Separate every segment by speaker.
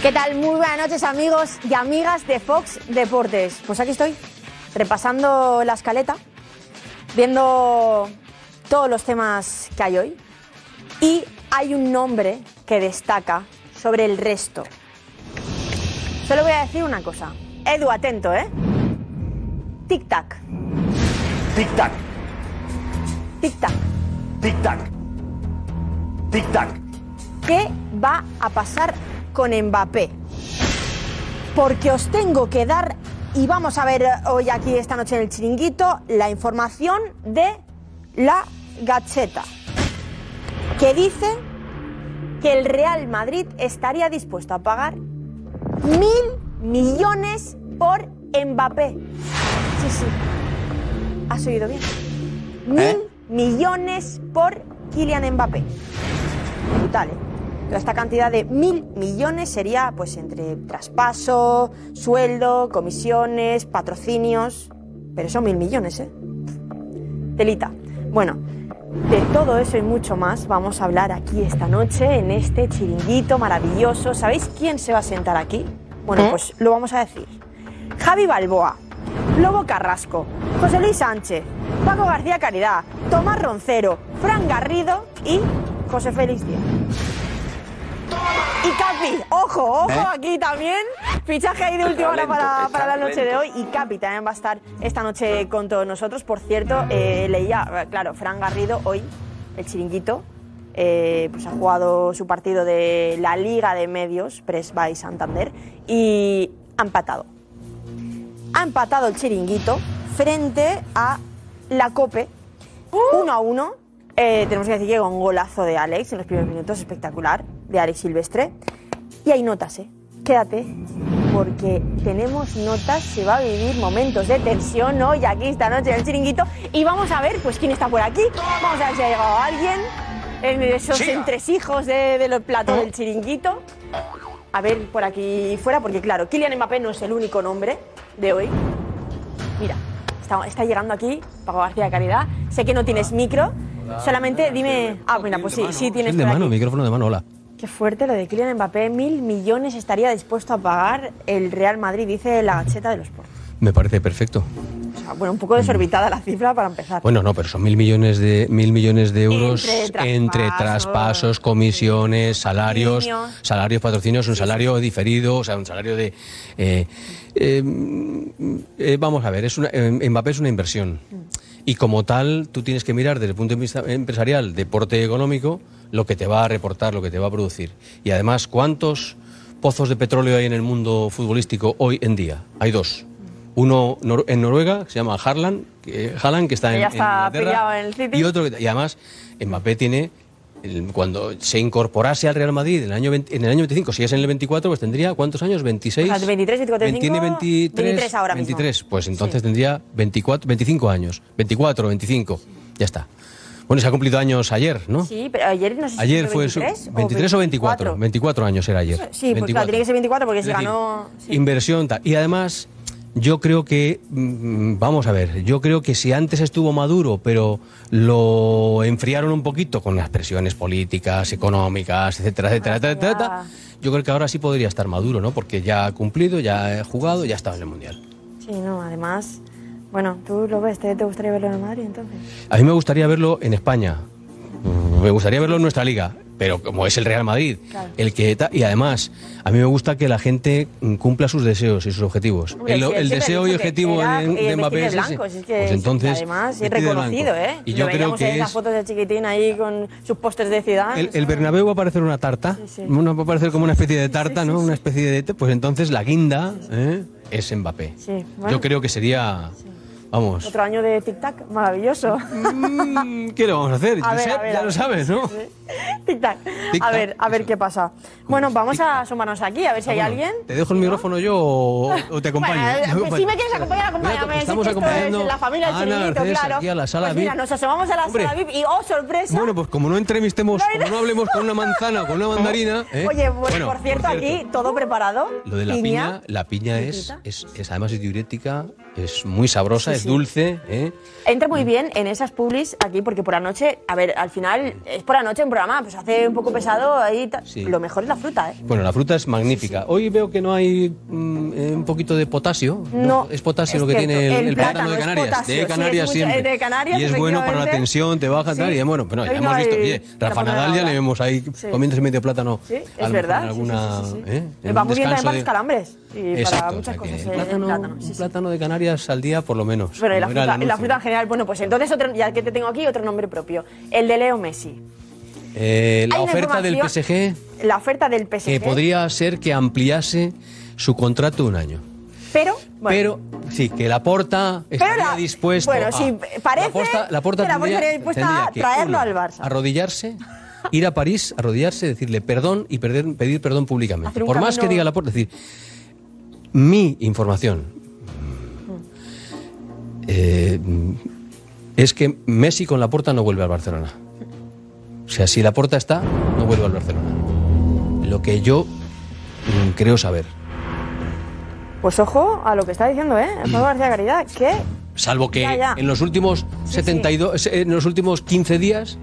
Speaker 1: ¿Qué tal? Muy buenas noches amigos y amigas de Fox Deportes. Pues aquí estoy, repasando la escaleta, viendo todos los temas que hay hoy. Y hay un nombre que destaca sobre el resto. Solo voy a decir una cosa. Edu, atento, ¿eh? Tic-tac.
Speaker 2: Tic-tac.
Speaker 1: Tic-tac.
Speaker 2: Tic-tac. Tic-tac.
Speaker 1: ¿Qué va a pasar con Mbappé? Porque os tengo que dar, y vamos a ver hoy aquí esta noche en el chiringuito, la información de la gacheta, que dice que el Real Madrid estaría dispuesto a pagar mil millones por Mbappé. Sí, sí. ¿Has oído bien? Mil millones por Kylian Mbappé. Brutal, ¿eh? Toda esta cantidad de mil millones sería, pues, entre traspaso, sueldo, comisiones, patrocinios. Pero son mil millones, ¿eh? Telita. Bueno, de todo eso y mucho más vamos a hablar aquí esta noche en este chiringuito maravilloso. ¿Sabéis quién se va a sentar aquí? Bueno,
Speaker 3: ¿Eh?
Speaker 1: pues lo vamos a decir. Javi Balboa, Lobo Carrasco, José Luis Sánchez, Paco García Caridad, Tomás Roncero, Fran Garrido y José Félix Díaz. Y Capi, ojo, ojo
Speaker 4: ¿Eh?
Speaker 1: aquí también. Fichaje ahí de última hora
Speaker 4: Está
Speaker 1: para,
Speaker 4: lento,
Speaker 1: para la
Speaker 4: está
Speaker 1: noche de
Speaker 4: lento.
Speaker 1: hoy. Y Capi también va a estar esta noche con todos nosotros. Por cierto, eh, leía, eh, claro, Fran Garrido hoy, el chiringuito, eh, pues ha jugado su partido de la Liga de Medios, Press by Santander, y ha empatado. Ha empatado el chiringuito frente a la Cope, Uh. uno a uno. Eh, tenemos que decir que con golazo de Alex en los primeros minutos, espectacular, de Alex Silvestre. Y hay notas, ¿eh? Quédate, porque tenemos notas, se va a vivir momentos de tensión hoy aquí esta noche en el chiringuito. Y vamos a ver, pues, quién está por aquí. Vamos a ver si ha llegado alguien en esos
Speaker 5: Siga.
Speaker 1: entresijos de, de los platos del chiringuito. A ver, por aquí fuera, porque claro, Kylian Mbappé no es el único nombre de hoy. Mira, está, está llegando aquí Paco García Caridad. Sé que no tienes micro, solamente dime... Ah, mira, pues sí, sí tienes...
Speaker 6: de
Speaker 1: por
Speaker 6: mano,
Speaker 1: aquí.
Speaker 6: micrófono de mano, hola.
Speaker 1: Qué fuerte lo de Kylian Mbappé. Mil millones estaría dispuesto a pagar el Real Madrid, dice la gacheta de los portos.
Speaker 6: Me parece perfecto.
Speaker 1: O sea, bueno, un
Speaker 6: Mm.
Speaker 1: poco desorbitada la cifra para empezar.
Speaker 6: Bueno, no, pero son mil millones de, mil millones de euros
Speaker 1: Entre traspasos.
Speaker 6: entre traspasos, comisiones, salarios,
Speaker 1: Niños.
Speaker 6: salarios, patrocinios, un salario diferido, o sea, un salario de... eh, eh, eh, vamos a ver, es una, eh, Mbappé es una inversión. Y como tal, tú tienes que mirar desde el punto de vista empresarial, deporte económico, lo que te va a reportar, lo que te va a producir. Y además, ¿cuántos pozos de petróleo hay en el mundo futbolístico hoy en día? Hay dos. Uno nor- en Noruega, que se llama Harlan, que, Haaland, que está
Speaker 1: Que
Speaker 6: en,
Speaker 1: ya
Speaker 6: en
Speaker 1: está
Speaker 6: Inglaterra,
Speaker 1: pillado en el City.
Speaker 6: Y, otro, que- y además, Mbappé tiene, el- cuando se incorporase al Real Madrid en el año, 20 en el año 25, si es en el 24, pues tendría, ¿cuántos años? 26.
Speaker 1: O sea, 23, 24, 25,
Speaker 6: Tiene 23,
Speaker 1: 23 ahora mismo.
Speaker 6: 23, pues entonces tendría 24, 25 años. 24, 25, ya está. Bueno, se ha cumplido años ayer, ¿no?
Speaker 1: Sí, pero ayer no sé si
Speaker 6: Ayer fue su-
Speaker 1: 23,
Speaker 6: 23 o 24, 24 años era ayer.
Speaker 1: Sí, pues claro,
Speaker 6: 24.
Speaker 1: tiene que ser 24 porque
Speaker 6: Es
Speaker 1: se
Speaker 6: decir,
Speaker 1: ganó...
Speaker 6: Inversión tal. Y además, yo creo que, mm, vamos a ver, yo creo que si antes estuvo Maduro, pero lo enfriaron un poquito con las presiones políticas, económicas, etcétera,
Speaker 1: Ah,
Speaker 6: etcétera, etcétera, etcétera, yo creo que ahora sí podría estar Maduro, ¿no? Porque ya ha cumplido, ya ha jugado, ya ha estado en el Mundial.
Speaker 1: Sí, no, además... Bueno, tú lo ves, ¿te, te gustaría verlo en el Madrid entonces?
Speaker 6: A mí me gustaría verlo en España, Mm, me gustaría verlo en nuestra liga, pero como es el Real Madrid, el que ta- y además a mí me gusta que la gente mm, cumpla sus deseos y sus objetivos.
Speaker 1: Hombre,
Speaker 6: el
Speaker 1: sí, él
Speaker 6: el
Speaker 1: siempre ha
Speaker 6: deseo y
Speaker 1: dicho que
Speaker 6: objetivo
Speaker 1: era,
Speaker 6: de,
Speaker 1: eh,
Speaker 6: de
Speaker 1: vestir
Speaker 6: Mbappé es
Speaker 1: de
Speaker 6: ese.
Speaker 1: blanco, si es que-
Speaker 6: Pues
Speaker 1: sí,
Speaker 6: entonces
Speaker 1: además es
Speaker 6: vestir de
Speaker 1: reconocido,
Speaker 6: blanco.
Speaker 1: ¿eh?
Speaker 6: Y
Speaker 1: Lo
Speaker 6: yo creo
Speaker 1: veíamos en
Speaker 6: que
Speaker 1: las
Speaker 6: es
Speaker 1: fotos de chiquitín ahí con sus pósters de ciudad.
Speaker 6: el, el Bernabéu va a parecer una tarta, una- va a parecer como una especie de tarta, ¿no? Una especie de pues entonces la guinda ¿eh? es Mbappé.
Speaker 1: Sí, bueno,
Speaker 6: Yo creo que sería vamos,
Speaker 1: otro año de tic-tac maravilloso.
Speaker 6: Mm, ¿qué le vamos a hacer?
Speaker 1: A ver,
Speaker 6: Josep,
Speaker 1: a ver,
Speaker 6: ya
Speaker 1: a
Speaker 6: lo
Speaker 1: ver.
Speaker 6: sabes, ¿no?
Speaker 1: Tic-tac. A ver, a ver qué pasa. Bueno, vamos a asomarnos aquí, a ver si hay alguien.
Speaker 6: ¿Te dejo el micrófono yo o, o te acompaño?
Speaker 1: Bueno,
Speaker 6: Te
Speaker 1: pues si
Speaker 6: acompaño.
Speaker 1: me quieres acompañar, acompáñame.
Speaker 6: Estamos
Speaker 1: si es que esto
Speaker 6: acompañando
Speaker 1: es la familia del
Speaker 6: a Ana
Speaker 1: chiringuito,
Speaker 6: Garcés
Speaker 1: claro.
Speaker 6: aquí a la sala
Speaker 1: Pues mira,
Speaker 6: VIP.
Speaker 1: nos asomamos a la
Speaker 6: Hombre.
Speaker 1: sala VIP y ¡oh, sorpresa!
Speaker 6: Bueno, pues como no entrevistemos, como no hablemos con una manzana o con una mandarina. ¿eh?
Speaker 1: Oye, bueno, por, cierto, aquí todo preparado.
Speaker 6: Lo de la piña, la piña es, es, es además es diurética, es muy sabrosa,
Speaker 1: Sí,
Speaker 6: es
Speaker 1: sí.
Speaker 6: dulce. ¿eh?
Speaker 1: Entra muy bien en esas publis aquí, porque por la noche, a ver, al final es por la noche un programa, pues hace un poco pesado ahí. ta-
Speaker 6: Sí.
Speaker 1: Lo mejor es la fruta, ¿eh?
Speaker 6: Bueno, la fruta es magnífica. Hoy veo que no hay mm, eh, un poquito de potasio.
Speaker 1: No,
Speaker 6: Es potasio
Speaker 1: es
Speaker 6: lo que
Speaker 1: cierto.
Speaker 6: tiene el,
Speaker 1: El
Speaker 6: el plátano,
Speaker 1: plátano
Speaker 6: de
Speaker 1: es
Speaker 6: Canarias.
Speaker 1: potasio, sí,
Speaker 6: de
Speaker 1: es
Speaker 6: Canarias
Speaker 1: mucho-
Speaker 6: siempre.
Speaker 1: eh, de Canarias,
Speaker 6: y es bueno para la
Speaker 1: efectivamente.
Speaker 6: tensión, te baja
Speaker 1: Sí.
Speaker 6: tal. Y es bueno, bueno, ya
Speaker 1: Ahí no
Speaker 6: hemos visto.
Speaker 1: hay
Speaker 6: Oye, Rafa
Speaker 1: Rafa
Speaker 6: Nadal ya
Speaker 1: Nadal.
Speaker 6: le vemos ahí
Speaker 1: Sí.
Speaker 6: comiéndose medio plátano.
Speaker 1: Sí, es
Speaker 6: a lo mejor
Speaker 1: verdad.
Speaker 6: en
Speaker 1: sí, sí,
Speaker 6: alguna,
Speaker 1: sí, sí, sí.
Speaker 6: ¿eh?
Speaker 1: Le
Speaker 6: En
Speaker 1: va
Speaker 6: un
Speaker 1: muy bien también
Speaker 6: descanso
Speaker 1: para
Speaker 6: de-
Speaker 1: los calambres y para
Speaker 6: Exacto, o sea
Speaker 1: muchas
Speaker 6: que
Speaker 1: cosas.
Speaker 6: el
Speaker 1: eh, el
Speaker 6: plátano,
Speaker 1: plátano, sí,
Speaker 6: un
Speaker 1: sí.
Speaker 6: plátano de Canarias al día por lo menos.
Speaker 1: Bueno, y la
Speaker 6: como
Speaker 1: fruta,
Speaker 6: era el
Speaker 1: y la
Speaker 6: anuncio.
Speaker 1: fruta en general, bueno, pues entonces otro, ya que te tengo aquí, otro nombre propio. El de Leo Messi.
Speaker 6: Eh, la
Speaker 1: Hay una
Speaker 6: oferta del
Speaker 1: información-
Speaker 6: PSG
Speaker 1: La oferta del PSG.
Speaker 6: que podría ser que ampliase su contrato un año.
Speaker 1: Pero, bueno,
Speaker 6: pero sí, que la porta estaría
Speaker 1: la-
Speaker 6: dispuesto.
Speaker 1: bueno,
Speaker 6: a-
Speaker 1: sí, parece
Speaker 6: Laporta- Laporta
Speaker 1: que la Porta
Speaker 6: tendría-
Speaker 1: estaría dispuesta
Speaker 6: tendría
Speaker 1: a
Speaker 6: que,
Speaker 1: traerlo
Speaker 6: uno,
Speaker 1: al Barça.
Speaker 6: Arrodillarse, ir a París, arrodillarse, decirle perdón y perder- pedir perdón públicamente.
Speaker 1: Hacer un
Speaker 6: Por más que
Speaker 1: camino-
Speaker 6: diga Laporta, decir mi información eh, es que Messi con Laporta no vuelve al Barcelona. O sea, si Laporta está, no vuelve al Barcelona. Lo que yo mm, creo saber.
Speaker 1: pues ojo a lo que está diciendo, ¿eh? Pablo García Caridad, que
Speaker 6: Salvo que
Speaker 1: Ya, ya.
Speaker 6: en los últimos 72, eh, en los últimos 15 días,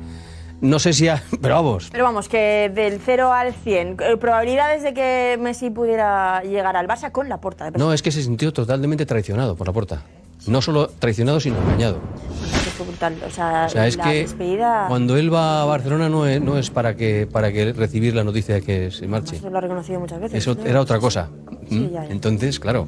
Speaker 6: no sé si ha, pero vamos,
Speaker 1: Pero vamos, que del 0 al 100, eh, probabilidades de que Messi pudiera llegar al Barça con la puerta de
Speaker 6: no es que se sintió totalmente traicionado por la puerta. No solo traicionado, sino engañado.
Speaker 1: Eso fue brutal. O sea,
Speaker 6: O sea, es
Speaker 1: la
Speaker 6: que
Speaker 1: despedida
Speaker 6: cuando él va a Barcelona no es, no es para que para que recibir la noticia de que se marche.
Speaker 1: eso lo ha reconocido muchas veces.
Speaker 6: Eso
Speaker 1: ¿no?
Speaker 6: era otra cosa.
Speaker 1: Sí,
Speaker 6: ¿Mm?
Speaker 1: ya, ya.
Speaker 6: Entonces, claro.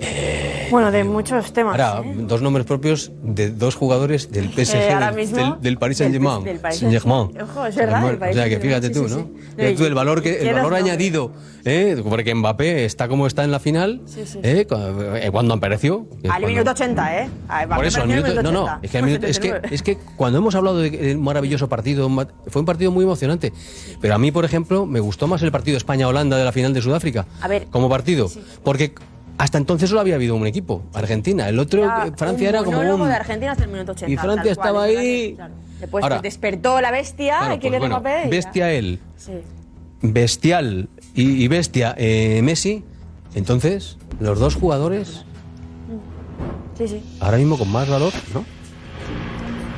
Speaker 1: Eh, Bueno, de muchos temas.
Speaker 6: Ahora,
Speaker 1: ¿eh?
Speaker 6: dos nombres propios de dos jugadores del PSG,
Speaker 1: Eh, ahora
Speaker 6: del,
Speaker 1: mismo,
Speaker 6: del- del Paris
Speaker 1: del-
Speaker 6: Saint-Germain.
Speaker 1: del Paris
Speaker 6: Saint-Germain.
Speaker 1: Saint-Germain. Ojo, es verdad,
Speaker 6: Saint-Germain.
Speaker 1: el Paris
Speaker 6: o sea, que
Speaker 1: Saint-Germain,
Speaker 6: fíjate tú,
Speaker 1: sí, sí,
Speaker 6: ¿no?
Speaker 1: sí.
Speaker 6: Fíjate tú el valor,
Speaker 1: Y
Speaker 6: que, el
Speaker 1: quieras,
Speaker 6: valor
Speaker 1: no.
Speaker 6: añadido, ¿eh? porque Mbappé está como está en la final,
Speaker 1: Sí, sí.
Speaker 6: ¿eh? Cu- eh, cuando apareció. que
Speaker 1: Al
Speaker 6: cuando-
Speaker 1: minuto 80, ¿eh? A ver,
Speaker 6: Por
Speaker 1: me
Speaker 6: eso, al
Speaker 1: pareció el
Speaker 6: minuto- no, no,
Speaker 1: 80.
Speaker 6: es que, al minuto- es, que, es que cuando hemos hablado del maravilloso partido, un ma- fue un partido muy emocionante, pero a mí, por ejemplo, me gustó más el partido España-Holanda de la final de Sudáfrica
Speaker 1: A ver.
Speaker 6: como partido, porque hasta entonces solo había habido un equipo, Argentina, el otro,
Speaker 1: Era
Speaker 6: eh, Francia
Speaker 1: un
Speaker 6: era como
Speaker 1: monólogo
Speaker 6: un...
Speaker 1: de Argentina hasta el minuto 80.
Speaker 6: Y
Speaker 1: tal
Speaker 6: Francia
Speaker 1: cual,
Speaker 6: estaba
Speaker 1: es verdad
Speaker 6: ahí.
Speaker 1: que, claro. Después
Speaker 6: Ahora-
Speaker 1: despertó la bestia,
Speaker 6: Claro,
Speaker 1: hay que
Speaker 6: pues
Speaker 1: le
Speaker 6: bueno,
Speaker 1: papel. y ya.
Speaker 6: bestia él,
Speaker 1: Sí.
Speaker 6: bestial y, y bestia eh, Messi, entonces los dos jugadores
Speaker 1: Mm. sí, sí.
Speaker 6: ahora mismo con más valor, ¿no?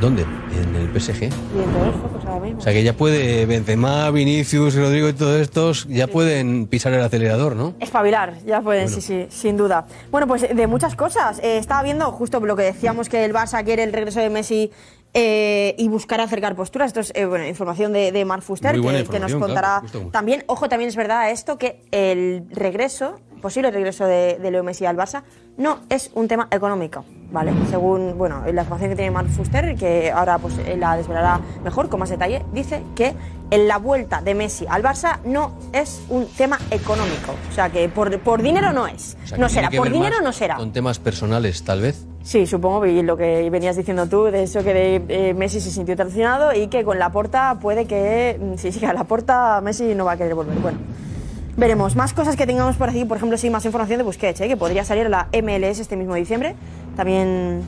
Speaker 6: ¿Dónde? En el
Speaker 1: Y
Speaker 6: PSG.
Speaker 1: en todos los focos ahora mismo.
Speaker 6: O sea que ya puede Benzema, Vinicius, Rodrigo y todos estos ya pueden pisar el acelerador, ¿no?
Speaker 1: Espabilar, ya pueden, sí, sí, sin duda. Bueno, pues de muchas cosas. Eh, estaba viendo justo lo que decíamos que el Barça quiere el regreso de Messi eh, y buscar acercar posturas. Esto es eh, bueno, información de, de Mark Fuster
Speaker 6: Muy buena
Speaker 1: que, que nos
Speaker 6: información,
Speaker 1: contará
Speaker 6: claro, justo.
Speaker 1: también. Ojo, también es verdad esto que el regreso, posible regreso de, de Leo Messi al Barça, no es un tema económico. Vale, según bueno, la información que tiene Mark Fuster, que ahora pues, eh, la desvelará mejor con más detalle, dice que en la vuelta de Messi al Barça no es un tema económico. O sea, que por, por dinero no es.
Speaker 6: O sea, que
Speaker 1: no
Speaker 6: tiene
Speaker 1: será,
Speaker 6: que
Speaker 1: por
Speaker 6: ver
Speaker 1: dinero
Speaker 6: más
Speaker 1: no será.
Speaker 6: Con temas personales, tal vez.
Speaker 1: Sí, supongo, y lo que venías diciendo tú, de eso que de, eh, Messi se sintió traicionado y que con la porta puede que, mm, si sigue a la porta, Messi no va a querer volver. Bueno, veremos. Más cosas que tengamos por aquí, por ejemplo, sí, más información de Busquets, ¿eh? que podría salir a la MLS este mismo diciembre. También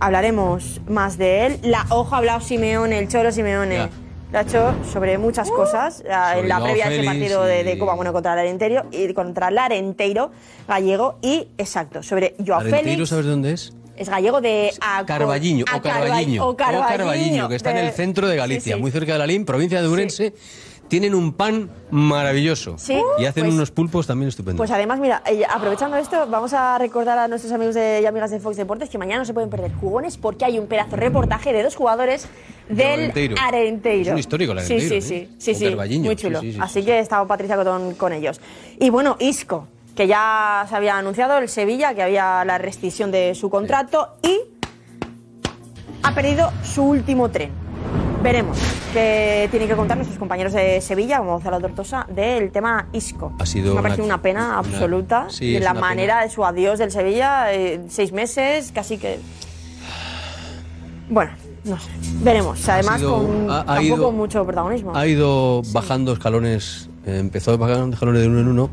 Speaker 1: hablaremos más de él. La hoja ha hablado Simeone, el Cholo Simeone.
Speaker 6: Ya. Uh.
Speaker 1: Lo ha hecho sobre muchas cosas ah,
Speaker 6: Sobre
Speaker 1: en la
Speaker 6: Joao
Speaker 1: previa de ese
Speaker 6: Félix
Speaker 1: partido de, de
Speaker 6: y-
Speaker 1: Copa, bueno, contra el Arenteiro y contra el Arenteiro gallego y exacto, sobre Joao
Speaker 6: Arenteiro,
Speaker 1: Félix.
Speaker 6: ¿sabes dónde es?
Speaker 1: Es gallego de a-
Speaker 6: Carballiño,
Speaker 1: a
Speaker 6: o Carballiño,
Speaker 1: Carba- o Carballiño,
Speaker 6: que está en
Speaker 1: de-
Speaker 6: el centro de Galicia,
Speaker 1: Sí, sí.
Speaker 6: muy cerca de Lalín, provincia de Urense. Tienen un pan maravilloso.
Speaker 1: Sí,
Speaker 6: Y hacen
Speaker 1: pues-
Speaker 6: unos pulpos también estupendos.
Speaker 1: Pues además, mira, eh, aprovechando esto, vamos a recordar a nuestros amigos de- y amigas de Fox Deportes que mañana no se pueden perder jugones porque hay un pedazo de reportaje de dos jugadores del
Speaker 6: Arenteiro.
Speaker 1: Arenteiro.
Speaker 6: Es un histórico el Arenteiro,
Speaker 1: Sí, sí,
Speaker 6: ¿eh?
Speaker 1: sí. sí,
Speaker 6: Con
Speaker 1: sí,
Speaker 6: Carballiño,
Speaker 1: Muy
Speaker 6: sí,
Speaker 1: chulo.
Speaker 6: sí, sí,
Speaker 1: Así
Speaker 6: sí.
Speaker 1: que estaba Patricia Cotón con ellos. Y bueno, Isco, que ya se había anunciado el Sevilla, que había la rescisión de su contrato y ha perdido su último tren. Veremos qué tienen que contar nuestros compañeros de Sevilla, como Gonzalo Tortosa, del tema Isco.
Speaker 6: Ha sido
Speaker 1: Me ha parecido
Speaker 6: una-
Speaker 1: una, pena
Speaker 6: una-
Speaker 1: absoluta
Speaker 6: sí,
Speaker 1: de
Speaker 6: es
Speaker 1: la
Speaker 6: una
Speaker 1: manera
Speaker 6: pena.
Speaker 1: de su adiós del Sevilla, eh, seis meses, casi que. Bueno, no sé. Veremos. Además,
Speaker 6: sido-
Speaker 1: con
Speaker 6: ha- ha
Speaker 1: tampoco
Speaker 6: ido-
Speaker 1: mucho protagonismo.
Speaker 6: Ha ido bajando escalones, eh, empezó bajando escalones de uno en uno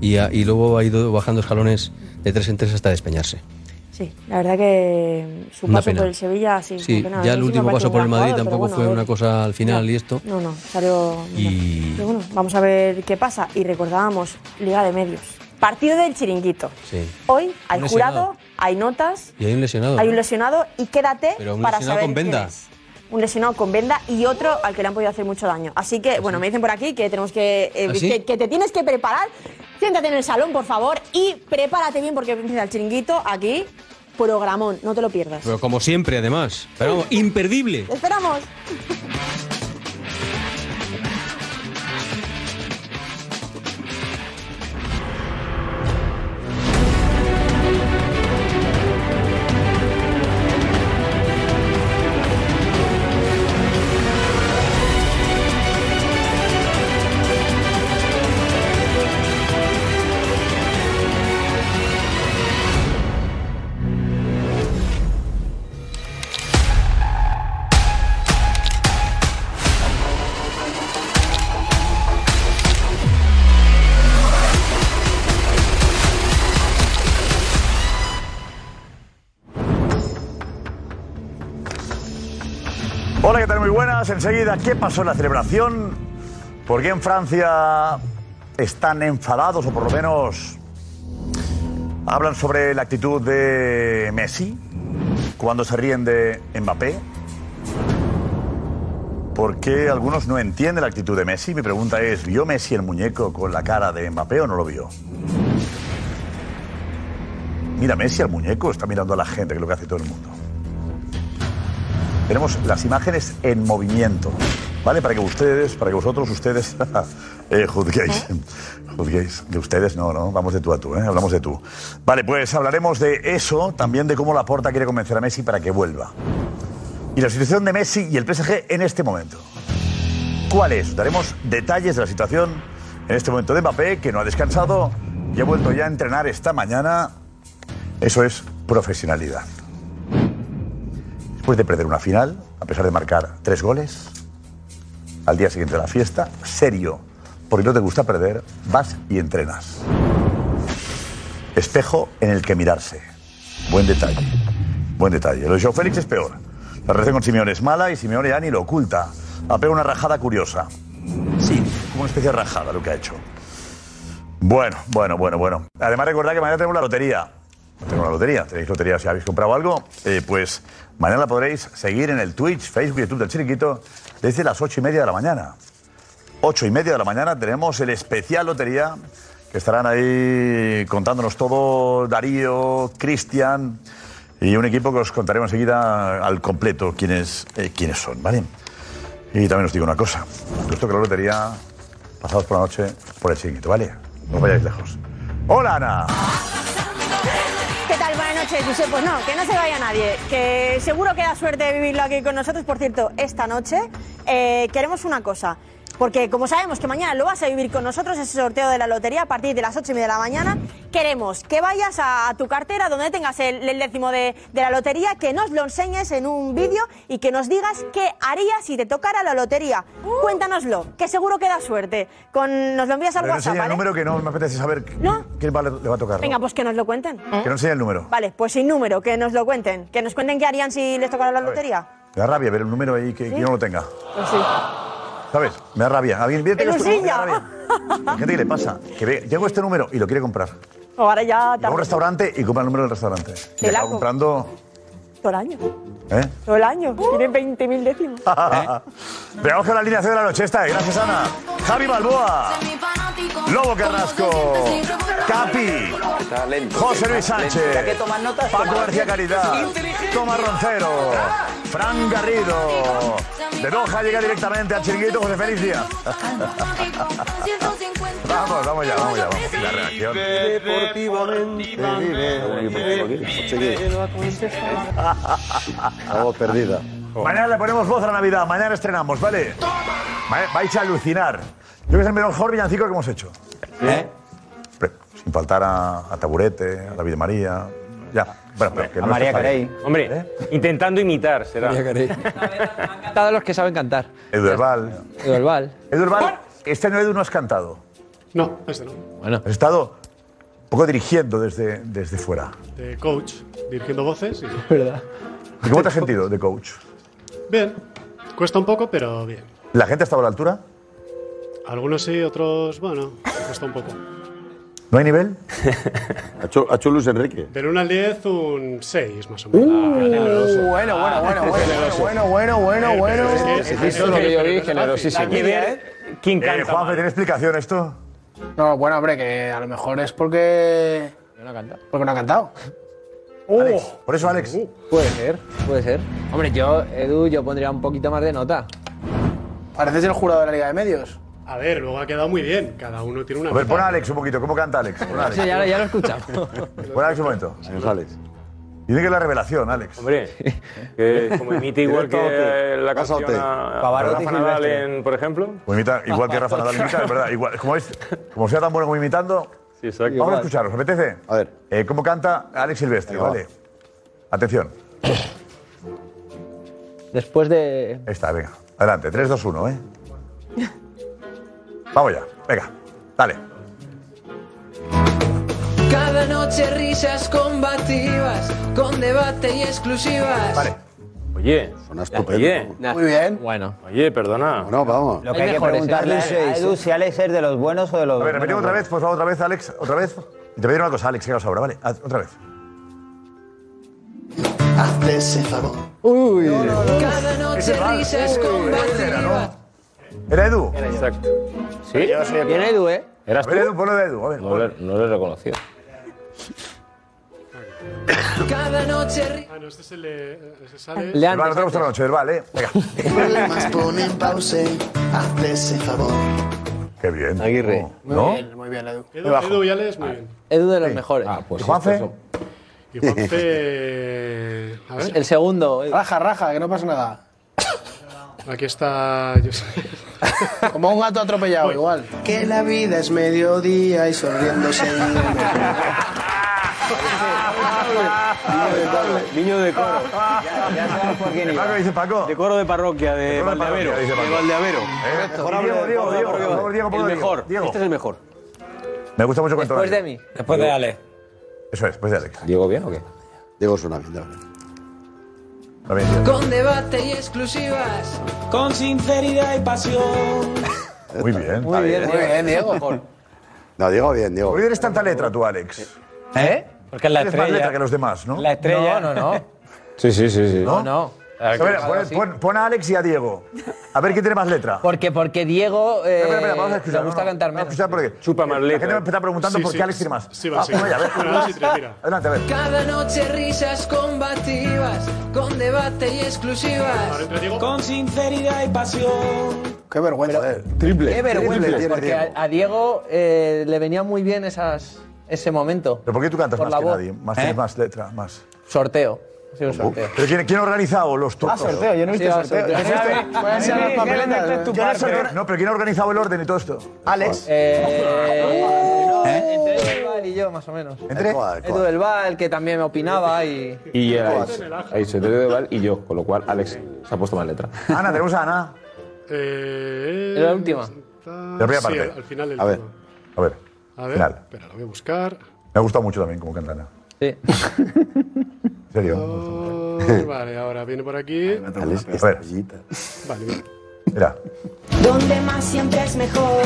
Speaker 6: y, a- y luego ha ido bajando escalones de tres en tres hasta despeñarse.
Speaker 1: Sí, la verdad que su
Speaker 6: Una
Speaker 1: paso
Speaker 6: pena.
Speaker 1: por el Sevilla, sí.
Speaker 6: Sí,
Speaker 1: una pena. A mí
Speaker 6: ya el
Speaker 1: sí me
Speaker 6: último
Speaker 1: parece
Speaker 6: paso
Speaker 1: un
Speaker 6: por el
Speaker 1: gran
Speaker 6: Madrid
Speaker 1: jugador, pero
Speaker 6: tampoco
Speaker 1: bueno,
Speaker 6: fue
Speaker 1: a ver.
Speaker 6: una cosa al final y esto.
Speaker 1: No, no, salió. muy mal.
Speaker 6: Y-
Speaker 1: Pero bueno, vamos a ver qué pasa. Y recordábamos Liga de Medios. Partido del chiringuito.
Speaker 6: Sí.
Speaker 1: Hoy hay
Speaker 6: Un lesionado.
Speaker 1: jurado hay notas.
Speaker 6: Y hay un lesionado.
Speaker 1: Hay un lesionado y quédate
Speaker 6: Pero un
Speaker 1: para
Speaker 6: lesionado
Speaker 1: saber
Speaker 6: con
Speaker 1: quién
Speaker 6: venda.
Speaker 1: es. Un lesionado con venda y otro al que le han podido hacer mucho daño. Así que, bueno, me dicen por aquí que tenemos que, eh,
Speaker 6: ¿Ah, sí?
Speaker 1: que, que te tienes que preparar. Siéntate en el salón, por favor, y prepárate bien porque empieza el chiringuito aquí. Programón, no te lo pierdas.
Speaker 6: Pero como siempre, además. Pero vamos, imperdible.
Speaker 1: ¡Te esperamos!
Speaker 2: Hola, ¿qué tal? Muy buenas. Enseguida, ¿qué pasó en la celebración? ¿Por qué en Francia están enfadados o por lo menos hablan sobre la actitud de Messi cuando se ríen de Mbappé? ¿Por qué algunos no entienden la actitud de Messi? Mi pregunta es, ¿vio Messi el muñeco con la cara de Mbappé o no lo vio? Mira, Messi al muñeco está mirando a la gente, que es lo que hace todo el mundo. Tenemos las imágenes en movimiento, ¿vale? Para que ustedes, para que vosotros, ustedes eh, juzguéis. Juzguéis. De ustedes no, ¿no? Vamos de tú a tú, ¿eh? Hablamos de tú. Vale, pues hablaremos de eso, también de cómo Laporta quiere convencer a Messi para que vuelva. Y la situación de Messi y el PSG en este momento. ¿Cuál es? Daremos detalles de la situación en este momento de Mbappé, que no ha descansado y ha vuelto ya a entrenar esta mañana. Eso es profesionalidad después de perder una final, a pesar de marcar tres goles, al día siguiente de la fiesta, serio, porque no te gusta perder, vas y entrenas. Espejo en el que mirarse. Buen detalle. Buen detalle. Lo de Joao Félix es peor. La relación con Simeone es mala y Simeone ya ni lo oculta. Ha pegado una rajada curiosa. Sí, como una especie de rajada lo que ha hecho. Bueno, bueno, bueno, bueno. Además, recordad que mañana tenemos la lotería. Tengo la lotería. Tenéis lotería si habéis comprado algo. eh, pues mañana la podréis seguir en el Twitch, Facebook y YouTube del Chiringuito desde las ocho y media de la mañana. Ocho y media de la mañana tenemos el especial lotería que estarán ahí contándonos todo Darío, Cristian y un equipo que os contaremos enseguida al completo quiénes, eh, quiénes son, ¿vale? Y también os digo una cosa. Esto que la lotería, pasados por la noche, por el chiringuito, ¿vale? No os vayáis lejos. ¡Hola, Ana!
Speaker 1: ¿Qué tal? Buenas noches, Josep. Pues no, que no se vaya nadie. Que seguro que da suerte de vivirlo aquí con nosotros. Por cierto, esta noche eh, queremos una cosa. Porque como sabemos que mañana lo vas a vivir con nosotros, ese sorteo de la lotería a partir de las 8 y media de la mañana, queremos que vayas a, a tu cartera donde tengas el, el décimo de, de la lotería, que nos lo enseñes en un vídeo y que nos digas qué harías si te tocara la lotería.
Speaker 2: Uh.
Speaker 1: Cuéntanoslo, que seguro que da suerte. Con, nos lo envías al
Speaker 2: Pero no
Speaker 1: WhatsApp,
Speaker 2: enseña el
Speaker 1: ¿vale?
Speaker 2: número que no me apetece saber
Speaker 1: ¿eh? ¿No?
Speaker 2: qué va- le va a tocar. ¿no?
Speaker 1: Venga, pues que nos lo cuenten.
Speaker 2: Que no enseñe el número.
Speaker 1: Vale, pues sin número, que nos lo cuenten. Que nos cuenten qué harían si les tocara la lotería.
Speaker 2: Me da rabia ver el número ahí que, que yo no lo tenga.
Speaker 1: Pues sí.
Speaker 2: ¿Sabes? Me da rabia. Alguien viene
Speaker 1: Pues ¡En
Speaker 2: tengo este número,
Speaker 1: Usilla!
Speaker 2: me da rabia. Hay gente que le pasa. Que ve, llego este número y lo quiere comprar.
Speaker 1: Ahora ya
Speaker 2: Va a un
Speaker 1: tarde.
Speaker 2: restaurante y compra el número del restaurante. Y acaba
Speaker 1: laco.
Speaker 2: comprando.
Speaker 1: Todo el año.
Speaker 2: ¿eh?
Speaker 1: Todo el año. Tiene 20.000 décimos.
Speaker 2: Veamos con la línea C de la noche esta. eh. Gracias, Ana. Javi Balboa. Lobo Carrasco. Capi. José Luis Sánchez. Paco García Caridad. Tomás Roncero. Fran Garrido. De Doha llega directamente al chiringuito José Félix Díaz. Vamos, vamos ya, vamos ya. Vamos. La reacción.
Speaker 3: Deportivamente
Speaker 4: Vamos perdida.
Speaker 2: Oh. Mañana le ponemos voz a la Navidad, mañana estrenamos, ¿vale? Va- Vais a alucinar. Yo creo que es el mejor villancico que hemos hecho.
Speaker 4: ¿Eh?
Speaker 2: Hombre, Sin faltar a, a Taburete, a David María. Ya, bueno, pero que
Speaker 4: A
Speaker 2: no
Speaker 4: María
Speaker 2: esté
Speaker 4: Carey.
Speaker 2: Fabio.
Speaker 5: Hombre,
Speaker 7: ¿Eh?
Speaker 5: intentando imitar, será.
Speaker 3: Todos los que saben cantar.
Speaker 2: Edu Herbal.
Speaker 3: Edu Albal.
Speaker 2: Edu Herbal, este año Edu no has cantado.
Speaker 8: No, este no.
Speaker 3: Bueno,
Speaker 2: Has estado un poco dirigiendo desde, desde fuera.
Speaker 8: De coach, dirigiendo voces. y-
Speaker 3: verdad.
Speaker 2: ¿Y ¿Cómo te has sentido de coach?
Speaker 8: Bien, cuesta un poco, pero bien.
Speaker 2: ¿La gente ha estado a la altura?
Speaker 8: Algunos sí, otros, bueno, cuesta un poco.
Speaker 2: ¿No hay nivel?
Speaker 7: Ha hecho, ha hecho Luis Enrique.
Speaker 3: Del 1 al 10, un 6 más o
Speaker 9: Ah,
Speaker 3: menos.
Speaker 10: Uh, bueno, bueno, bueno, bueno, bueno, bueno, bueno, bueno.
Speaker 9: Eso es lo que yo vi, generosísimo.
Speaker 10: Hay que ver-
Speaker 9: ¿Quién
Speaker 2: Eh,
Speaker 9: canta
Speaker 2: Juanfe,
Speaker 9: más?
Speaker 2: ¿tiene explicación esto?
Speaker 10: No, bueno, hombre, que a lo mejor es porque. Porque no ha cantado.
Speaker 2: Alex. Por eso, Alex.
Speaker 11: Uh, Puede ser, puede ser. Hombre, yo, Edu, yo pondría un poquito más de nota.
Speaker 10: Pareces el jurado de la Liga de Medios.
Speaker 3: A ver, luego ha quedado muy bien. Cada uno tiene una.
Speaker 2: A ver,
Speaker 3: nota.
Speaker 2: pon a Alex un poquito. ¿Cómo canta Alex? Pon a
Speaker 11: Sí,
Speaker 2: Alex,
Speaker 11: ya, lo- ya lo escuchamos.
Speaker 2: Pon a Alex un momento.
Speaker 7: Señor Alex.
Speaker 2: Tiene que es la revelación, Alex.
Speaker 9: Hombre, que como imita igual que
Speaker 7: Directo a
Speaker 9: eh, la
Speaker 7: Pasa a
Speaker 9: canción
Speaker 7: hotel.
Speaker 9: a, a
Speaker 11: Pavarotti
Speaker 9: Rafa Nadal,
Speaker 11: Silvestre.
Speaker 9: en, por ejemplo.
Speaker 2: Como imita- igual que Rafa Nadal imita, es verdad. Igual, como, es, como sea tan bueno como imitando,
Speaker 9: Sí, exacto.
Speaker 2: vamos a escucharos. ¿Os apetece?
Speaker 7: A ver.
Speaker 2: Eh, ¿Cómo canta Alex Silvestre?
Speaker 7: Venga, va.
Speaker 2: Vale. Atención.
Speaker 11: Después de.
Speaker 2: Esta, venga. Adelante. 3, 2, 1, ¿eh? Vamos ya. Venga. Dale.
Speaker 12: Cada noche risas combativas, con debate y exclusivas.
Speaker 2: Vale.
Speaker 9: Oye,
Speaker 7: Suena estupendo.
Speaker 9: oye,
Speaker 10: Muy bien.
Speaker 11: Bueno.
Speaker 9: oye, perdona.
Speaker 7: Bueno, vamos.
Speaker 13: Lo que hay, que
Speaker 11: mejores,
Speaker 13: preguntarle
Speaker 11: ¿eh?
Speaker 13: a Edu si Alex es de los buenos o de los
Speaker 2: A ver,
Speaker 13: menos
Speaker 2: repetimos otra
Speaker 13: buenos.
Speaker 2: vez, por favor, otra vez, Alex. Otra vez. Y te voy a decir una cosa, Alex, que hagas ahora, ¿vale? Haz- Otra vez.
Speaker 12: Hazle ese favor.
Speaker 2: Uh.
Speaker 12: Cada noche risas combativas.
Speaker 2: ¿Era Edu?
Speaker 9: Exacto.
Speaker 11: ¿Sí? Bien, Edu, ¿eh?
Speaker 9: ¿Eras
Speaker 2: A
Speaker 9: tú?
Speaker 2: ver, Edu, ponlo de Edu. A ver.
Speaker 9: No le, no le reconocí.
Speaker 12: Cada noche ri-
Speaker 3: Ah, no, este es el de. Este es Alex.
Speaker 11: Le
Speaker 2: Del bar, nos
Speaker 11: antes.
Speaker 2: vemos esta noche, del bar, ¿eh? Venga.
Speaker 12: Problemas ponen pausa. Hazle ese favor.
Speaker 2: Qué bien. Oh,
Speaker 11: Aguirre.
Speaker 2: ¿No?
Speaker 10: Muy bien, Edu.
Speaker 3: Edu, Edu y Alex,
Speaker 2: Ah,
Speaker 3: muy bien.
Speaker 11: Edu de los mejores.
Speaker 9: Ah, pues
Speaker 2: ¿Y Juanfe?
Speaker 3: Y Juanfe. A ver,
Speaker 11: El segundo.
Speaker 9: Ah,
Speaker 11: Edu.
Speaker 10: Raja, raja, que no pasa nada.
Speaker 3: aquí está. yo sé.
Speaker 10: Como un gato atropellado, igual.
Speaker 12: Que la vida es mediodía y sonriéndose.
Speaker 11: Niño de
Speaker 2: Ah,
Speaker 11: coro.
Speaker 13: Ya sabes por quién
Speaker 2: Paco,
Speaker 13: iba.
Speaker 2: dice Paco.
Speaker 11: De coro de parroquia, de
Speaker 2: coro de parroquia,
Speaker 11: Valdeavero.
Speaker 2: dice
Speaker 11: De
Speaker 2: Paco.
Speaker 11: Valdeavero.
Speaker 2: Mejor Diego, Diego, Diego, por favor, Diego,
Speaker 11: El
Speaker 2: ponlo de Diego.
Speaker 11: mejor.
Speaker 2: Diego.
Speaker 11: Este es el mejor.
Speaker 2: Me gusta mucho cuando
Speaker 11: Después de
Speaker 2: habla.
Speaker 11: mí.
Speaker 13: Después de Alex.
Speaker 2: Eso es, después de Alex.
Speaker 11: ¿Diego bien o qué?
Speaker 7: Diego suena bien, Diego.
Speaker 2: Lo bien, Diego.
Speaker 12: Con debate y exclusivas.
Speaker 13: Con sinceridad y pasión.
Speaker 2: Muy bien.
Speaker 11: Muy bien,
Speaker 10: Muy bien, Diego.
Speaker 7: No, Diego bien, Diego.
Speaker 2: ¿Por qué eres tanta letra tú, Alex?
Speaker 13: ¿Eh? Porque es la
Speaker 2: Eres más letra que
Speaker 13: estrella.
Speaker 2: los demás, ¿no?
Speaker 13: La estrella. No, no, no.
Speaker 9: Sí, sí, sí. sí.
Speaker 13: No, no.
Speaker 2: A ver, pon, pon- pon a Alex y a Diego. A ver quién tiene más letra.
Speaker 11: Porque, porque Diego eh,
Speaker 2: Espera, espera, vamos a escuchar.
Speaker 11: le gusta
Speaker 2: no, no,
Speaker 11: cantar
Speaker 2: Vamos a
Speaker 11: menos.
Speaker 2: escuchar porque.
Speaker 9: Chupa más
Speaker 2: La gente me
Speaker 9: letra.
Speaker 2: está preguntando
Speaker 3: Sí,
Speaker 2: por qué
Speaker 3: sí.
Speaker 2: Alex tiene más.
Speaker 3: Sí, va,
Speaker 2: Ah,
Speaker 3: sí.
Speaker 2: vaya, a ver.
Speaker 3: Una, dos y tres, mira.
Speaker 2: Adelante, a ver.
Speaker 12: Cada noche risas combativas. Con debate y
Speaker 3: Ahora
Speaker 12: exclusivas.
Speaker 3: entra Diego.
Speaker 13: Con sinceridad y pasión.
Speaker 10: Qué vergüenza.
Speaker 7: eh. Triple. Triple
Speaker 11: Qué vergüenza,
Speaker 7: tiene
Speaker 11: porque a,
Speaker 7: Diego.
Speaker 11: a Diego eh, le venía muy bien esas, ese momento.
Speaker 2: ¿Pero por qué tú cantas
Speaker 11: Por
Speaker 2: más
Speaker 11: la
Speaker 2: que
Speaker 11: voz. ¿Eh?
Speaker 2: nadie? Más, tienes más letra, más.
Speaker 11: Sorteo. Ha sido un sorteo.
Speaker 2: ¿Pero quién, quién ha organizado los
Speaker 10: Ah,
Speaker 2: turnos?
Speaker 10: sorteo, yo no he
Speaker 11: Sí,
Speaker 10: visto
Speaker 11: va,
Speaker 10: sorteo.
Speaker 11: sorteo.
Speaker 10: ¿Has visto? Voy a enseñar las papeletas. Yo no sé-
Speaker 2: Pero- No, pero ¿quién ha organizado el orden y todo esto?
Speaker 10: Alex.
Speaker 11: Eh, Entre Edu del Val y yo, más o menos.
Speaker 2: ¿Entre?
Speaker 7: Coa,
Speaker 11: Edu
Speaker 7: coa.
Speaker 11: del Val, que también me opinaba y...
Speaker 7: Y
Speaker 9: y yo, con lo cual Alex se ha puesto más letra.
Speaker 2: Ana, tenemos a Ana.
Speaker 3: Eh,
Speaker 11: Era la última.
Speaker 3: está-
Speaker 2: La primera
Speaker 3: sí,
Speaker 2: parte.
Speaker 3: Al, al final del
Speaker 7: A ver.
Speaker 3: tema.
Speaker 2: A ver,
Speaker 3: A ver.
Speaker 2: Final.
Speaker 3: Espera, lo voy a buscar.
Speaker 2: me ha gustado mucho también como canta Ana.
Speaker 11: Sí.
Speaker 2: En serio.
Speaker 3: Oh, vale, ahora viene por aquí.
Speaker 7: Alex,
Speaker 2: A ver.
Speaker 7: estrellita.
Speaker 3: Vale, bien.
Speaker 2: Mira.
Speaker 1: Donde más siempre es mejor.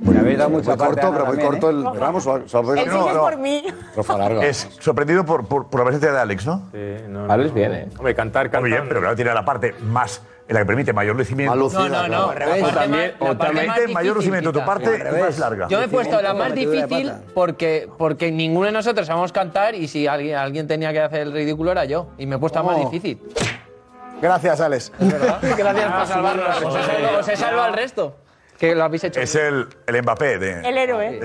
Speaker 13: Me habéis dado
Speaker 7: Muy
Speaker 13: mucha parte,
Speaker 7: corto,
Speaker 13: Ana,
Speaker 7: pero muy
Speaker 13: también,
Speaker 7: corto el. Vamos, Salvador.
Speaker 2: Pues
Speaker 4: El
Speaker 7: No,
Speaker 4: sigue
Speaker 7: no.
Speaker 4: por mí.
Speaker 7: Rafa Larga.
Speaker 2: Es sorprendido por, por, por la presencia de Alex, ¿no?
Speaker 9: Sí, no, no, Alex viene. Hombre, cantar, cantar.
Speaker 2: Muy bien, pero claro, tiene la parte más, en la que permite mayor lucimiento.
Speaker 7: Más lucida, claro.
Speaker 9: O también- o también-
Speaker 2: Permite mayor lucimiento. Tu parte es más larga.
Speaker 11: Yo me he puesto la más
Speaker 10: metedura de
Speaker 11: difícil
Speaker 10: pata.
Speaker 11: porque, porque ninguno de nosotros sabemos cantar y si alguien, alguien tenía que hacer el ridículo era yo. Y me he puesto la más difícil. Ah,
Speaker 10: Gracias, Alex.
Speaker 11: Gracias por salvarnos. Os he salvado- Os he salvado al resto. Que lo habéis hecho.
Speaker 2: Es el, el Mbappé de,
Speaker 4: El héroe.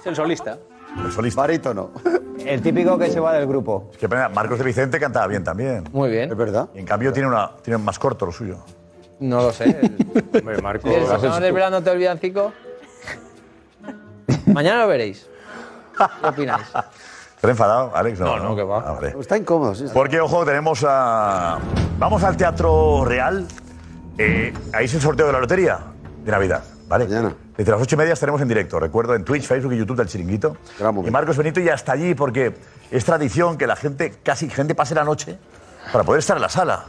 Speaker 11: Es el solista.
Speaker 2: del solista.
Speaker 7: Barítono.
Speaker 13: El típico que se va del grupo.
Speaker 2: Es que pena, Marcos de Vicente cantaba bien también.
Speaker 11: Muy
Speaker 7: Es
Speaker 11: bien.
Speaker 7: verdad.
Speaker 2: Y en cambio tiene, una, tiene más corto lo suyo.
Speaker 11: No lo sé.
Speaker 9: Hombre, Marco.
Speaker 11: Si estamos desvelándote el villancico. Mañana lo veréis. ¿Qué opináis?
Speaker 2: ¿Estás enfadado, Alex? No,
Speaker 11: no, que va.
Speaker 2: Ah, vale.
Speaker 7: Está incómodo, sí.
Speaker 2: Porque, ojo, tenemos a. Vamos al Teatro Real. Eh, ahí es el sorteo de la lotería de Navidad. ¿Vale?
Speaker 7: Mañana.
Speaker 2: Desde las ocho y media estaremos en directo. Recuerdo en Twitch, Facebook y YouTube del Chiringuito.
Speaker 7: Gran momento.
Speaker 2: Y Marcos Benito ya está allí porque es tradición que la gente, casi gente, pase la noche para poder estar en la sala.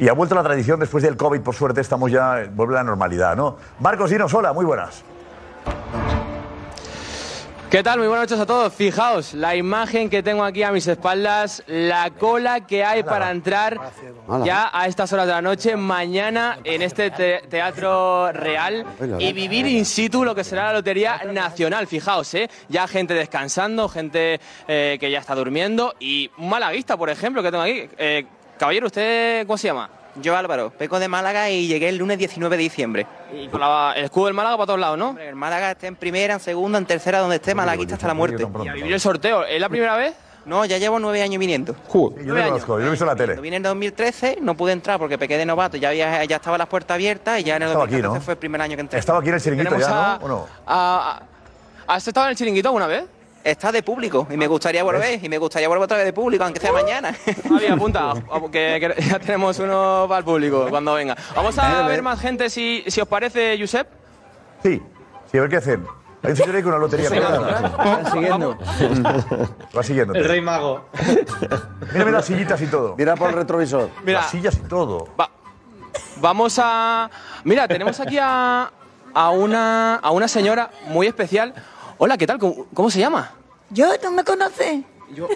Speaker 2: Y ha vuelto la eh, tradición después del COVID, por suerte, estamos ya. Vuelve la normalidad, ¿no? Marcos, dinos, hola, muy buenas.
Speaker 14: ¿Qué tal? Muy buenas noches a todos. Fijaos, la imagen que tengo aquí a mis espaldas, la cola que hay para entrar ya a estas horas de la noche, mañana en este te- teatro real y vivir in situ lo que será la Lotería Nacional. Fijaos, ¿eh? ya gente descansando, gente eh, que ya está durmiendo y un malaguista, por ejemplo, que tengo aquí. Eh, caballero, ¿usted cómo se llama?
Speaker 15: Yo Álvaro, peco de Málaga y llegué el lunes 19 de diciembre.
Speaker 14: Y con la- el escudo del Málaga para todos lados, ¿no?
Speaker 15: El Málaga está en primera, en segunda, en tercera, donde esté, malaguista hasta la muerte.
Speaker 14: Y a vivir el sorteo, ¿es la primera vez?
Speaker 15: No, ya llevo nueve años viniendo.
Speaker 2: Yo lo conozco, yo lo he visto en la tele.
Speaker 15: Vine en 2013, no pude entrar porque pequé de novato, ya, había, ya estaba las puertas abiertas y ya en el
Speaker 2: Estaba aquí,
Speaker 15: 2014
Speaker 2: ¿no?
Speaker 15: fue el primer año que entré.
Speaker 2: Estaba aquí en el chiringuito
Speaker 15: Tenemos
Speaker 2: ya,
Speaker 15: a-
Speaker 2: ¿no? ¿O no?
Speaker 15: ¿Has estado en el chiringuito alguna vez? Está de público y me gustaría volver, y me gustaría volver otra vez de público, aunque sea mañana.
Speaker 14: Javi, apunta, que, que ya tenemos uno para el público cuando venga. Vamos a ver más gente si, si os parece, Josep.
Speaker 2: Sí, sí, a ver qué hacen. Hay un señor ahí con una lotería.
Speaker 14: Sí,
Speaker 2: pegada.
Speaker 14: siguiendo.
Speaker 2: Va siguiendo.
Speaker 14: El
Speaker 2: Rey
Speaker 14: Mago.
Speaker 2: Mira, mira las sillitas y todo.
Speaker 4: Mira por el retrovisor.
Speaker 14: Mira.
Speaker 2: Las sillas y todo.
Speaker 14: Vamos a. Mira, tenemos aquí a, a, una, a una señora muy especial. Hola, ¿qué tal? ¿Cómo, cómo se llama?
Speaker 16: Yo no me conoce.
Speaker 2: ¿Eh?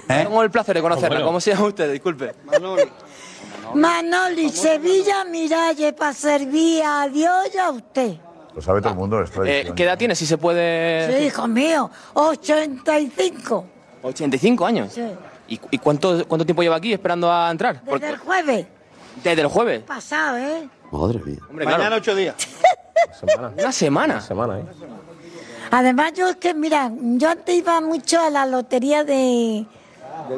Speaker 14: Tengo el placer de conocerla. ¿Cómo se llama usted? Disculpe.
Speaker 16: Manoli, Sevilla Miralle, para servir a Dios y a usted.
Speaker 2: Lo sabe todo el mundo. Es
Speaker 14: Eh, ¿Qué edad tiene? Si se
Speaker 6: Eh,
Speaker 14: puede.
Speaker 16: Sí, hijo mío, 85.
Speaker 14: 85 años.
Speaker 16: Sí.
Speaker 14: ¿Y, cu- y cuánto, cuánto tiempo lleva aquí esperando a entrar?
Speaker 16: Desde el jueves
Speaker 14: Desde el jueves.
Speaker 16: pasado, ¿eh?
Speaker 4: Madre mía.
Speaker 14: Mañana ocho días. Una semana. Una
Speaker 5: semana, ¿eh?
Speaker 16: Además, yo es que, mira, yo antes iba mucho a la lotería de.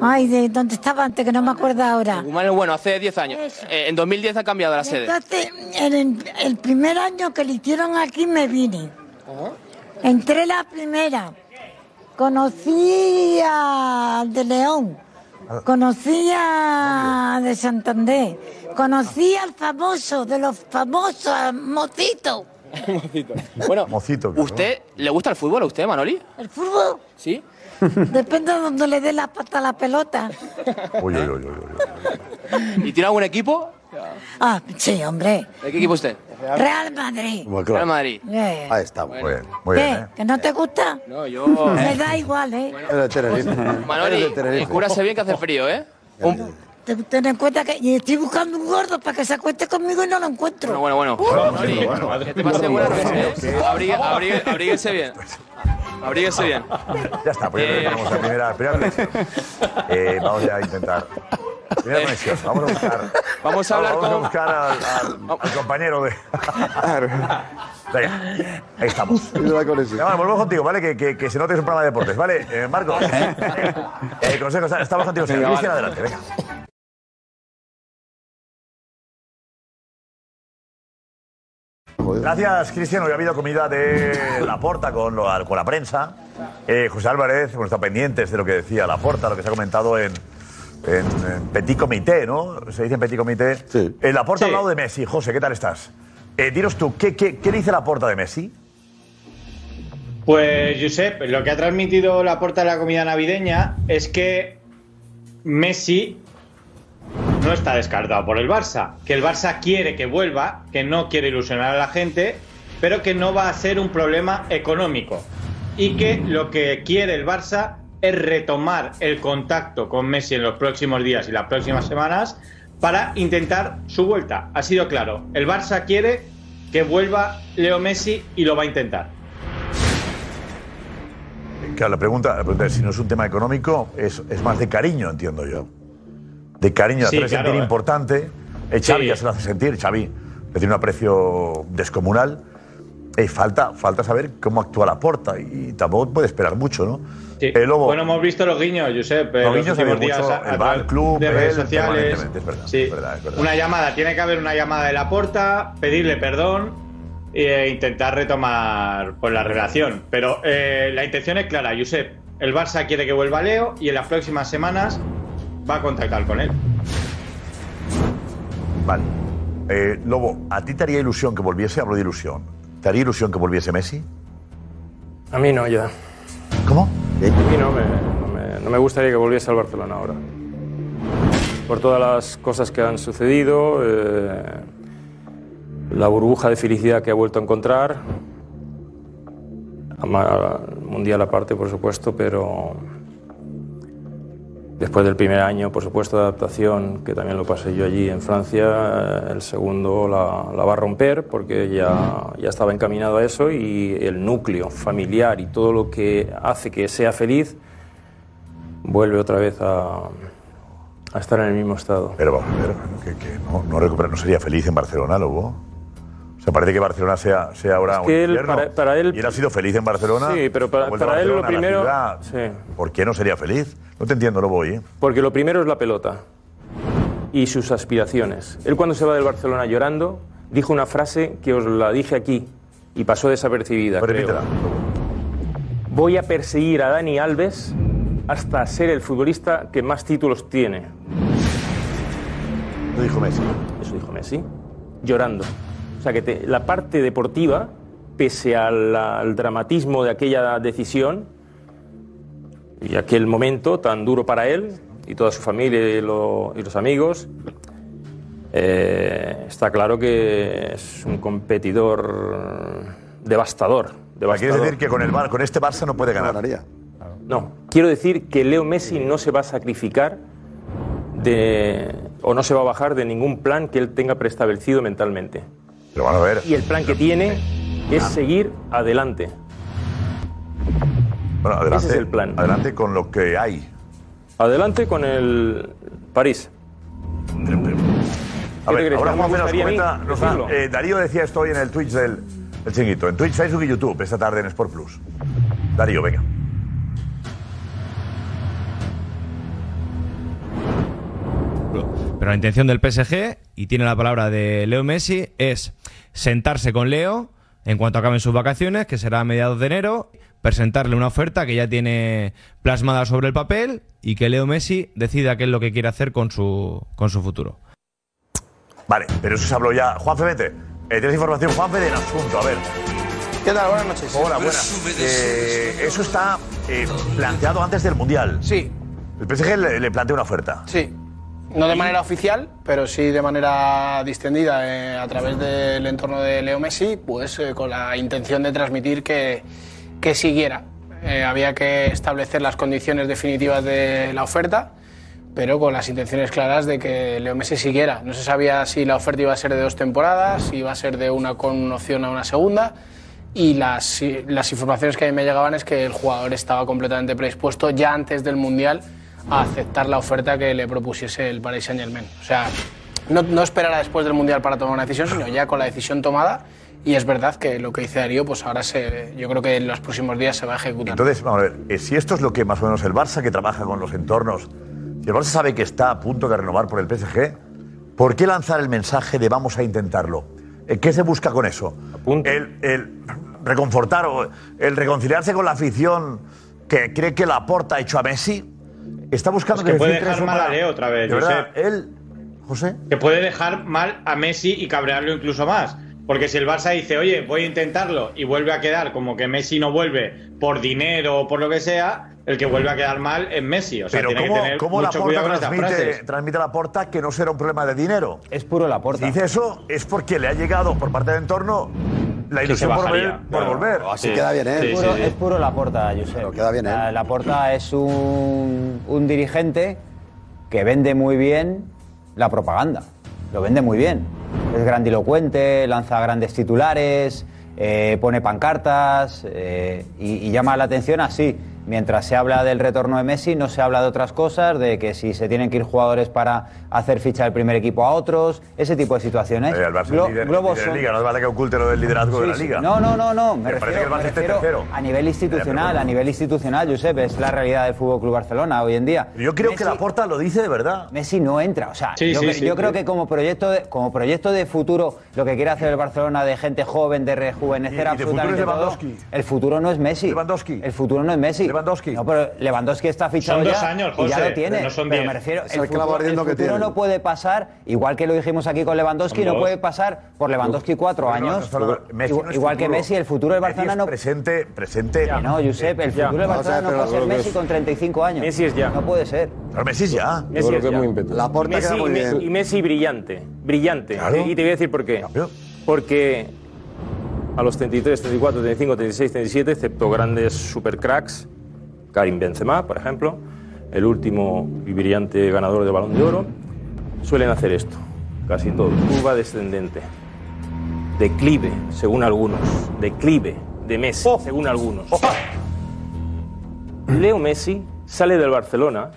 Speaker 16: Ay, Ah, de donde estaba antes, que no me acuerdo ahora.
Speaker 14: Humano ¿eh? bueno, hace 10 años. Eh, en 2010 ha cambiado la sede.
Speaker 16: Entonces, en el, el primer año que le hicieron aquí me vine. Entré la primera. Conocí a de León. Conocí a de Santander. Conocí al famoso, de los famosos, a Mocito.
Speaker 14: Bueno,
Speaker 2: Mocito,
Speaker 14: ¿usted le gusta el fútbol a usted, Manoli?
Speaker 16: ¿El fútbol?
Speaker 14: Sí.
Speaker 16: Depende de donde le dé la pata a la pelota.
Speaker 2: Oye, oye, oye.
Speaker 14: ¿Y tiene algún equipo?
Speaker 16: Ah, sí, hombre.
Speaker 14: ¿De qué equipo usted?
Speaker 16: Real Madrid.
Speaker 14: Real Madrid.
Speaker 16: Eh.
Speaker 4: Ahí está. Muy
Speaker 2: bien.
Speaker 16: ¿Qué?
Speaker 14: ¿eh?
Speaker 16: ¿Que no te gusta?
Speaker 14: No, yo.
Speaker 16: Me da igual, ¿eh?
Speaker 4: Era de Tenerife. Era de
Speaker 14: Manoli,
Speaker 4: Tenerife.
Speaker 14: eh, cúrase bien que hace frío, ¿eh?
Speaker 16: Te- Ten en cuenta que y estoy buscando un gordo para que se acueste conmigo y no lo encuentro.
Speaker 14: Bueno, bueno, bueno. Manoli, que te pase buena noche, ¿eh? Abrí- abrí- Abríguese bien. Abríguese bien.
Speaker 2: Ya está, pues ya
Speaker 14: Eh.
Speaker 2: tenemos la primera, primera conexión. Eh, vamos ya a intentar. Primera conexión, vamos a buscar.
Speaker 14: Vamos a hablar
Speaker 2: vamos
Speaker 14: con-
Speaker 2: a buscar al, al- al compañero de. Venga, ahí estamos. Ya, bueno, volvemos contigo, ¿vale? Que, que, que se note que es un programa de deportes, ¿vale? Eh, Marco, eh, consejo, estamos contigo. señor.
Speaker 17: Venga,
Speaker 2: Cristian,
Speaker 17: vale.
Speaker 2: adelante, venga. ¿eh? Gracias, Cristian. Hoy ha habido comida de La Porta con, lo- con la prensa. Eh, José Álvarez, bueno, está pendientes de lo que decía La Porta, lo que se ha comentado en, en- en Petit Comité, ¿no? Se dice en Petit Comité. Eh, la Porta ha hablado de Messi. José, ¿qué tal estás? Eh, dinos tú, ¿qué, qué, qué dice La Porta de Messi?
Speaker 17: Pues, Josep, lo que ha transmitido la puerta de la comida navideña es que Messi no está descartado por el Barça. Que el Barça quiere que vuelva, que no quiere ilusionar a la gente, pero que no va a ser un problema económico. Y que lo que quiere el Barça es retomar el contacto con Messi en los próximos días y las próximas semanas para intentar su vuelta. Ha sido claro, el Barça quiere que vuelva Leo Messi y lo va a intentar.
Speaker 2: Claro, la pregunta, la pregunta es, si no es un tema económico, es, es más de cariño, entiendo yo. De cariño,
Speaker 17: Sí,
Speaker 2: hacer
Speaker 17: claro,
Speaker 2: sentir
Speaker 17: eh.
Speaker 2: importante. Eh, Xavi ya se lo hace sentir, Xavi, que tiene un aprecio descomunal. Eh, falta, falta saber cómo actúa la porta y tampoco puede esperar mucho, ¿no?
Speaker 17: Sí.
Speaker 2: Eh, Lobo,
Speaker 17: Bueno, hemos visto los guiños, Josep. eh,
Speaker 2: Los
Speaker 17: Los,
Speaker 2: guiños
Speaker 17: últimos
Speaker 2: había
Speaker 17: días
Speaker 2: mucho,
Speaker 17: a- a
Speaker 2: el bar,
Speaker 17: través
Speaker 2: el club,
Speaker 17: de
Speaker 2: él,
Speaker 17: redes sociales.
Speaker 2: permanentemente, es verdad,
Speaker 17: Sí.
Speaker 2: es verdad, eh, es verdad.
Speaker 17: Una llamada, tiene que haber una llamada de la porta, pedirle perdón e intentar retomar pues, la relación. Pero eh, la intención es clara, Josep. El Barça quiere que vuelva Leo y en las próximas semanas va a contactar con él.
Speaker 2: Vale. Eh, Lobo, ¿a ti te haría ilusión que volviese? Hablo de ilusión. ¿Te haría ilusión que volviese Messi?
Speaker 7: A mí no, ya.
Speaker 2: ¿Cómo?
Speaker 7: A mí no me, no me- no me gustaría que volviese al Barcelona ahora. Por todas las cosas que han sucedido, eh, la burbuja de felicidad que ha vuelto a encontrar, ama- mundial aparte, por supuesto, pero después del primer año, por supuesto, de adaptación, que también lo pasé yo allí en Francia, eh, el segundo la, la va a romper porque ya, ya estaba encaminado a eso y el núcleo familiar y todo lo que hace que sea feliz vuelve otra vez a, a estar en el mismo estado.
Speaker 2: Pero vamos a ver, que, que no, no recupera- no sería feliz en Barcelona, Lobo. O sea, parece que Barcelona sea, sea ahora
Speaker 7: Es que
Speaker 2: un
Speaker 7: él,
Speaker 2: infierno.
Speaker 7: para, para él...
Speaker 2: Y él ha sido feliz en Barcelona.
Speaker 7: Sí, pero para,
Speaker 2: ha vuelto a
Speaker 7: para él lo
Speaker 2: Barcelona,
Speaker 7: primero...
Speaker 2: a la
Speaker 7: sí.
Speaker 2: ¿Por qué no sería feliz? No te entiendo, Lobo, ¿eh? oye.
Speaker 7: Porque lo primero es la pelota y sus aspiraciones. Él cuando se va del Barcelona llorando, dijo una frase que os la dije aquí y pasó desapercibida. creo. Voy a perseguir a Dani Alves hasta ser el futbolista que más títulos tiene.
Speaker 2: Lo dijo Messi.
Speaker 7: Eso dijo Messi. Llorando. O sea que te- la parte deportiva, pese al, al dramatismo de aquella decisión y aquel momento tan duro para él y toda su familia y, lo- y los amigos, eh, está claro que es un competidor devastador. devastador.
Speaker 2: ¿Quieres decir que con, el Bar- con este Barça no puede ganar?
Speaker 7: No, quiero decir que Leo Messi no se va a sacrificar de, o no se va a bajar de ningún plan que él tenga preestablecido mentalmente.
Speaker 2: Pero van a ver. Ah.
Speaker 7: Y el plan que tiene es seguir adelante.
Speaker 2: Bueno, adelante,
Speaker 7: Ese es el plan.
Speaker 2: Adelante con lo que hay.
Speaker 7: Adelante con el París.
Speaker 2: A
Speaker 7: ¿Qué
Speaker 2: ver,
Speaker 7: te crees?
Speaker 2: ahora
Speaker 7: ¿Que no me
Speaker 2: Juanfe nos
Speaker 7: gustaría a mí
Speaker 2: comenta. nos-
Speaker 7: decirlo?
Speaker 2: eh, Darío decía esto hoy en el Twitch del, del Chinguito. En Twitch, Facebook y YouTube, esta tarde en Sport Plus. Darío, venga.
Speaker 18: Pero la intención del PSG, y tiene la palabra de Leo Messi, es sentarse con Leo en cuanto acaben sus vacaciones, que será a mediados de enero, presentarle una oferta que ya tiene plasmada sobre el papel y que Leo Messi decida qué es lo que quiere hacer con su, con su futuro.
Speaker 2: Vale, pero eso se habló ya. Juanfe, vete. Eh, tienes información, Juanfe, del asunto. A ver.
Speaker 4: ¿Qué tal? Buenas noches.
Speaker 2: Hola, buenas. Eh, eso está eh, planteado antes del Mundial.
Speaker 10: Sí.
Speaker 2: El PSG le, le plantea una oferta.
Speaker 10: Sí. No de manera oficial, pero sí de manera distendida eh, a través del entorno de Leo Messi, pues eh, con la intención de transmitir que, que siguiera. Eh, había que establecer las condiciones definitivas de la oferta, pero con las intenciones claras de que Leo Messi siguiera. No se sabía si la oferta iba a ser de dos temporadas, si iba a ser de una con opción a una segunda. Y las, las informaciones que a mí me llegaban es que el jugador estaba completamente predispuesto ya antes del Mundial a aceptar la oferta que le propusiese el Paris Saint Germain. O sea, no, no esperar a después del Mundial para tomar una decisión, sino ya con la decisión tomada. Y es verdad que lo que dice Darío, pues ahora se, yo creo que en los próximos días se va a ejecutar.
Speaker 2: Entonces, vamos a ver, eh, si esto es lo que más o menos el Barça, que trabaja con los entornos, si el Barça sabe que está a punto de renovar por el PSG, ¿por qué lanzar el mensaje de vamos a intentarlo? Eh, ¿Qué se busca con eso? El, el reconfortar o el reconciliarse con la afición que cree que la aporta ha hecho a Messi. Está buscando
Speaker 17: Es que puede
Speaker 2: Messi
Speaker 17: dejar
Speaker 2: transformara-
Speaker 17: mal a Leo otra vez,
Speaker 2: De verdad,
Speaker 17: Josep.
Speaker 2: él, José.
Speaker 17: Que puede dejar mal a Messi y cabrearlo incluso más. Porque si el Barça dice, oye, voy a intentarlo y vuelve a quedar como que Messi no vuelve por dinero o por lo que sea, el que vuelve a quedar mal es Messi. O sea,
Speaker 2: Pero
Speaker 17: tiene
Speaker 2: ¿cómo,
Speaker 17: que tener
Speaker 2: cómo la
Speaker 17: mucho cuidado con
Speaker 2: porta
Speaker 17: estas
Speaker 2: transmite,
Speaker 17: frases.
Speaker 2: transmite a la porta que no será un problema de dinero? Es puro la porta. dice eso es porque le ha llegado por parte del entorno la
Speaker 4: Que se
Speaker 2: ilusión por,
Speaker 4: bajaría,
Speaker 2: ver- por
Speaker 4: claro.
Speaker 2: volver.
Speaker 4: Así queda bien, ¿eh?
Speaker 19: Es puro, es puro Laporta, Josep. queda bien, ¿eh? Laporta es un, un dirigente que vende muy bien la propaganda. Lo vende muy bien. Es grandilocuente, lanza grandes titulares, eh, pone pancartas eh, y, y llama la atención así. Mientras se habla del retorno de Messi, no se habla de otras cosas, de que si se tienen que ir jugadores para hacer ficha del primer equipo a otros, ese tipo de situaciones.
Speaker 2: Eh, el Barça
Speaker 19: Glo-
Speaker 2: es líder,
Speaker 19: globos
Speaker 2: líder de
Speaker 19: son-
Speaker 2: liga, no es vale que oculte lo del liderazgo de
Speaker 19: Sí,
Speaker 2: la
Speaker 19: sí.
Speaker 2: liga.
Speaker 19: No, no, no, no. Me,
Speaker 2: Me parece
Speaker 19: refiero,
Speaker 2: que el Barça
Speaker 19: me
Speaker 2: esté
Speaker 19: refiero
Speaker 2: tercero.
Speaker 19: A nivel institucional, a nivel institucional, Josep, es la realidad del Fútbol Club Barcelona hoy en día.
Speaker 2: Yo creo que Laporta lo dice de verdad.
Speaker 19: Messi no entra, o sea,
Speaker 2: Sí,
Speaker 19: yo,
Speaker 2: sí,
Speaker 19: cre-
Speaker 2: sí,
Speaker 19: yo
Speaker 2: sí.
Speaker 19: creo que como proyecto de, como proyecto de futuro, lo que quiere hacer el Barcelona de gente joven, de rejuvenecer
Speaker 2: Y- y de
Speaker 19: absolutamente
Speaker 2: futuro es
Speaker 19: todo,
Speaker 2: Lewandowski.
Speaker 19: el futuro no es Messi. Lewandowski. El futuro no es Messi. Lewandowski. No, pero Lewandowski está fichado
Speaker 17: Son dos
Speaker 19: ya
Speaker 17: años,
Speaker 19: y ya
Speaker 17: José,
Speaker 19: lo tiene.
Speaker 17: no son
Speaker 19: pero
Speaker 17: diez.
Speaker 19: me refiero,
Speaker 17: Es
Speaker 19: el
Speaker 17: el clavo
Speaker 19: futuro,
Speaker 17: ardiendo
Speaker 19: el
Speaker 17: que
Speaker 19: futuro
Speaker 17: tiene.
Speaker 19: no puede pasar, igual que lo dijimos aquí con Lewandowski,
Speaker 2: Son
Speaker 19: no
Speaker 2: dos.
Speaker 19: puede pasar por Lewandowski cuatro
Speaker 2: Pero no,
Speaker 19: años.
Speaker 2: no, no, no, Messi no
Speaker 19: Igual,
Speaker 2: es
Speaker 19: igual que
Speaker 2: futuro.
Speaker 19: Messi, el futuro del
Speaker 2: Messi
Speaker 19: Barcelona
Speaker 2: es
Speaker 19: no
Speaker 2: presente, presente. Eh,
Speaker 19: no, Josep, el futuro del Barcelona no puede ser Messi con 35 años. Messi es ya. No puede ser.
Speaker 2: Pero eh, Messi es ya.
Speaker 7: Messi es ya. Messi, y Me- Y Messi brillante, brillante.
Speaker 2: Claro.
Speaker 7: Y te voy a decir por qué. Porque a los 33, 34, 35, 36, 37, excepto grandes supercracks, Karim Benzema, por ejemplo, el último y brillante ganador de Balón de Oro, suelen hacer esto, casi todo, curva descendente, declive, según algunos, declive de Messi, según algunos. Leo Messi sale del Barcelona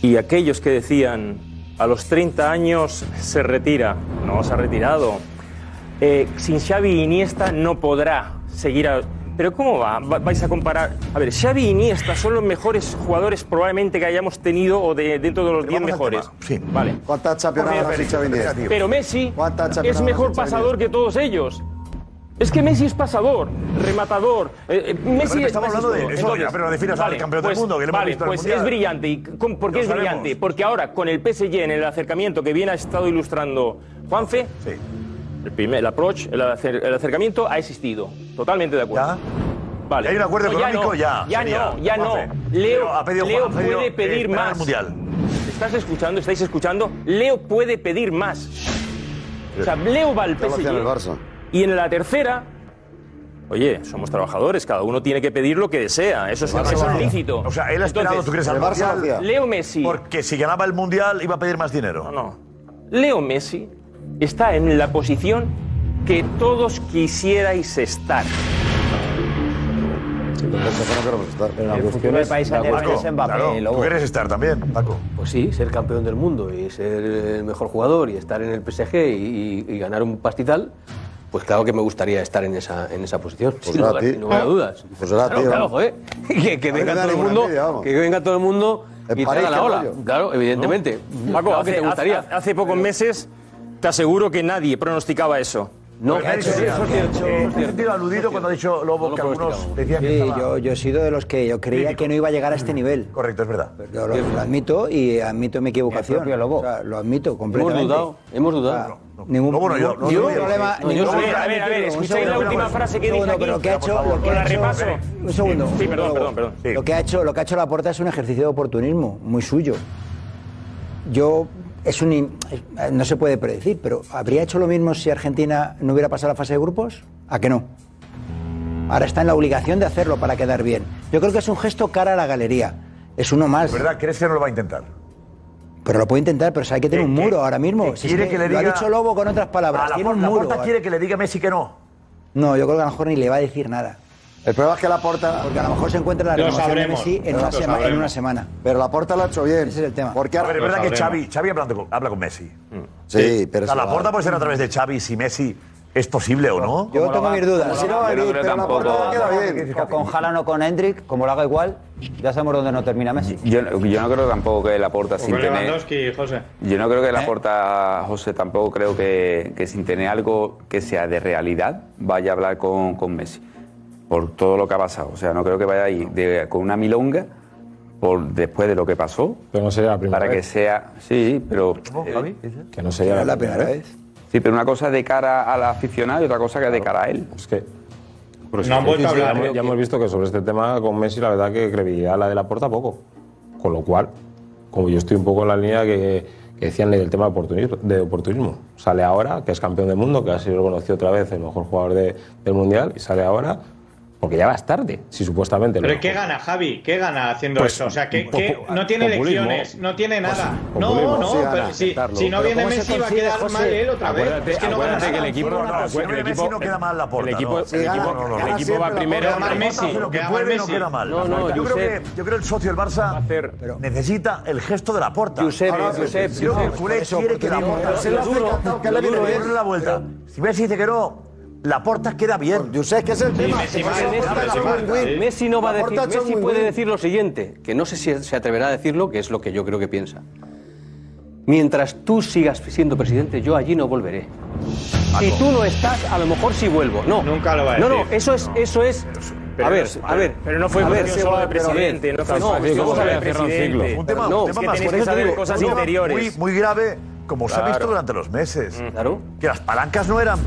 Speaker 7: y aquellos que decían a los 30 años se retira, no se ha retirado. Eh, sin Xavi e Iniesta no podrá seguir a... Pero ¿cómo va? Va- ¿Vais a comparar? A ver, Xavi e Iniesta son los mejores jugadores probablemente que hayamos tenido o de, dentro de los 10 mejores.
Speaker 2: Sí.
Speaker 7: Vale.
Speaker 20: ¿Cuántas campeonatos has fichado hoy en día?
Speaker 7: Pero Messi
Speaker 20: ¿Cuántas
Speaker 7: es
Speaker 20: campeonatos
Speaker 7: mejor
Speaker 20: has fichado hoy en día?
Speaker 7: pasador que todos ellos. Es que Messi es pasador, rematador. eh, eh, Messi
Speaker 2: pero
Speaker 7: es-
Speaker 2: estamos
Speaker 7: Messi es
Speaker 2: hablando de
Speaker 7: todo.
Speaker 2: eso, ya, pero definas al campeón del
Speaker 7: pues,
Speaker 2: mundo, que le hemos
Speaker 7: vale,
Speaker 2: visto en el
Speaker 7: pues
Speaker 2: Mundial.
Speaker 7: es brillante. ¿Y con- por qué
Speaker 2: Lo
Speaker 7: es
Speaker 2: sabemos.
Speaker 7: brillante? Porque ahora con el PSG en el acercamiento que bien ha estado ilustrando Juanfe, el primer el approach, el, acer- el acercamiento ha existido. Totalmente de acuerdo. Vale.
Speaker 2: Hay un acuerdo
Speaker 7: No,
Speaker 2: económico, ya.
Speaker 7: no, Ya
Speaker 2: sería.
Speaker 7: no, ya no.
Speaker 2: Juanfe.
Speaker 7: Leo,
Speaker 2: Pero ha pedido
Speaker 7: Leo
Speaker 2: Juan- ha pedido,
Speaker 7: puede
Speaker 2: eh,
Speaker 7: pedir
Speaker 2: esperar al
Speaker 7: más.
Speaker 2: Mundial.
Speaker 7: ¿Estás escuchando? ¿Estáis escuchando? Leo puede pedir más. O sea, Leo va al
Speaker 20: Ya lo hacía en el
Speaker 7: PSG.
Speaker 20: Barça.
Speaker 7: Y en la tercera, oye, somos trabajadores, cada uno tiene que pedir lo que desea, eso es,
Speaker 2: El Barça
Speaker 7: eso
Speaker 2: lo
Speaker 7: es
Speaker 2: hacía.
Speaker 7: lícito.
Speaker 2: O sea, él ha esperado,
Speaker 7: Entonces,
Speaker 2: ¿tú crees, al El Barça lo Mundial? hacía.
Speaker 7: Leo Messi.
Speaker 2: Porque si ganaba el Mundial iba a pedir más dinero.
Speaker 7: No, no. Leo Messi está en la posición que todos quisierais estar.
Speaker 8: Pero la cuestión es
Speaker 2: Paco, claro,
Speaker 6: Lobo.
Speaker 2: Tú quieres estar también, Paco.
Speaker 6: Pues sí, ser campeón del mundo y ser el mejor jugador y estar en el PSG y, y- y ganar un pastizal, pues claro que me gustaría estar en esa, en esa posición, sin,
Speaker 20: será a
Speaker 6: lugar,
Speaker 20: ti.
Speaker 6: sin lugar a dudas.
Speaker 20: Pues será a
Speaker 6: claro,
Speaker 20: ti,
Speaker 6: claro,
Speaker 20: vamos.
Speaker 6: joder. Que, que
Speaker 20: A ver,
Speaker 6: venga todo el
Speaker 20: ninguna
Speaker 6: mundo,
Speaker 20: envidia, vamos.
Speaker 6: que venga todo el mundo
Speaker 20: En
Speaker 6: y te
Speaker 20: París,
Speaker 6: haga la
Speaker 20: qué
Speaker 6: ola.
Speaker 20: rollo.
Speaker 6: Claro, evidentemente.
Speaker 7: ¿No?
Speaker 6: Paco,
Speaker 7: Claro
Speaker 6: que
Speaker 7: hace,
Speaker 6: te gustaría.
Speaker 7: Hace, hace pocos meses te aseguro que nadie pronosticaba eso.
Speaker 8: No,
Speaker 2: Porque ha dicho,
Speaker 8: sí,
Speaker 2: eh,
Speaker 8: eso sí,
Speaker 2: eh,
Speaker 8: eso
Speaker 2: me he sentido aludido cuando ha dicho Lobo que algunos decían que
Speaker 8: Sí,
Speaker 2: estaba...
Speaker 8: yo, yo he sido de los que yo creía que no iba a llegar a este nivel.
Speaker 2: Correcto, es verdad.
Speaker 8: Yo lo, lo admito y admito mi equivocación. O sea, lo admito completamente.
Speaker 6: dudado, hemos dudado.
Speaker 8: Ningún,
Speaker 6: Lobo no, yo-
Speaker 8: ningún-
Speaker 6: yo-
Speaker 8: ningún problema.
Speaker 6: no, yo
Speaker 8: ningún
Speaker 6: soy-
Speaker 8: problema
Speaker 6: a ver, a ver,
Speaker 8: admitido. Un
Speaker 6: escucháis
Speaker 8: segundo,
Speaker 6: la última
Speaker 8: pero-
Speaker 6: frase que
Speaker 8: un
Speaker 6: dije
Speaker 8: segundo,
Speaker 6: aquí.
Speaker 8: pero lo que ha
Speaker 6: Por
Speaker 8: hecho,
Speaker 6: favor,
Speaker 8: lo que
Speaker 6: la
Speaker 8: ha hecho-
Speaker 6: repaso.
Speaker 8: Un segundo.
Speaker 6: Sí,
Speaker 8: un
Speaker 6: perdón,
Speaker 8: segundo.
Speaker 6: perdón, perdón. Sí.
Speaker 8: Lo que ha hecho, lo que ha hecho la puerta es un ejercicio de oportunismo, muy suyo. Yo es un in- es- no se puede predecir, pero habría hecho lo mismo si Argentina no hubiera pasado la fase de grupos, a que no. Ahora está en la obligación de hacerlo para quedar bien. Yo creo que es un gesto cara a la galería. Es uno más.
Speaker 2: ¿De verdad crees que no lo va a intentar?
Speaker 8: Pero lo puede intentar, pero o sea, hay que tener un muro ahora mismo. Si es
Speaker 2: Eh, quiere que le
Speaker 8: lo ha
Speaker 2: diga-
Speaker 8: dicho Lobo con otras
Speaker 2: Ah,
Speaker 8: palabras.
Speaker 2: la
Speaker 8: Tiene un
Speaker 2: Por- la
Speaker 8: muro.
Speaker 2: Porta quiere que le diga a Messi que no.
Speaker 8: No, yo creo que a lo mejor ni le va a decir nada. El problema es que la porta. Porque a lo mejor se encuentra la
Speaker 20: Lo
Speaker 8: renovación de
Speaker 20: sabremos.
Speaker 8: Messi en
Speaker 20: Lo
Speaker 8: una, sema-
Speaker 20: sabremos.
Speaker 8: en una semana.
Speaker 20: Pero la porta la ha hecho bien. Ese
Speaker 8: es el tema.
Speaker 20: Porque
Speaker 2: A ver, es verdad que Xavi,
Speaker 20: Chavi
Speaker 2: Xavi habla con, habla con Messi.
Speaker 20: Sí, pero
Speaker 2: O
Speaker 20: eso
Speaker 2: sea, la
Speaker 20: va.
Speaker 2: porta puede ser a través de Xavi si Messi es posible o no.
Speaker 8: Yo tengo mis dudas.
Speaker 2: Si no va a venir, pero la porta queda bien.
Speaker 8: O Con Jalan o con Hendrik, como lo haga igual, ya sabemos dónde no termina Messi.
Speaker 5: Yo, no- yo no creo tampoco que Laporta
Speaker 17: O
Speaker 5: sin
Speaker 17: con
Speaker 5: tener.
Speaker 17: Lewandowski, José.
Speaker 5: Yo no creo que Laporta, José, tampoco creo que, que sin tener algo que sea de realidad vaya a hablar con, con Messi. Por todo lo que ha pasado. O sea, no creo que vaya ahí de- con una milonga por después de lo que pasó.
Speaker 7: Pero no sería la
Speaker 5: Para que sea. Sí, pero.
Speaker 7: Que no
Speaker 5: sería la primera vez. Sí, pero una cosa de cara al aficionado y otra cosa que de cara a él.
Speaker 9: Es que.
Speaker 5: Pero
Speaker 17: No han vuelto a hablar,
Speaker 9: Ya,
Speaker 17: ¿eh?
Speaker 9: ya hemos visto que sobre este tema con Messi, la verdad que credibilidad la de la porta poco. Con lo cual, como yo estoy un poco en la línea que, que decían del tema de oportunismo, de oportunismo. Sale ahora, que es campeón del mundo, que ha sido reconocido otra vez el mejor jugador de- del mundial, y sale ahora porque ya vas tarde. Si supuestamente. lo
Speaker 17: Pero ¿qué
Speaker 9: mejor-
Speaker 17: gana, Javi? ¿Qué gana haciendo
Speaker 9: Pues,
Speaker 17: eso? O sea, que,
Speaker 9: popu-
Speaker 17: que no tiene
Speaker 9: populismo.
Speaker 17: elecciones, no tiene nada.
Speaker 9: Pues,
Speaker 17: no,
Speaker 9: populismo.
Speaker 17: no,
Speaker 9: Sí, gana,
Speaker 17: pero si,
Speaker 9: intentarlo.
Speaker 17: si no
Speaker 9: Pero
Speaker 17: viene
Speaker 9: ¿cómo se
Speaker 17: Messi va a
Speaker 9: consigue,
Speaker 17: quedar
Speaker 9: José?
Speaker 17: mal él otra vez.
Speaker 9: Acuérdate-
Speaker 17: Es que no gana
Speaker 9: acuérdate que el
Speaker 17: nada.
Speaker 9: equipo- No, no, no, si no
Speaker 17: el
Speaker 9: viene
Speaker 17: equipo-
Speaker 9: Messi no queda mal la porta, el equipo- no. Sí, el gana- equipo- no, no, gana el equipo siempre va la primero. porta.
Speaker 2: Queda mal Messi.
Speaker 9: Hace
Speaker 2: Lo que
Speaker 9: queda
Speaker 2: puede
Speaker 9: mal
Speaker 2: no
Speaker 9: Messi.
Speaker 2: queda mal.
Speaker 9: No, no,
Speaker 2: yo, creo que,
Speaker 9: Josep.
Speaker 2: yo creo que el socio del Barça necesita el gesto de la porta.
Speaker 9: Josep,
Speaker 2: Josep,
Speaker 9: Josep,
Speaker 2: yo creo que el
Speaker 9: Josep.
Speaker 2: culé
Speaker 9: Por eso,
Speaker 2: quiere que la
Speaker 9: porque
Speaker 2: porta.
Speaker 9: digo,
Speaker 2: Se lo
Speaker 9: lo
Speaker 2: hace
Speaker 9: duro,
Speaker 2: encantado que le
Speaker 9: lo
Speaker 2: viene
Speaker 9: duro
Speaker 2: bien.
Speaker 9: es-
Speaker 2: Ponle la vuelta. Si Messi dice que no, la porta queda bien. Yo sé que es el
Speaker 17: tema.
Speaker 6: Messi Messi no va a decir, Messi puede decir lo siguiente, que no sé si se atreverá a decirlo, que es lo que yo creo que piensa. Mientras tú sigas siendo presidente, yo allí no volveré. Si tú no estás, a lo mejor sí vuelvo. No. Nunca lo
Speaker 17: va a
Speaker 6: No, no,
Speaker 17: decir.
Speaker 6: eso es eso es
Speaker 17: pero
Speaker 6: a ver,
Speaker 17: no-
Speaker 6: a ver.
Speaker 17: pero no fue
Speaker 6: a ver,
Speaker 17: cuestión solo de presidente,
Speaker 6: a ver,
Speaker 17: no fue cuestión
Speaker 6: vamos
Speaker 17: solo
Speaker 6: a
Speaker 17: de
Speaker 6: ver,
Speaker 17: presidente.
Speaker 6: ciclo.
Speaker 2: Un tema,
Speaker 6: No,
Speaker 2: un
Speaker 6: es
Speaker 2: tema
Speaker 6: que
Speaker 2: más
Speaker 6: tenéis
Speaker 2: por eso
Speaker 6: que
Speaker 2: te
Speaker 6: saber
Speaker 2: digo,
Speaker 6: cosas
Speaker 2: un tema
Speaker 6: interiores.
Speaker 2: Muy, muy grave, como se Pues ha
Speaker 6: Claro.
Speaker 2: visto durante los meses. Que las palancas no eran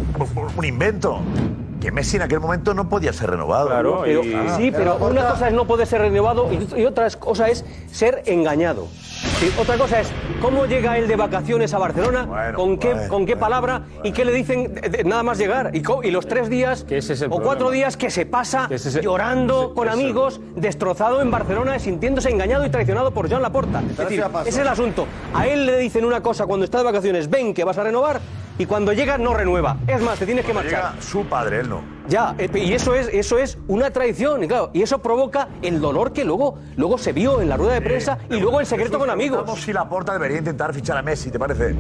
Speaker 2: un invento. Que Messi en aquel momento no podía ser renovado.
Speaker 9: Claro,
Speaker 2: Pero-
Speaker 9: y-
Speaker 2: Ah,
Speaker 6: sí, pero
Speaker 2: Laporta-
Speaker 6: una cosa es no poder ser renovado y, y otra cosa es ser engañado. Sí, otra cosa es cómo llega él de vacaciones a Barcelona, con qué, con qué palabra y qué le dicen eh, de- nada más llegar. Y, co- y los tres días o cuatro
Speaker 9: problema.
Speaker 6: días que se pasa
Speaker 9: Que ese es el-
Speaker 6: llorando
Speaker 9: ese-
Speaker 6: con
Speaker 9: ese-
Speaker 6: amigos, destrozado en Barcelona, sintiéndose engañado y traicionado por Joan Laporta. Es decir,
Speaker 9: ya pasó.
Speaker 6: ese es el asunto. A él le dicen una cosa cuando está de vacaciones, ven que vas a renovar. Y cuando llega no renueva. Es más, te tienes que
Speaker 2: Cuando
Speaker 6: marchar.
Speaker 2: llega su padre, él no.
Speaker 6: Ya, eh, y eso es, eso es una traición, y claro, y eso provoca el dolor que luego, luego se vio en la rueda de prensa y luego el secreto con amigos.
Speaker 2: Vamos si la porta debería intentar fichar a Messi, ¿te parece?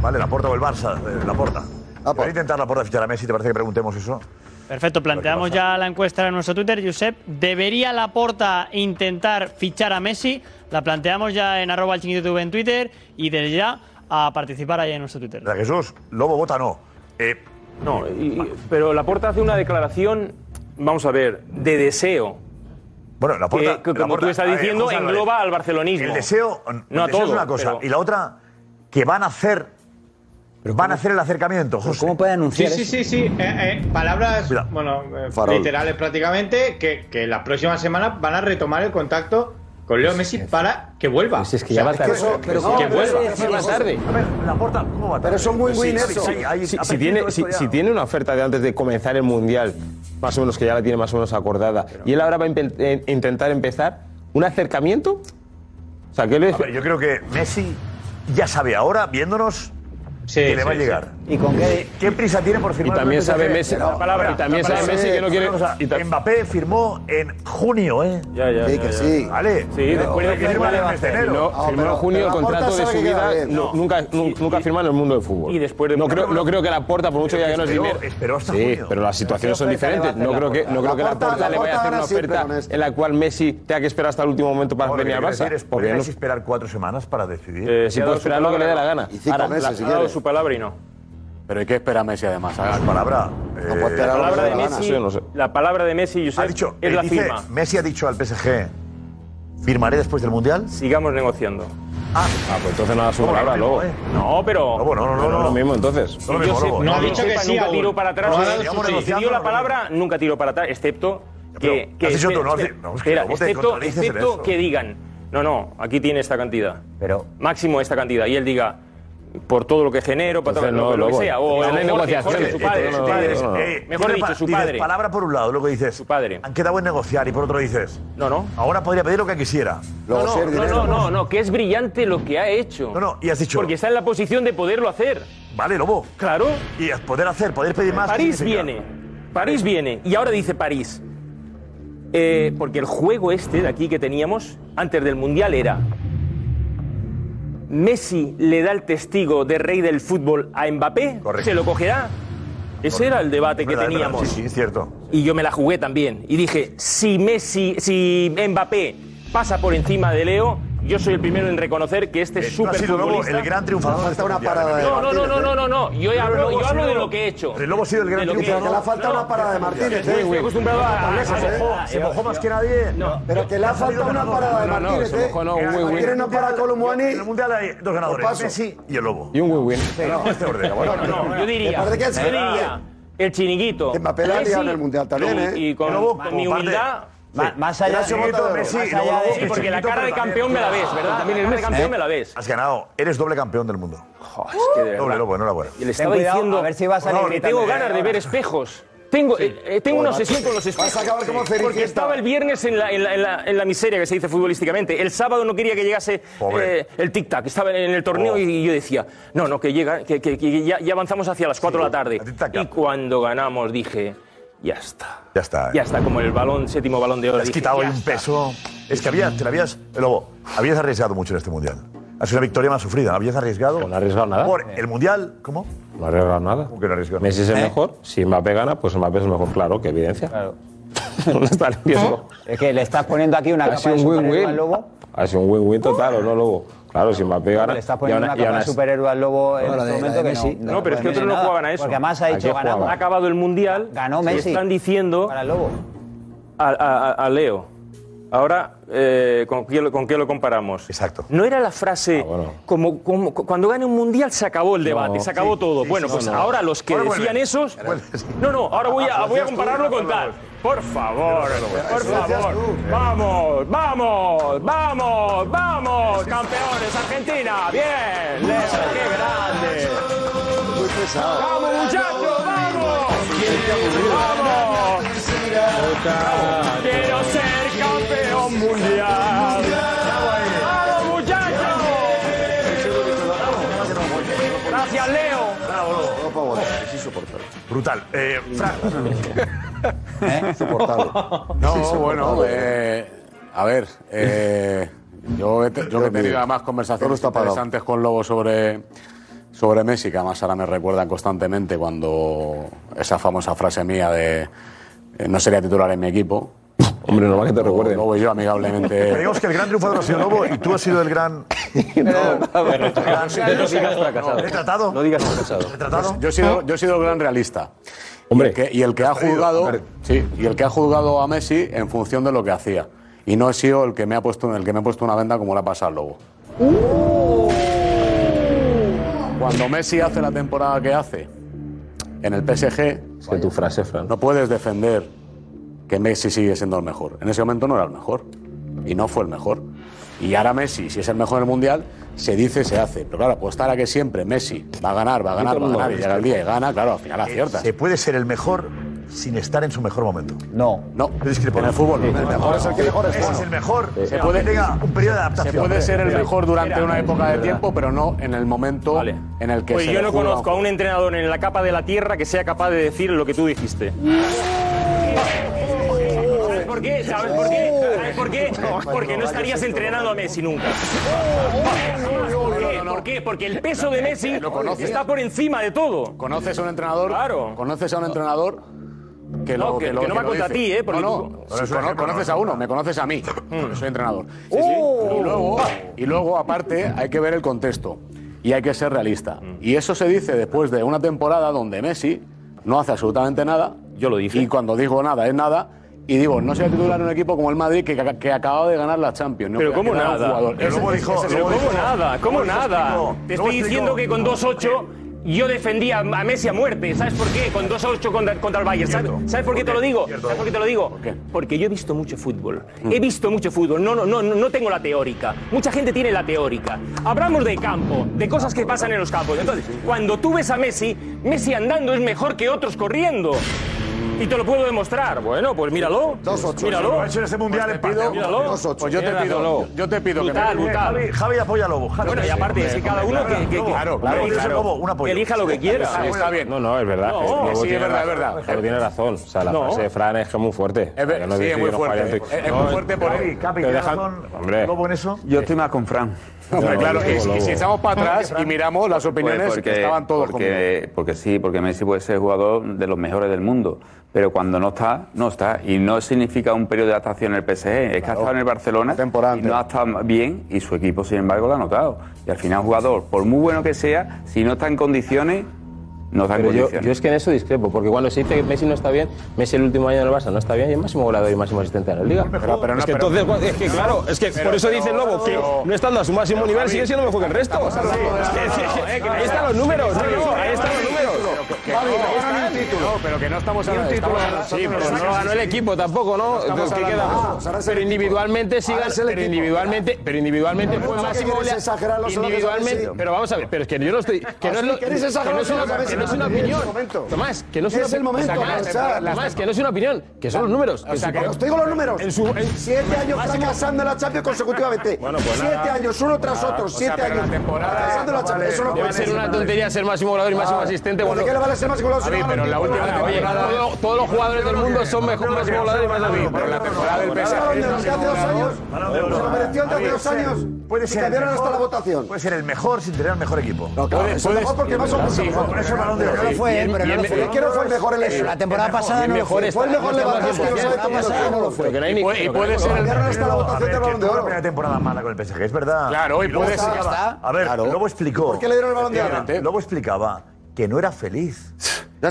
Speaker 2: Vale, la porta o el Barça, eh, la porta. ¿Debería intentar la porta fichar a Messi? ¿Te parece que preguntemos eso?
Speaker 21: Perfecto, planteamos ya la encuesta en nuestro Twitter. Josep, ¿debería Laporta intentar fichar a Messi? La planteamos ya en arroba el chiringuito TV en Twitter y desde ya a participar ahí en nuestro Twitter.
Speaker 2: La Jesús, Lobo vota no. Eh,
Speaker 7: No, y- y- pero Laporta hace una declaración, vamos a ver, de deseo.
Speaker 2: Bueno, Laporta-
Speaker 7: que, que Eh, como
Speaker 2: Laporta-
Speaker 7: tú estás
Speaker 2: a ver,
Speaker 7: diciendo,
Speaker 2: José Álvarez,
Speaker 7: engloba al barcelonismo.
Speaker 2: El deseo,
Speaker 7: no
Speaker 2: el
Speaker 7: a
Speaker 2: deseo
Speaker 7: todo.
Speaker 2: es una cosa.
Speaker 7: pero-
Speaker 2: Y la otra, que van a hacer. van a hacer el acercamiento, José. ¿Cómo
Speaker 19: puede
Speaker 17: Sí, sí, sí, sí. Eh, eh, palabras, bueno, eh,
Speaker 2: Farol.
Speaker 17: literales prácticamente, que, que la próxima semana van a retomar el contacto con Leo Messi para que vuelva. es
Speaker 2: que ya va tarde. Pero ¿cómo
Speaker 17: que
Speaker 2: puede
Speaker 17: vuelva.
Speaker 2: ser que más tarde? A ver, la porta, ¿cómo va?
Speaker 15: Pero son win-win
Speaker 9: Sí, sí,
Speaker 15: eso.
Speaker 9: sí. Si, si tiene, si, si tiene una oferta de antes de comenzar el Mundial, más o menos que ya la tiene más o menos acordada, y él ahora va a impen- eh, intentar empezar un acercamiento, o sea, ¿qué le
Speaker 2: A ver, yo creo que Messi ya sabe ahora, viéndonos, que le va
Speaker 9: sí,
Speaker 2: a llegar.
Speaker 9: sí. ¿Y con qué-
Speaker 2: prisa tiene por firmar?
Speaker 9: Y también
Speaker 2: con el
Speaker 9: sabe
Speaker 2: PSG?
Speaker 9: Messi-
Speaker 2: Pero,
Speaker 9: la palabra,
Speaker 2: espera,
Speaker 9: y también
Speaker 2: la
Speaker 9: sabe
Speaker 2: palabra,
Speaker 9: Messi que no quiere-
Speaker 2: una cosa,
Speaker 9: y ta-
Speaker 2: Mbappé firmó en junio, ¿eh?
Speaker 9: Ya, ya, Sí, ya, que ya. sí.
Speaker 2: ¿Vale?
Speaker 9: Sí, después de que
Speaker 2: firmó en
Speaker 9: firmó
Speaker 7: este
Speaker 2: el mes de enero.
Speaker 9: firmó en junio el contrato de su vida, no, nunca, nu- nunca firma en el mundo del fútbol.
Speaker 7: y después de-
Speaker 9: no, creo, no creo que la porta, por mucho
Speaker 7: Pero
Speaker 9: ya que
Speaker 7: que
Speaker 9: no es
Speaker 7: esperó-
Speaker 9: dinero.
Speaker 7: esperó hasta
Speaker 9: sí,
Speaker 7: junio.
Speaker 9: pero las situaciones son
Speaker 7: ¿Qué oferta le va a
Speaker 9: diferentes.
Speaker 7: hacer
Speaker 9: No
Speaker 7: la
Speaker 9: creo que,
Speaker 7: Porta?
Speaker 9: no creo que la
Speaker 7: Laporta-
Speaker 9: porta le vaya a hacer
Speaker 7: Laporta
Speaker 9: una
Speaker 7: ahora siempre este.
Speaker 9: oferta en la cual Messi tenga que esperar hasta el último momento para
Speaker 2: Ahora,
Speaker 9: venir
Speaker 2: lo
Speaker 9: al
Speaker 2: que quiero
Speaker 9: Barça.
Speaker 2: decir es, ¿por qué
Speaker 9: Porque
Speaker 2: hay
Speaker 9: no-
Speaker 2: que esperar cuatro semanas para decidir?
Speaker 9: Eh, si puedo esperar lo que le dé la gana. Ahora, la-
Speaker 2: si
Speaker 9: ha dado
Speaker 2: quieres.
Speaker 9: su palabra y no.
Speaker 20: Pero hay que esperar a Messi además.
Speaker 2: La palabra. eh,
Speaker 9: la palabra de Messi, la palabra de Messi, Josep,
Speaker 2: Ha dicho,
Speaker 7: es
Speaker 2: eh,
Speaker 7: la
Speaker 2: dice-
Speaker 7: firma.
Speaker 2: Messi ha dicho al PSG, ¿firmaré después del Mundial?
Speaker 7: Sigamos negociando.
Speaker 2: Ah,
Speaker 9: pues entonces nada, su
Speaker 2: ¿Cómo que
Speaker 9: palabra,
Speaker 2: no,
Speaker 9: luego.
Speaker 2: eh?
Speaker 7: No, pero.
Speaker 2: No, no, no, no,
Speaker 9: lo mismo, entonces.
Speaker 2: No lo mismo,
Speaker 7: Josep
Speaker 2: Lobo. No, ha dicho que
Speaker 7: Kepa
Speaker 2: sí
Speaker 7: nunca
Speaker 2: aún.
Speaker 7: tiró para atrás.
Speaker 2: No,
Speaker 7: Si-
Speaker 2: ha dado su
Speaker 7: si,
Speaker 2: sí.
Speaker 7: dio la palabra, nunca tiró para atrás, excepto que.
Speaker 2: pero
Speaker 7: que
Speaker 2: has dicho
Speaker 7: espera,
Speaker 2: tú, no has
Speaker 7: espera,
Speaker 2: di- no, es que
Speaker 7: espera,
Speaker 2: luego te
Speaker 7: excepto,
Speaker 2: contradices en
Speaker 7: excepto
Speaker 2: eso.
Speaker 7: que digan, no, no, aquí tiene esta cantidad.
Speaker 19: Pero.
Speaker 7: Máximo esta cantidad. Y él diga. Por todo lo que genero, para todo
Speaker 9: Entonces
Speaker 7: lo,
Speaker 9: no,
Speaker 7: lo que
Speaker 9: Lobo.
Speaker 7: sea. O
Speaker 9: No hay
Speaker 7: Jorge,
Speaker 9: negociaciones.
Speaker 7: Jorge, su padre, su padre. Mejor dicho, su padre.
Speaker 2: eh, palabra por un lado, luego dices. Su padre. Han quedado en negociar y por otro dices.
Speaker 7: No, no.
Speaker 2: Ahora podría pedir lo que quisiera.
Speaker 7: no, no, no, no, no, no, que es brillante lo que ha hecho. No, no,
Speaker 2: y has dicho-
Speaker 7: Porque está en la posición de poderlo hacer.
Speaker 2: Vale, Lobo.
Speaker 7: Claro.
Speaker 2: Y es poder hacer, poder pedir más.
Speaker 7: París
Speaker 2: ¿qué significa?
Speaker 7: viene. París viene. Y ahora dice París. Eh, porque el juego este de aquí que teníamos antes del Mundial era. Messi le da el testigo de rey del fútbol a Mbappé,
Speaker 2: Correcto.
Speaker 7: se lo cogerá. Ese era el debate que
Speaker 2: Verdad, verdad,
Speaker 7: teníamos.
Speaker 2: Sí, sí, es cierto.
Speaker 7: Y yo me la jugué también. Y dije, si Messi, si Mbappé pasa por encima de Leo, yo soy el primero en reconocer que este
Speaker 2: Eh, Tú has
Speaker 7: súper
Speaker 2: sido luego el gran triunfador. de este mundial.
Speaker 7: No, no, no, no, no, no, no. Yo,
Speaker 2: Pero
Speaker 7: hablo,
Speaker 2: luego
Speaker 7: yo
Speaker 2: ha
Speaker 7: hablo de
Speaker 2: sido-
Speaker 7: lo que he hecho.
Speaker 2: El Lobo ha sido el gran
Speaker 7: De lo que-
Speaker 2: triunfador.
Speaker 7: no,
Speaker 2: Que le ha faltado
Speaker 15: una parada de Martínez,
Speaker 7: Estoy
Speaker 15: eh, güey.
Speaker 7: acostumbrado a-
Speaker 15: Tan
Speaker 7: a-
Speaker 15: lejos,
Speaker 7: a-
Speaker 15: eh.
Speaker 7: a-
Speaker 2: Se mojó más que nadie.
Speaker 15: Pero que le ha faltado una parada de Martínez, ¿eh? Martínez no para Columbuani.
Speaker 2: En el Mundial hay dos ganadores.
Speaker 15: paso.
Speaker 2: Messi y el Lobo.
Speaker 9: Y un win-win.
Speaker 2: No, este orden, bueno.
Speaker 7: No, no, yo diría.
Speaker 15: Me parece que es
Speaker 7: yo
Speaker 15: verdad.
Speaker 7: diría. El chiringuito.
Speaker 15: Mbappé la ha liado en el Mundial también,
Speaker 7: y-
Speaker 15: ¿eh?
Speaker 7: Y con,
Speaker 15: El Lobo,
Speaker 7: con
Speaker 15: como
Speaker 7: mi
Speaker 15: parte-
Speaker 7: humildad.
Speaker 15: Sí. Más allá de-
Speaker 7: Chiringuito,
Speaker 15: Messi,
Speaker 7: más
Speaker 15: y luego
Speaker 7: allá de-
Speaker 15: Lobo,
Speaker 7: Sí, porque la
Speaker 2: Chiringuito,
Speaker 7: cara de
Speaker 2: pero también-
Speaker 7: campeón me la ves, ¿verdad? También el
Speaker 2: cara
Speaker 7: de campeón
Speaker 2: ¿Eh?
Speaker 7: me la ves.
Speaker 2: Has ganado. Eres doble campeón del mundo. doble Lobo, enhorabuena.
Speaker 7: Y le estaba diciendo que tengo ganas de ver espejos. Tengo, eh, eh, tengo una
Speaker 2: Joder,
Speaker 7: obsesión
Speaker 2: macho.
Speaker 7: con los espejos.
Speaker 15: Vas a acabar como Cenicienta.
Speaker 7: porque estaba el viernes en la, en, la, en la- en la miseria que se dice futbolísticamente. El sábado no quería que llegase
Speaker 2: Pobre.
Speaker 7: eh, el tic-tac. Estaba en el torneo y yo decía, no, no, que llega, que, que- que ya, ya avanzamos hacia las 4 de la tarde. Y cuando ganamos dije, ya está.
Speaker 2: Ya está.
Speaker 7: Ya está, como el balón, séptimo balón de oro.
Speaker 2: Te has
Speaker 7: dije,
Speaker 2: quitado
Speaker 7: ya
Speaker 2: ahí un peso. Es que habías, te la habías, el lobo, habías arriesgado mucho en este mundial. Ha sido una victoria más sufrida. ¿no? Habías arriesgado.
Speaker 9: No ha arriesgado nada.
Speaker 2: Por el mundial, ¿cómo?
Speaker 9: No ha arriesgado nada.
Speaker 2: que no arriesgado?
Speaker 9: Messi es el
Speaker 2: ¿Eh?
Speaker 9: mejor. Si Mbappé gana, pues Mbappé es el mejor. Claro, que evidencia. Claro. no está nervioso.
Speaker 19: ¿Eh? Es que le estás poniendo aquí una
Speaker 9: Ha
Speaker 19: capa
Speaker 9: sido
Speaker 19: de
Speaker 9: un
Speaker 19: superhéroe
Speaker 9: win-win.
Speaker 19: al lobo.
Speaker 9: Ha sido un win-win total, ¿o no, Lobo? Claro, si Mbappé gana.
Speaker 19: Le estás
Speaker 9: y
Speaker 19: poniendo
Speaker 9: aún-
Speaker 19: una
Speaker 9: y
Speaker 19: capa
Speaker 9: aún
Speaker 19: de
Speaker 9: así-
Speaker 19: superhéroe al lobo en
Speaker 9: No, la
Speaker 19: este
Speaker 9: de- la
Speaker 19: momento
Speaker 9: de
Speaker 19: que
Speaker 9: no,
Speaker 19: sí.
Speaker 9: no, pero es que
Speaker 19: puede
Speaker 9: otros no
Speaker 19: nada,
Speaker 9: jugaban a eso.
Speaker 19: Porque además ha
Speaker 9: ¿A
Speaker 19: dicho
Speaker 9: qué
Speaker 19: ganamos.
Speaker 9: jugaban?
Speaker 7: Ha acabado el mundial.
Speaker 19: Ganó
Speaker 7: y
Speaker 19: Messi.
Speaker 7: Están diciendo
Speaker 19: Para el lobo.
Speaker 7: a, a- a- a Leo.
Speaker 4: Ahora, eh, ¿con, qué, lo- con qué lo comparamos?
Speaker 2: Exacto.
Speaker 4: No era la frase,
Speaker 7: Ah,
Speaker 4: como, como- cu- cuando gane un mundial se acabó el debate, se acabó
Speaker 7: Sí,
Speaker 4: todo.
Speaker 7: sí,
Speaker 4: bueno,
Speaker 7: sí,
Speaker 4: pues
Speaker 7: no, no.
Speaker 4: ahora los que
Speaker 7: Ahora
Speaker 4: decían
Speaker 7: vuelve.
Speaker 4: esos...
Speaker 7: Vuelve,
Speaker 4: No, no, ahora voy a,
Speaker 2: pues
Speaker 7: Ah,
Speaker 4: voy a
Speaker 7: decías tú,
Speaker 4: compararlo
Speaker 7: ahora
Speaker 4: con tal. Por favor, por
Speaker 7: Eso decías
Speaker 4: favor. Vamos, vamos, vamos, vamos, campeones, Argentina. Bien, Leo, qué grande.
Speaker 7: Muy pesado.
Speaker 4: Vamos, muchachos, vamos. Vamos. Quiero ser campeón mundial. Vamos, muchachos. Gracias, Leo.
Speaker 2: Es insoportable. Brutal. Eh, Fran.
Speaker 9: ¿Eh?
Speaker 2: Insoportable.
Speaker 20: No, bueno, eh, a ver, eh, yo he, te- yo que he
Speaker 2: mío.
Speaker 20: tenido además
Speaker 2: Todo
Speaker 20: conversaciones
Speaker 2: está apagado.
Speaker 20: interesantes con Lobo sobre, sobre Messi, que además ahora me recuerdan constantemente cuando esa famosa frase mía de eh, no sería titular en mi equipo. Hombre, normal que te recuerden. Lobo y yo amigablemente.
Speaker 2: Creemos que el gran triunfador ha sido Lobo y tú has sido el gran.
Speaker 20: No digas fracasado.
Speaker 2: Retratado.
Speaker 20: No digas
Speaker 2: Retratado.
Speaker 20: Yo he sido, yo he sido el gran realista. Y el que, y el que ha juzgado, sí, y el que ha juzgado a Messi en función de lo que hacía. Y no he sido el que me ha puesto, el que me ha puesto una venda como la pasa al lobo.
Speaker 2: ¡Uh!
Speaker 20: Cuando Messi hace la temporada que hace en el PSG,
Speaker 22: que tu frase, Fran.
Speaker 20: no puedes defender que Messi sigue siendo el mejor. En ese momento no era el mejor. Y no fue el mejor. Y ahora Messi, si es el mejor del Mundial, se dice, se hace. Pero claro, apostar a que siempre Messi va a ganar, va a ganar, va a ganar. Y llega el día y gana, claro, al final acierta.
Speaker 2: Eh, Se puede ser el mejor sin estar en su mejor momento.
Speaker 20: No. No. En el fútbol. no.
Speaker 2: Ahora es el que mejor es. Eh, Ese es el mejor.
Speaker 20: Se
Speaker 2: aunque
Speaker 20: puede,
Speaker 2: tenga un periodo de adaptación.
Speaker 20: se puede ser el
Speaker 2: Mira,
Speaker 20: mejor durante
Speaker 2: mira,
Speaker 20: una época de
Speaker 2: ¿verdad?
Speaker 20: tiempo, pero no en el momento en el que
Speaker 7: Pues
Speaker 20: se
Speaker 7: yo
Speaker 20: le
Speaker 7: no
Speaker 20: juzga.
Speaker 7: conozco a un entrenador en la capa de la tierra que sea capaz de decir lo que tú dijiste. ¿Sabes por qué? ¿Sabes por qué? ¿Sabes por qué? Porque no estarías entrenando a Messi nunca. ¿Por qué? ¿Por qué? Porque el peso de Messi
Speaker 20: conoces.
Speaker 7: está por encima de todo.
Speaker 20: ¿Conoces a un entrenador?
Speaker 7: Claro.
Speaker 20: ¿Conoces a un entrenador? Que
Speaker 7: No,
Speaker 20: lo,
Speaker 7: que-
Speaker 20: lo-
Speaker 7: que no me
Speaker 20: lo
Speaker 7: contra
Speaker 20: dice?
Speaker 7: ti, ¿eh? Porque
Speaker 20: no,
Speaker 7: tú- Hmm.
Speaker 20: no.
Speaker 7: Pero es
Speaker 20: Sí,
Speaker 7: un
Speaker 20: cono-
Speaker 7: ejemplo,
Speaker 20: conoces
Speaker 7: ¿no?
Speaker 20: a uno, me conoces a mí, porque soy entrenador. Sí, sí. Y,
Speaker 4: Uh.
Speaker 20: luego, y luego, aparte, hay que ver el contexto y hay que ser realista.
Speaker 7: Hmm.
Speaker 20: Y eso se dice después de una temporada donde Messi no hace absolutamente nada. Yo lo dije. Y cuando digo nada, es nada. Y digo, no sea titular en un equipo como el Madrid que, que acaba de ganar la Champions. No
Speaker 7: Pero
Speaker 20: que ha
Speaker 7: ¿cómo
Speaker 20: quedado un
Speaker 7: nada?
Speaker 20: jugador.
Speaker 7: Pero
Speaker 20: Ese-
Speaker 7: ¿cómo
Speaker 20: ese-
Speaker 7: dijo?
Speaker 20: ese-
Speaker 7: Pero
Speaker 20: ese-
Speaker 7: ¿cómo nada? ¿Cómo
Speaker 20: Luego te
Speaker 7: nada?
Speaker 20: explico.
Speaker 7: Te
Speaker 20: Luego
Speaker 7: estoy diciendo que con 2-8 yo defendía a Messi a muerte. ¿Sabes por qué? Con 2-8 contra, contra el Bayern. ¿Sabes, ¿sabes por qué te lo digo? ¿Sabes por qué te lo digo? Porque yo he visto mucho fútbol.
Speaker 19: Mm.
Speaker 7: He visto mucho fútbol. No, no, no, no no tengo la teórica. Mucha gente tiene la teórica. Hablamos de campo, de cosas que pasan en los campos. Entonces, cuando tú ves a Messi, Messi andando es mejor que otros corriendo. Y te lo puedo demostrar. Bueno, pues míralo.
Speaker 2: 2-8.
Speaker 7: Míralo. Pues
Speaker 2: Lo ha hecho en este mundial en parte.
Speaker 7: Míralo.
Speaker 2: 2-8.
Speaker 20: Pues yo te
Speaker 7: Mira,
Speaker 20: pido,
Speaker 7: Lolo.
Speaker 20: yo te pido que
Speaker 7: Brutal,
Speaker 20: me-
Speaker 7: brutal.
Speaker 2: Javi, Javi apoya a Lobo. Javi.
Speaker 7: Bueno, y aparte, es que cada uno que, que- que-
Speaker 2: Claro, claro,
Speaker 7: que-
Speaker 2: claro.
Speaker 7: que elija lo que quiera.
Speaker 20: Está bien.
Speaker 22: No, no, es verdad.
Speaker 7: No,
Speaker 22: que Lobo
Speaker 20: sí, es
Speaker 22: tiene
Speaker 20: verdad, es
Speaker 22: razón.
Speaker 20: verdad.
Speaker 22: Lobo tiene razón. O sea, la
Speaker 20: No.
Speaker 22: frase de Fran es que es muy fuerte.
Speaker 20: Es ver-
Speaker 22: Que no
Speaker 20: sí, es
Speaker 22: decide,
Speaker 20: muy
Speaker 22: no
Speaker 20: fuerte.
Speaker 22: falla en
Speaker 20: Es-
Speaker 22: Twitter.
Speaker 20: es muy fuerte por ahí.
Speaker 22: Capi,
Speaker 20: Te
Speaker 22: ¿tiene
Speaker 20: dejan-
Speaker 22: razón Hombre. Lobo
Speaker 2: en eso?
Speaker 5: Yo estoy más con Fran.
Speaker 20: Hombre, claro, y, y si echamos para atrás y miramos las opiniones
Speaker 5: Pues
Speaker 20: que estaban todos
Speaker 5: porque, porque sí, porque Messi puede ser jugador de los mejores del mundo, pero cuando no está, no está. Y no significa un periodo de adaptación en el PSG. Es que ha estado en el Barcelona y no ha estado bien y su equipo, sin embargo, lo ha notado. Y al final, un jugador, por muy bueno que sea, si no está en condiciones, no está en
Speaker 9: Pero yo,
Speaker 5: condiciones.
Speaker 9: yo es que en eso discrepo, porque cuando se dice que Messi no está bien, Messi el último año en el Barça no está bien y es máximo goleador y máximo asistente de la liga.
Speaker 20: Pero, pero no,
Speaker 9: es que
Speaker 20: pero-
Speaker 9: entonces, es que claro, es que
Speaker 20: Pero-
Speaker 9: por eso
Speaker 20: pero-
Speaker 9: dice el Lobo que
Speaker 20: pero-
Speaker 9: no estando a su máximo
Speaker 20: pero,
Speaker 9: nivel
Speaker 20: Javi,
Speaker 9: sigue siendo mejor que el resto.
Speaker 4: eh,
Speaker 9: Ahí están los números, no, no, ahí están los números.
Speaker 20: No, pero que no estamos hablando de
Speaker 9: Sí, pero no ganó el equipo tampoco, ¿no?
Speaker 20: Estamos
Speaker 9: Entonces, ¿qué
Speaker 20: hablando-
Speaker 9: queda?
Speaker 20: Ah, ahora es el
Speaker 9: Pero
Speaker 20: equipo.
Speaker 9: individualmente sí
Speaker 20: Ahora
Speaker 9: gan-
Speaker 20: es el
Speaker 9: pero
Speaker 20: equipo.
Speaker 9: individualmente, pero individualmente
Speaker 20: Pero
Speaker 9: fue
Speaker 20: no sé
Speaker 9: máximo
Speaker 20: que quieres
Speaker 9: golea-
Speaker 20: exagerar los órdenes a
Speaker 9: Individualmente,
Speaker 20: Messi.
Speaker 9: pero vamos a ver, pero es que yo no estoy que no es
Speaker 20: Así
Speaker 9: lo-
Speaker 20: quieres
Speaker 9: que
Speaker 20: exagerar
Speaker 9: no es
Speaker 20: los
Speaker 9: una-
Speaker 20: órdenes a
Speaker 9: que no es una
Speaker 20: Messi,
Speaker 9: opinión.
Speaker 20: es el momento.
Speaker 9: Tomás, que no es
Speaker 20: Es
Speaker 9: una
Speaker 20: el momento,
Speaker 9: sacar-
Speaker 20: o sea,
Speaker 9: Tomás, que no es una opinión, que son los números.
Speaker 20: O sea,
Speaker 9: su-
Speaker 20: que os digo los números.
Speaker 9: En su en-
Speaker 20: Siete años
Speaker 8: fracasando en la Champions consecutivamente.
Speaker 7: pues
Speaker 8: siete años, uno tras otro, siete años. Fracasando en la Champions. Eso no
Speaker 9: Debe
Speaker 8: puede
Speaker 9: ser una tontería ser máximo volador y máximo
Speaker 8: Ah,
Speaker 9: asistente.
Speaker 8: ¿pero
Speaker 9: boludo.
Speaker 8: de qué le vale ser máximo goleador si
Speaker 9: Javi,
Speaker 8: no gana
Speaker 9: pero en la
Speaker 8: ningún
Speaker 9: última
Speaker 8: campeonato?
Speaker 9: temporada
Speaker 8: Oye,
Speaker 9: todo- todos los jugadores del mundo son mejor máximo volador y máximo asistente. Pero en la temporada del
Speaker 8: Hace dos años. Se lo mereció el de hace dos años.
Speaker 2: Puede
Speaker 8: Y
Speaker 2: ser, el
Speaker 8: cambiaron
Speaker 2: mejor,
Speaker 8: hasta la votación.
Speaker 2: puede ser el mejor sin tener el mejor equipo.
Speaker 8: No, claro, Puede- es el puede- mejor porque más o menos-
Speaker 2: Sí, Por eso el balón de
Speaker 8: Pero
Speaker 2: oro.
Speaker 8: no lo fue,
Speaker 2: Sí.
Speaker 8: pero no lo fue. ¿Y quién no fue el mejor en la historia? La temporada pasada no lo fue. Fue el mejor Lewandowski, no sabe cómo lo fue, no lo fue.
Speaker 2: Y puede- y puede ser el
Speaker 8: Cambiaron hasta la votación del Balón de
Speaker 2: Fue
Speaker 8: Oro.
Speaker 2: la primera temporada mala con el PSG, es verdad.
Speaker 8: Claro, y
Speaker 2: luego
Speaker 8: puede ser-
Speaker 2: explicaba-
Speaker 8: Ya está.
Speaker 2: A ver,
Speaker 8: Claro.
Speaker 2: Lobo explicó.
Speaker 8: ¿Por qué le dieron el Balón de Oro?
Speaker 2: Efectivamente, Lobo explicaba que no era feliz.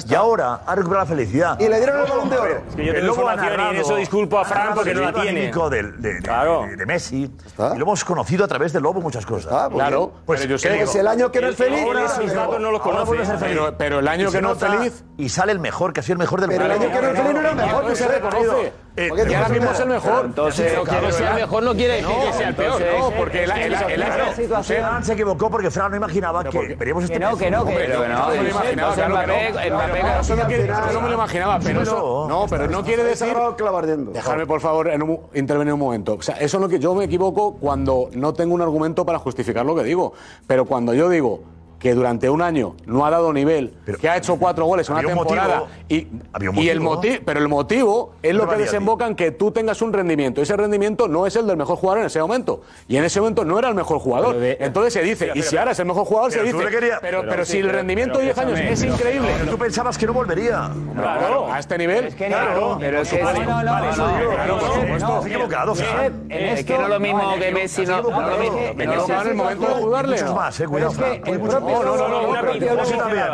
Speaker 2: Y ahora ha recuperado la felicidad.
Speaker 15: Y le dieron el balón de oro.
Speaker 2: Es que yo tengo información y en eso disculpo a Franco que no la tiene. Del, de, de- de- de Messi. Y lo hemos conocido a través del Lobo muchas cosas.
Speaker 15: pues Claro, bien. pero yo sé que es el año que no es feliz,
Speaker 2: Ahora,
Speaker 15: ahora
Speaker 2: ahora
Speaker 15: mismo.
Speaker 2: vuelve a ser
Speaker 15: Ahora vuelve a ser
Speaker 2: feliz.
Speaker 15: feliz. Pero- pero el año
Speaker 2: Y se
Speaker 15: que no es
Speaker 2: nota
Speaker 15: feliz-
Speaker 2: Y sale el mejor, que ha sido el mejor del
Speaker 15: Pero el
Speaker 2: mundo.
Speaker 15: año que no es feliz no era mejor,
Speaker 2: Ahora
Speaker 15: que se reconoce.
Speaker 2: Eh,
Speaker 15: Porque
Speaker 2: y ahora mismo
Speaker 15: es el mejor.
Speaker 2: Entonces,
Speaker 15: Pero
Speaker 2: claro,
Speaker 15: que sea
Speaker 2: ¿verdad?
Speaker 15: mejor no quiere decir que sea el peor,
Speaker 2: entonces,
Speaker 15: no, porque
Speaker 2: es
Speaker 15: el-
Speaker 2: que
Speaker 15: el- el-
Speaker 2: esa
Speaker 15: el-
Speaker 2: situación se equivocó porque Fran no imaginaba que veríamos este
Speaker 19: que no, que no, que-
Speaker 2: Hombre,
Speaker 19: que no,
Speaker 2: me lo
Speaker 19: que
Speaker 2: imaginaba,
Speaker 19: entonces
Speaker 2: claro que no.
Speaker 19: Mbappé-
Speaker 2: Claro que
Speaker 19: Mbappé-
Speaker 2: este no.
Speaker 14: Pero eso no quiere-
Speaker 2: Al
Speaker 14: eso no me lo imaginaba, pero eso. No, pero no quiere decir.
Speaker 20: Dejarme, por favor, en un- intervenir un momento. O sea, eso es lo que yo me equivoco cuando no tengo un argumento para justificar lo que digo. Pero cuando yo digo que durante un año no ha dado nivel, que ha hecho cuatro goles en una
Speaker 2: había un motivo.
Speaker 20: temporada y,
Speaker 2: Había un
Speaker 20: y el
Speaker 2: motivo,
Speaker 20: motivo, pero el motivo es lo
Speaker 2: No
Speaker 20: que
Speaker 2: había,
Speaker 20: desemboca en que tú tengas un rendimiento. Ese rendimiento no es el del mejor jugador en ese momento y en ese momento no era el mejor jugador. Entonces se dice y si ahora es el mejor jugador se
Speaker 2: Pero
Speaker 20: dice.
Speaker 2: tú le querías-
Speaker 20: pero, pero, si el rendimiento de 10 años
Speaker 2: escúchame,
Speaker 20: es
Speaker 2: pero-
Speaker 20: increíble.
Speaker 2: pero tú pensabas que no volvería.
Speaker 20: Claro, a este nivel. Es que
Speaker 2: Claro,
Speaker 20: pero es
Speaker 2: vale,
Speaker 20: no, no,
Speaker 2: vale,
Speaker 20: no, no,
Speaker 2: eso digo,
Speaker 20: no,
Speaker 2: claro, por
Speaker 20: no,
Speaker 2: supuesto,
Speaker 20: no,
Speaker 2: estás equivocado,
Speaker 20: Bien,
Speaker 2: Fran.
Speaker 20: en Es que esto- no lo mismo no, que en Messi,
Speaker 2: estás
Speaker 20: no-
Speaker 2: equivocado.
Speaker 20: no lo mismo.
Speaker 2: Me
Speaker 20: No,
Speaker 2: equivocado
Speaker 20: en el momento de jugarle,
Speaker 2: Muchos
Speaker 20: no.
Speaker 2: más, eh,
Speaker 20: Pero
Speaker 2: cuidado.
Speaker 20: es
Speaker 2: Fran.
Speaker 19: El
Speaker 2: Muchos
Speaker 19: propio
Speaker 2: más.
Speaker 19: Lobo-
Speaker 2: No, no, no,
Speaker 19: el
Speaker 2: una
Speaker 19: propio
Speaker 2: pincelada,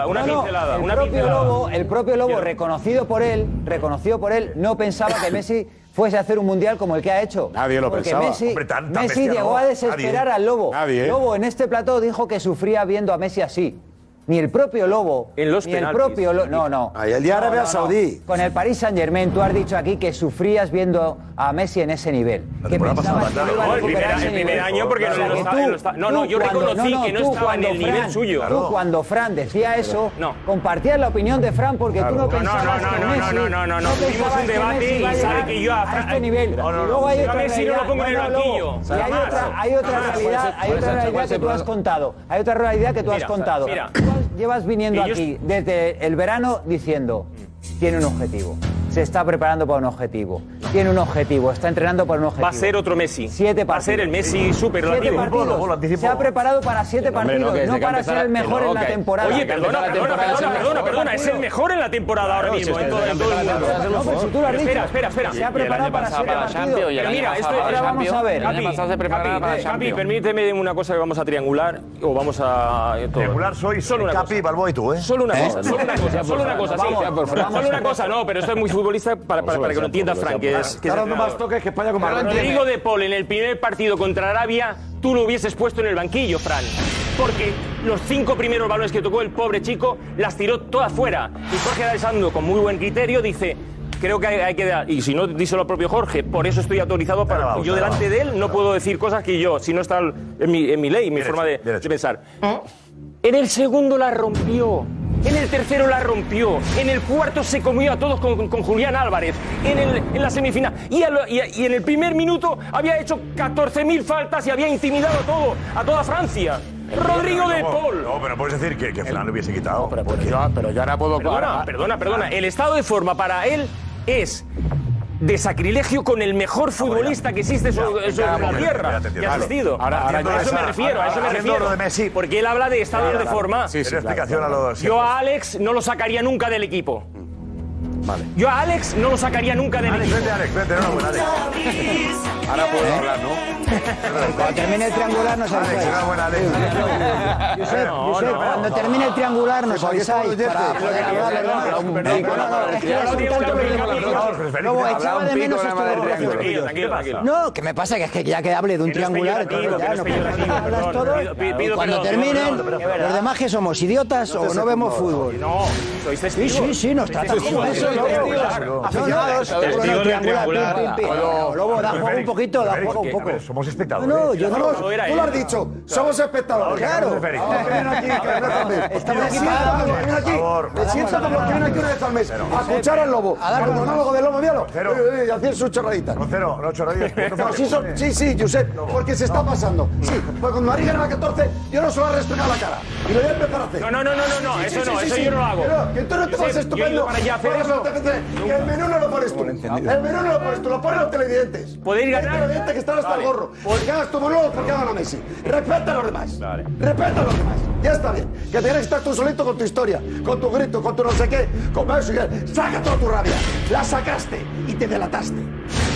Speaker 19: Lobo-
Speaker 2: una
Speaker 19: No, no,
Speaker 2: pincelada,
Speaker 19: el
Speaker 2: una
Speaker 19: propio
Speaker 2: pincelada.
Speaker 19: Lobo- El propio Lobo, reconocido por él, reconocido por él, no pensaba que Messi fuese a hacer un mundial como el que ha hecho.
Speaker 20: Nadie lo
Speaker 19: Porque
Speaker 20: pensaba.
Speaker 19: Messi,
Speaker 20: Hombre, tan- tan
Speaker 19: Messi
Speaker 20: bestia,
Speaker 19: llegó
Speaker 20: ¿no?
Speaker 19: a desesperar
Speaker 20: Nadie.
Speaker 19: al Lobo.
Speaker 2: eh.
Speaker 20: Nadie.
Speaker 19: Lobo en este plató dijo que sufría viendo a Messi así. Ni el propio Lobo, ni el propio Lo- no, no.
Speaker 15: Ahí el día
Speaker 19: No,
Speaker 15: Arabia
Speaker 19: no, no.
Speaker 15: Saudí.
Speaker 19: Con el Paris Saint Germain, tú has dicho aquí que sufrías viendo a Messi en ese nivel. Que pensabas que no iba a
Speaker 7: No, el primer,
Speaker 19: recuperar
Speaker 7: el
Speaker 19: ese
Speaker 7: primer
Speaker 19: nivel.
Speaker 7: año porque
Speaker 19: O
Speaker 7: no,
Speaker 19: sea,
Speaker 7: no
Speaker 19: que
Speaker 7: estaba,
Speaker 19: tú-
Speaker 7: no estaba- no, no,
Speaker 19: tú
Speaker 7: yo
Speaker 19: cuando-
Speaker 7: reconocí que no
Speaker 19: tú
Speaker 7: estaba en
Speaker 19: cuando
Speaker 7: el nivel
Speaker 19: Fran-
Speaker 7: suyo.
Speaker 19: Tú cuando Fran decía eso, compartías la opinión de Fran porque tú no
Speaker 7: No, no,
Speaker 19: pensabas
Speaker 7: no, no,
Speaker 19: que
Speaker 7: no,
Speaker 19: Messi-
Speaker 7: no, no, no, no, no. Tuvimos
Speaker 19: pensabas
Speaker 7: un
Speaker 19: que
Speaker 7: debate
Speaker 19: Messi iba a
Speaker 7: y sabe
Speaker 19: llegar
Speaker 7: que yo a
Speaker 19: a este nivel. Y luego hay
Speaker 7: Yo a
Speaker 19: otra
Speaker 7: Messi no
Speaker 19: realidad-
Speaker 7: lo pongo en el
Speaker 19: no, no, luego-
Speaker 7: banquillo.
Speaker 19: Y hay otra, hay otra
Speaker 7: Jamás.
Speaker 19: realidad, hay otra realidad que tú has contado. Hay otra realidad que tú has
Speaker 7: Mira,
Speaker 19: contado.
Speaker 7: mira.
Speaker 19: Tú has- llevas viniendo
Speaker 7: Y yo- Mm.
Speaker 19: aquí desde el verano diciendo, tiene un objetivo. Se está preparando para un objetivo. Tiene un objetivo, está entrenando para un objetivo.
Speaker 7: Va a ser otro Messi.
Speaker 19: Siete
Speaker 7: Va a ser el
Speaker 19: partidos.
Speaker 7: Messi
Speaker 19: Siete
Speaker 7: superlativo.
Speaker 19: partidos. Se ha preparado para siete
Speaker 7: Hombre,
Speaker 19: partidos,
Speaker 7: que
Speaker 19: no,
Speaker 7: desde que
Speaker 19: para
Speaker 7: empezara-
Speaker 19: ser el mejor
Speaker 7: que no,
Speaker 19: en la
Speaker 7: que-
Speaker 19: temporada.
Speaker 7: Oye, perdona, perdona, perdona, perdona, perdona, es el mejor en la temporada ahora
Speaker 19: Claro, si
Speaker 7: mismo.
Speaker 19: es
Speaker 7: en
Speaker 19: que
Speaker 7: todo-
Speaker 19: desde
Speaker 7: en todo
Speaker 19: que
Speaker 7: el
Speaker 19: empezara la
Speaker 7: mundo.
Speaker 19: temporada, no, pero si tú lo has
Speaker 7: Pero
Speaker 19: dicho.
Speaker 7: Espera, espera, espera.
Speaker 19: Se ha Y el preparado año para pasado siete para la partidos. Champions, y el
Speaker 7: Pero
Speaker 19: año
Speaker 7: mira,
Speaker 19: pasado
Speaker 7: esto-
Speaker 19: para
Speaker 7: ahora
Speaker 19: la
Speaker 7: vamos
Speaker 19: Champions.
Speaker 7: a ver.
Speaker 19: El año
Speaker 7: Capi,
Speaker 19: pasado se preparaba
Speaker 7: Capi, eh,
Speaker 19: para
Speaker 7: Capi,
Speaker 19: Champions.
Speaker 7: permíteme una cosa que vamos a triangular o vamos a eh, todo.
Speaker 2: Regular soy
Speaker 7: Solo una
Speaker 2: Capi,
Speaker 7: cosa.
Speaker 2: Balboa y tú, ¿eh?
Speaker 7: Solo una cosa, solo una cosa, solo una cosa, sí. Solo una cosa, no, pero esto es muy futbolista para, para- para que lo entienda Frank, que es, que es
Speaker 15: Está dando más
Speaker 7: entrenador.
Speaker 15: toques que España con
Speaker 7: Pero
Speaker 15: Marruecos.
Speaker 7: Rodrigo de Paul en el primer partido contra Arabia, tú lo hubieses puesto en el banquillo, Fran. Porque los cinco primeros balones que tocó el pobre chico las tiró todas fuera. Y Jorge D'Alessandro, con muy buen criterio, dice. Creo que hay, hay que dar, y si no, díselo al propio Jorge, por eso estoy autorizado para...
Speaker 2: vamos,
Speaker 7: yo
Speaker 2: ahora
Speaker 7: delante
Speaker 2: vamos,
Speaker 7: de él no puedo decir cosas que yo, si no está el- en mi, en mi ley, en mi
Speaker 2: Derecho,
Speaker 7: forma de, de pensar. En el segundo la rompió. En el tercero la rompió. En el cuarto se comió a todos con, con Julián Álvarez. En, el- en la semifinal. Y, a lo- y a- y en el primer minuto había hecho 14.000 faltas y había intimidado a todo, a toda Francia. Rodrigo de
Speaker 2: No,
Speaker 7: Paul.
Speaker 2: No, pero puedes decir que, que Fran lo hubiese quitado. pero,
Speaker 20: yo ahora puedo.
Speaker 7: Perdona, perdona, perdona. El estado de forma para él es de sacrilegio con el mejor futbolista que existe sobre, sobre la tierra que ha existido. a eso me refiero, a eso me refiero. Porque él habla de estado de forma.
Speaker 2: explicación a los.
Speaker 7: Yo a Alex no lo sacaría nunca del equipo. Vale. Yo a Alex no lo sacaría nunca del equipo. Vete,
Speaker 2: Alex, vete, enhorabuena, Alex. ¿Eh?
Speaker 7: Ahora puedo hablar,
Speaker 2: ¿no?
Speaker 19: Cuando termine el triangular nos avisáis. Josep, Josep, cuando termine el triangular nos avisáis. para- Lobo, echaba de menos estos dos
Speaker 7: Tranquilo,
Speaker 19: relaciones tuyos.
Speaker 7: tranquilo, tranquilo.
Speaker 19: No, que me pasa que es que ya que hable de un triangular, entonces ya no puedo hablar todo.
Speaker 7: pido
Speaker 19: Cuando
Speaker 7: perdón,
Speaker 19: terminen,
Speaker 7: pido perdón, es verdad.
Speaker 19: los demás que somos idiotas o no vemos fútbol.
Speaker 7: No, sois
Speaker 19: Sí,
Speaker 7: testigos.
Speaker 19: sí, sí, nos tratan como eso, Lobo. Aficionados,
Speaker 7: Testigos del
Speaker 19: con el
Speaker 7: triangular.
Speaker 19: triangular, pim, pim, pim.
Speaker 7: Lobo,
Speaker 19: Lobo, da juego un poquito, da juego un poco.
Speaker 2: Somos espectadores.
Speaker 19: No, yo no-
Speaker 15: Tú lo has dicho, somos espectadores. Claro.
Speaker 19: Estamos aquí
Speaker 15: para
Speaker 19: para-
Speaker 15: Me siento como que viene aquí una vez al mes a escuchar al lobo, al monólogo del lobo, míralo. Oye, oye, Y hacer sus chorraditas.
Speaker 2: Cero, no, chorraditas.
Speaker 15: No, sí, son- sí, sí, Josep, porque se está pasando. Sí, porque cuando Madrid ganaba 14, yo no se lo voy a restregar la cara. Y lo voy a empezar a hacer.
Speaker 7: No, no, no, no, no, no, eso no, eso yo no lo hago.
Speaker 15: Pero, que tú no te
Speaker 7: Josep,
Speaker 15: vas
Speaker 7: yo he ido
Speaker 15: estupendo.
Speaker 7: para allá a hacer
Speaker 15: Por eso
Speaker 7: eso.
Speaker 15: te apetece, Que el menú no lo pones tú. El menú no lo pones tú, lo ponen los televidentes.
Speaker 7: Podéis ganar.
Speaker 15: Hay televidentes que están hasta el gorro. Porque hagas tu monólogo porque hagan a Messi. Respeta a los demás. Respeta a los demás. Ya está bien. Que tienes que estar tú solito con tu historia, con tu grito, con tu no sé qué, con eso. y- Saca toda tu rabia. La sacaste y te delataste.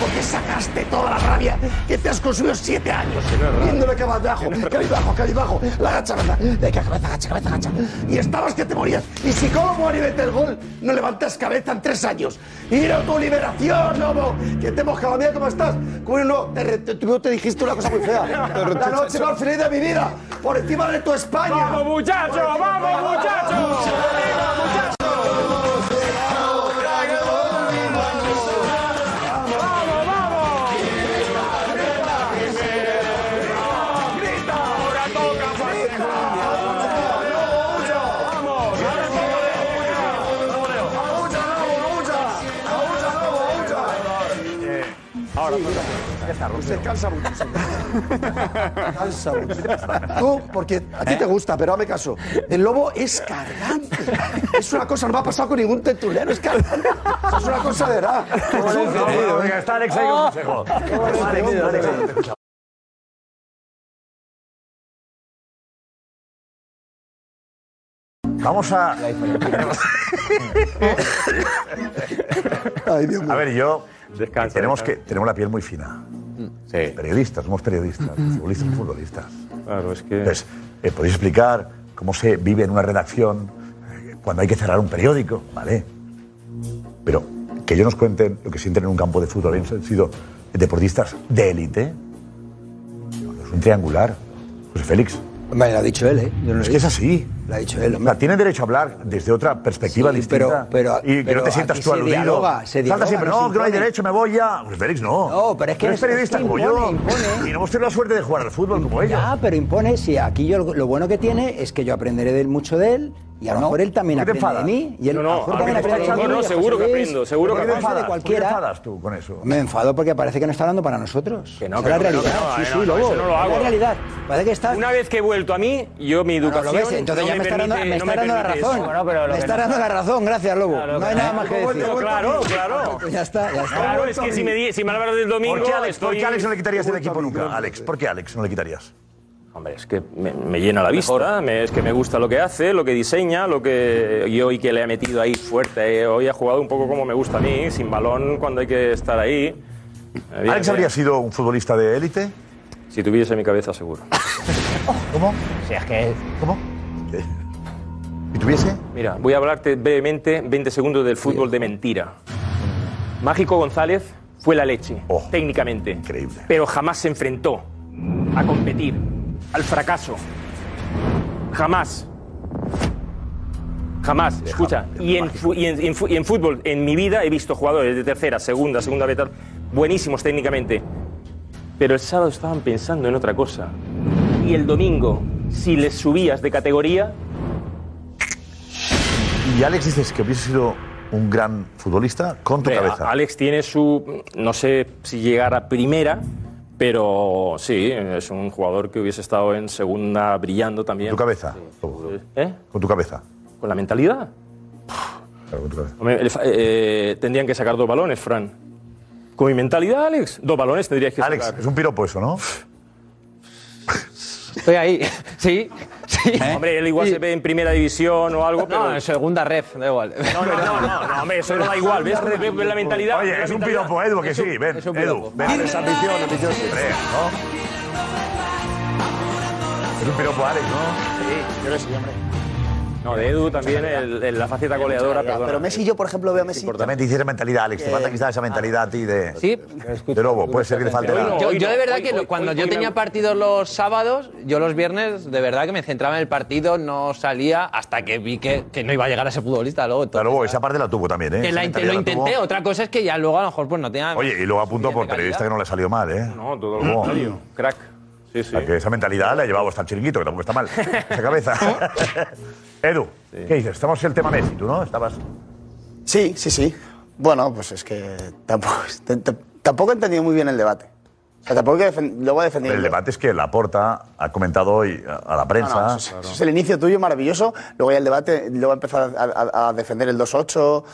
Speaker 4: porque sacaste toda la rabia que te has consumido siete años. Viéndole que vas debajo, que ahí bajo, que ahí bajo. La gacha, verdad. Venga, cabeza, gacha, cabeza, gacha. Y estabas que te morías. Y si Colombo Oliver el gol, no levantas cabeza en tres años. Y era tu liberación, Lobo. Que te hemos cagado. Mira cómo estás. Como no, te, re- te- tú te dijiste una cosa muy fea. La noche más feliz de mi vida. Por encima de tu España. ¡Vamos, muchachos! ¡Vamos, muchachos!
Speaker 2: Eh,
Speaker 4: Ahora, se cansa muchísimo. cansa mucho. Tú, porque a
Speaker 2: ¿Eh?
Speaker 4: ti te gusta, pero hazme caso. El lobo es cargante. Es una cosa, no me ha pasado con ningún tertuliano, es cargante. Eso es una cosa de edad. ¿eh?
Speaker 2: Venga, está Alex ahí con un consejo. Alex, Alex, Alex. Vamos a. a ver, yo. tenemos, que, tenemos la piel muy fina. Periodistas, somos periodistas.
Speaker 8: Mm,
Speaker 2: Futbolistas, somos futbolistas. Claro, es que. Entonces, eh, podéis explicar cómo se vive en una redacción eh, cuando hay que cerrar un periódico, ¿vale? Pero que ellos nos cuenten lo que sienten en un campo de fútbol. Han sido deportistas de élite. Es un triangular. José Félix.
Speaker 8: Hombre, lo ha dicho él, ¿eh? Yo no lo
Speaker 2: es
Speaker 8: he
Speaker 2: que es
Speaker 8: dicho.
Speaker 2: así.
Speaker 8: Lo ha dicho él,
Speaker 2: O sea, tiene derecho a hablar desde otra perspectiva
Speaker 8: Sí,
Speaker 2: distinta.
Speaker 8: pero- pero-
Speaker 2: y que
Speaker 8: pero
Speaker 2: no te sientas
Speaker 8: aquí
Speaker 2: tú
Speaker 8: se
Speaker 2: aludido.
Speaker 8: dialoga, se dialoga,
Speaker 2: Salta siempre,
Speaker 8: no
Speaker 2: no,
Speaker 8: se
Speaker 2: que no hay
Speaker 8: impone".
Speaker 2: derecho, me voy ya. Pues Félix, no.
Speaker 8: No, pero es que
Speaker 2: Tú eres
Speaker 8: es- es
Speaker 2: periodista
Speaker 8: que
Speaker 2: como yo.
Speaker 8: impone, impone.
Speaker 2: Y no hemos tenido la suerte de jugar al fútbol como ellos.
Speaker 8: Ah, pero impone, sí, aquí yo lo, lo bueno que tiene es que yo aprenderé de él mucho de él y a lo mejor él también
Speaker 2: ¿Por qué te
Speaker 8: aprende de mí.
Speaker 2: enfadas?
Speaker 8: Y él, a lo mejor también aprende de mí, y a José Luis,
Speaker 2: ¿Por qué
Speaker 8: porque
Speaker 2: te
Speaker 8: pasa
Speaker 2: enfadas?
Speaker 8: de
Speaker 2: ¿Por qué te
Speaker 8: cualquiera.
Speaker 2: enfadas tú con eso?
Speaker 8: Me enfado porque parece que no está hablando para nosotros. Que
Speaker 3: no,
Speaker 8: es la
Speaker 3: que no,
Speaker 8: realidad.
Speaker 3: que no,
Speaker 8: sí,
Speaker 3: que
Speaker 8: sí,
Speaker 3: no, no,
Speaker 8: luego.
Speaker 3: eso no lo
Speaker 8: es
Speaker 3: hago.
Speaker 8: la realidad. Parece que está.
Speaker 3: Una vez que he vuelto a mí, yo mi
Speaker 8: No, no,
Speaker 3: educación.
Speaker 8: lo ves, entonces
Speaker 3: no
Speaker 8: ya me está dando,
Speaker 3: permite-
Speaker 8: me
Speaker 3: no
Speaker 8: está dando la
Speaker 3: permite
Speaker 8: razón.
Speaker 3: eso.
Speaker 8: me está dando la razón, gracias, Lobo. no hay nada más que decir.
Speaker 3: Claro, claro.
Speaker 8: Ya está, ya está.
Speaker 3: Claro, es que si me, di- si me hablas del domingo.
Speaker 2: ¿Por qué, Alex,
Speaker 3: estoy-
Speaker 2: por qué Alex no le quitarías del equipo nunca? Alex, ¿por qué Alex no le quitarías?
Speaker 7: Hombre, es que me, me llena la vista, me- es que me gusta lo que hace, lo que diseña, lo que yo y que le ha metido ahí fuerte. eh, Hoy ha jugado un poco como me gusta a mí, sin balón cuando hay que estar ahí. Eh, bien,
Speaker 2: ¿Alex
Speaker 7: bien.
Speaker 2: habría sido un futbolista de élite?
Speaker 7: Si tuviese mi cabeza, seguro.
Speaker 2: ¿Cómo?
Speaker 7: Si es que
Speaker 2: ¿Cómo? ¿Y tuviese?
Speaker 7: Mira, voy a hablarte brevemente 20 segundos del fútbol de mentira. Mágico González fue la leche, técnicamente. Increíble. Pero jamás se enfrentó a competir, al fracaso. Jamás. Jamás, escucha. Y en, fu- y en- y en fu- y en fútbol, en mi vida he visto jugadores de tercera, segunda, segunda beta, buenísimos técnicamente. Pero el sábado estaban pensando en otra cosa. Y el domingo, si les subías de categoría,
Speaker 2: ¿Y Alex dices que hubiese sido un gran futbolista con tu
Speaker 7: Hombre,
Speaker 2: cabeza?
Speaker 7: a- Alex tiene su. No sé si llegar a primera, pero sí, es un jugador que hubiese estado en segunda brillando también.
Speaker 2: ¿Con tu cabeza?
Speaker 7: ¿Eh?
Speaker 2: ¿Con tu cabeza?
Speaker 7: ¿Con la mentalidad?
Speaker 2: Claro, con tu cabeza.
Speaker 7: Hombre, el fa- eh, tendrían que sacar dos balones, Fran. Con mi mentalidad, Alex, dos balones tendrías que
Speaker 2: Alex,
Speaker 7: sacar.
Speaker 2: es un piropo eso, ¿no?
Speaker 7: Estoy ahí, sí. ¿Eh? Hombre, él igual se ve en primera división o algo, pero.
Speaker 11: No, en segunda ref, da igual.
Speaker 7: No, no, no, no, no, hombre, eso no da igual. ¿Ves, ¿Ves la mentalidad?
Speaker 2: Oye, es un piropo, Edu, que sí. Ven,
Speaker 7: es un
Speaker 2: Edu,
Speaker 7: piropo.
Speaker 2: ven, es ambición, ambición siempre, ¿no? Es un piropo, pues, Alex, ¿no?
Speaker 7: Sí, yo que sí, hombre. No, de Edu también, el- el- la faceta goleadora, perdón.
Speaker 4: Pero Messi, yo por ejemplo veo a Messi.
Speaker 2: También te hiciste mentalidad, Alex. Te falta quizás esa mentalidad a ti de.
Speaker 11: Sí.
Speaker 2: De lobo, puede ser que te falte la.
Speaker 11: Yo, yo de verdad que lo- cuando yo tenía partidos los sábados, yo los viernes de verdad que me centraba en el partido, no salía hasta que vi que, que no iba a llegar a ese futbolista luego.
Speaker 2: Claro, Lobo, esa parte la tuvo también, ¿eh?
Speaker 11: Que
Speaker 2: Esa
Speaker 11: la int-
Speaker 2: mentalidad
Speaker 11: lo
Speaker 2: la
Speaker 11: intenté,
Speaker 2: tuvo.
Speaker 11: otra cosa es que ya luego a lo mejor pues no tenía...
Speaker 2: Oye, y luego apuntó por periodista que no le salió mal, ¿eh?
Speaker 7: No, todo
Speaker 2: lo
Speaker 7: contrario. Crack. Sí, sí.
Speaker 2: que esa mentalidad la ha llevado hasta el chiringuito, que tampoco está mal. Esa cabeza. Edu, ¿qué dices? Estamos en el tema Messi, ¿tú no? Estabas.
Speaker 23: Sí, sí, sí. Bueno, pues es que tampoco, t- t- tampoco he entendido muy bien el debate.
Speaker 2: O sea, tampoco lo voy a defender. El debate es que Laporta ha comentado hoy a- a la prensa.
Speaker 23: No, no, eso es- eso pues, es el inicio tuyo maravilloso. Luego ya el debate, luego a empezar a, a- a defender el 2-8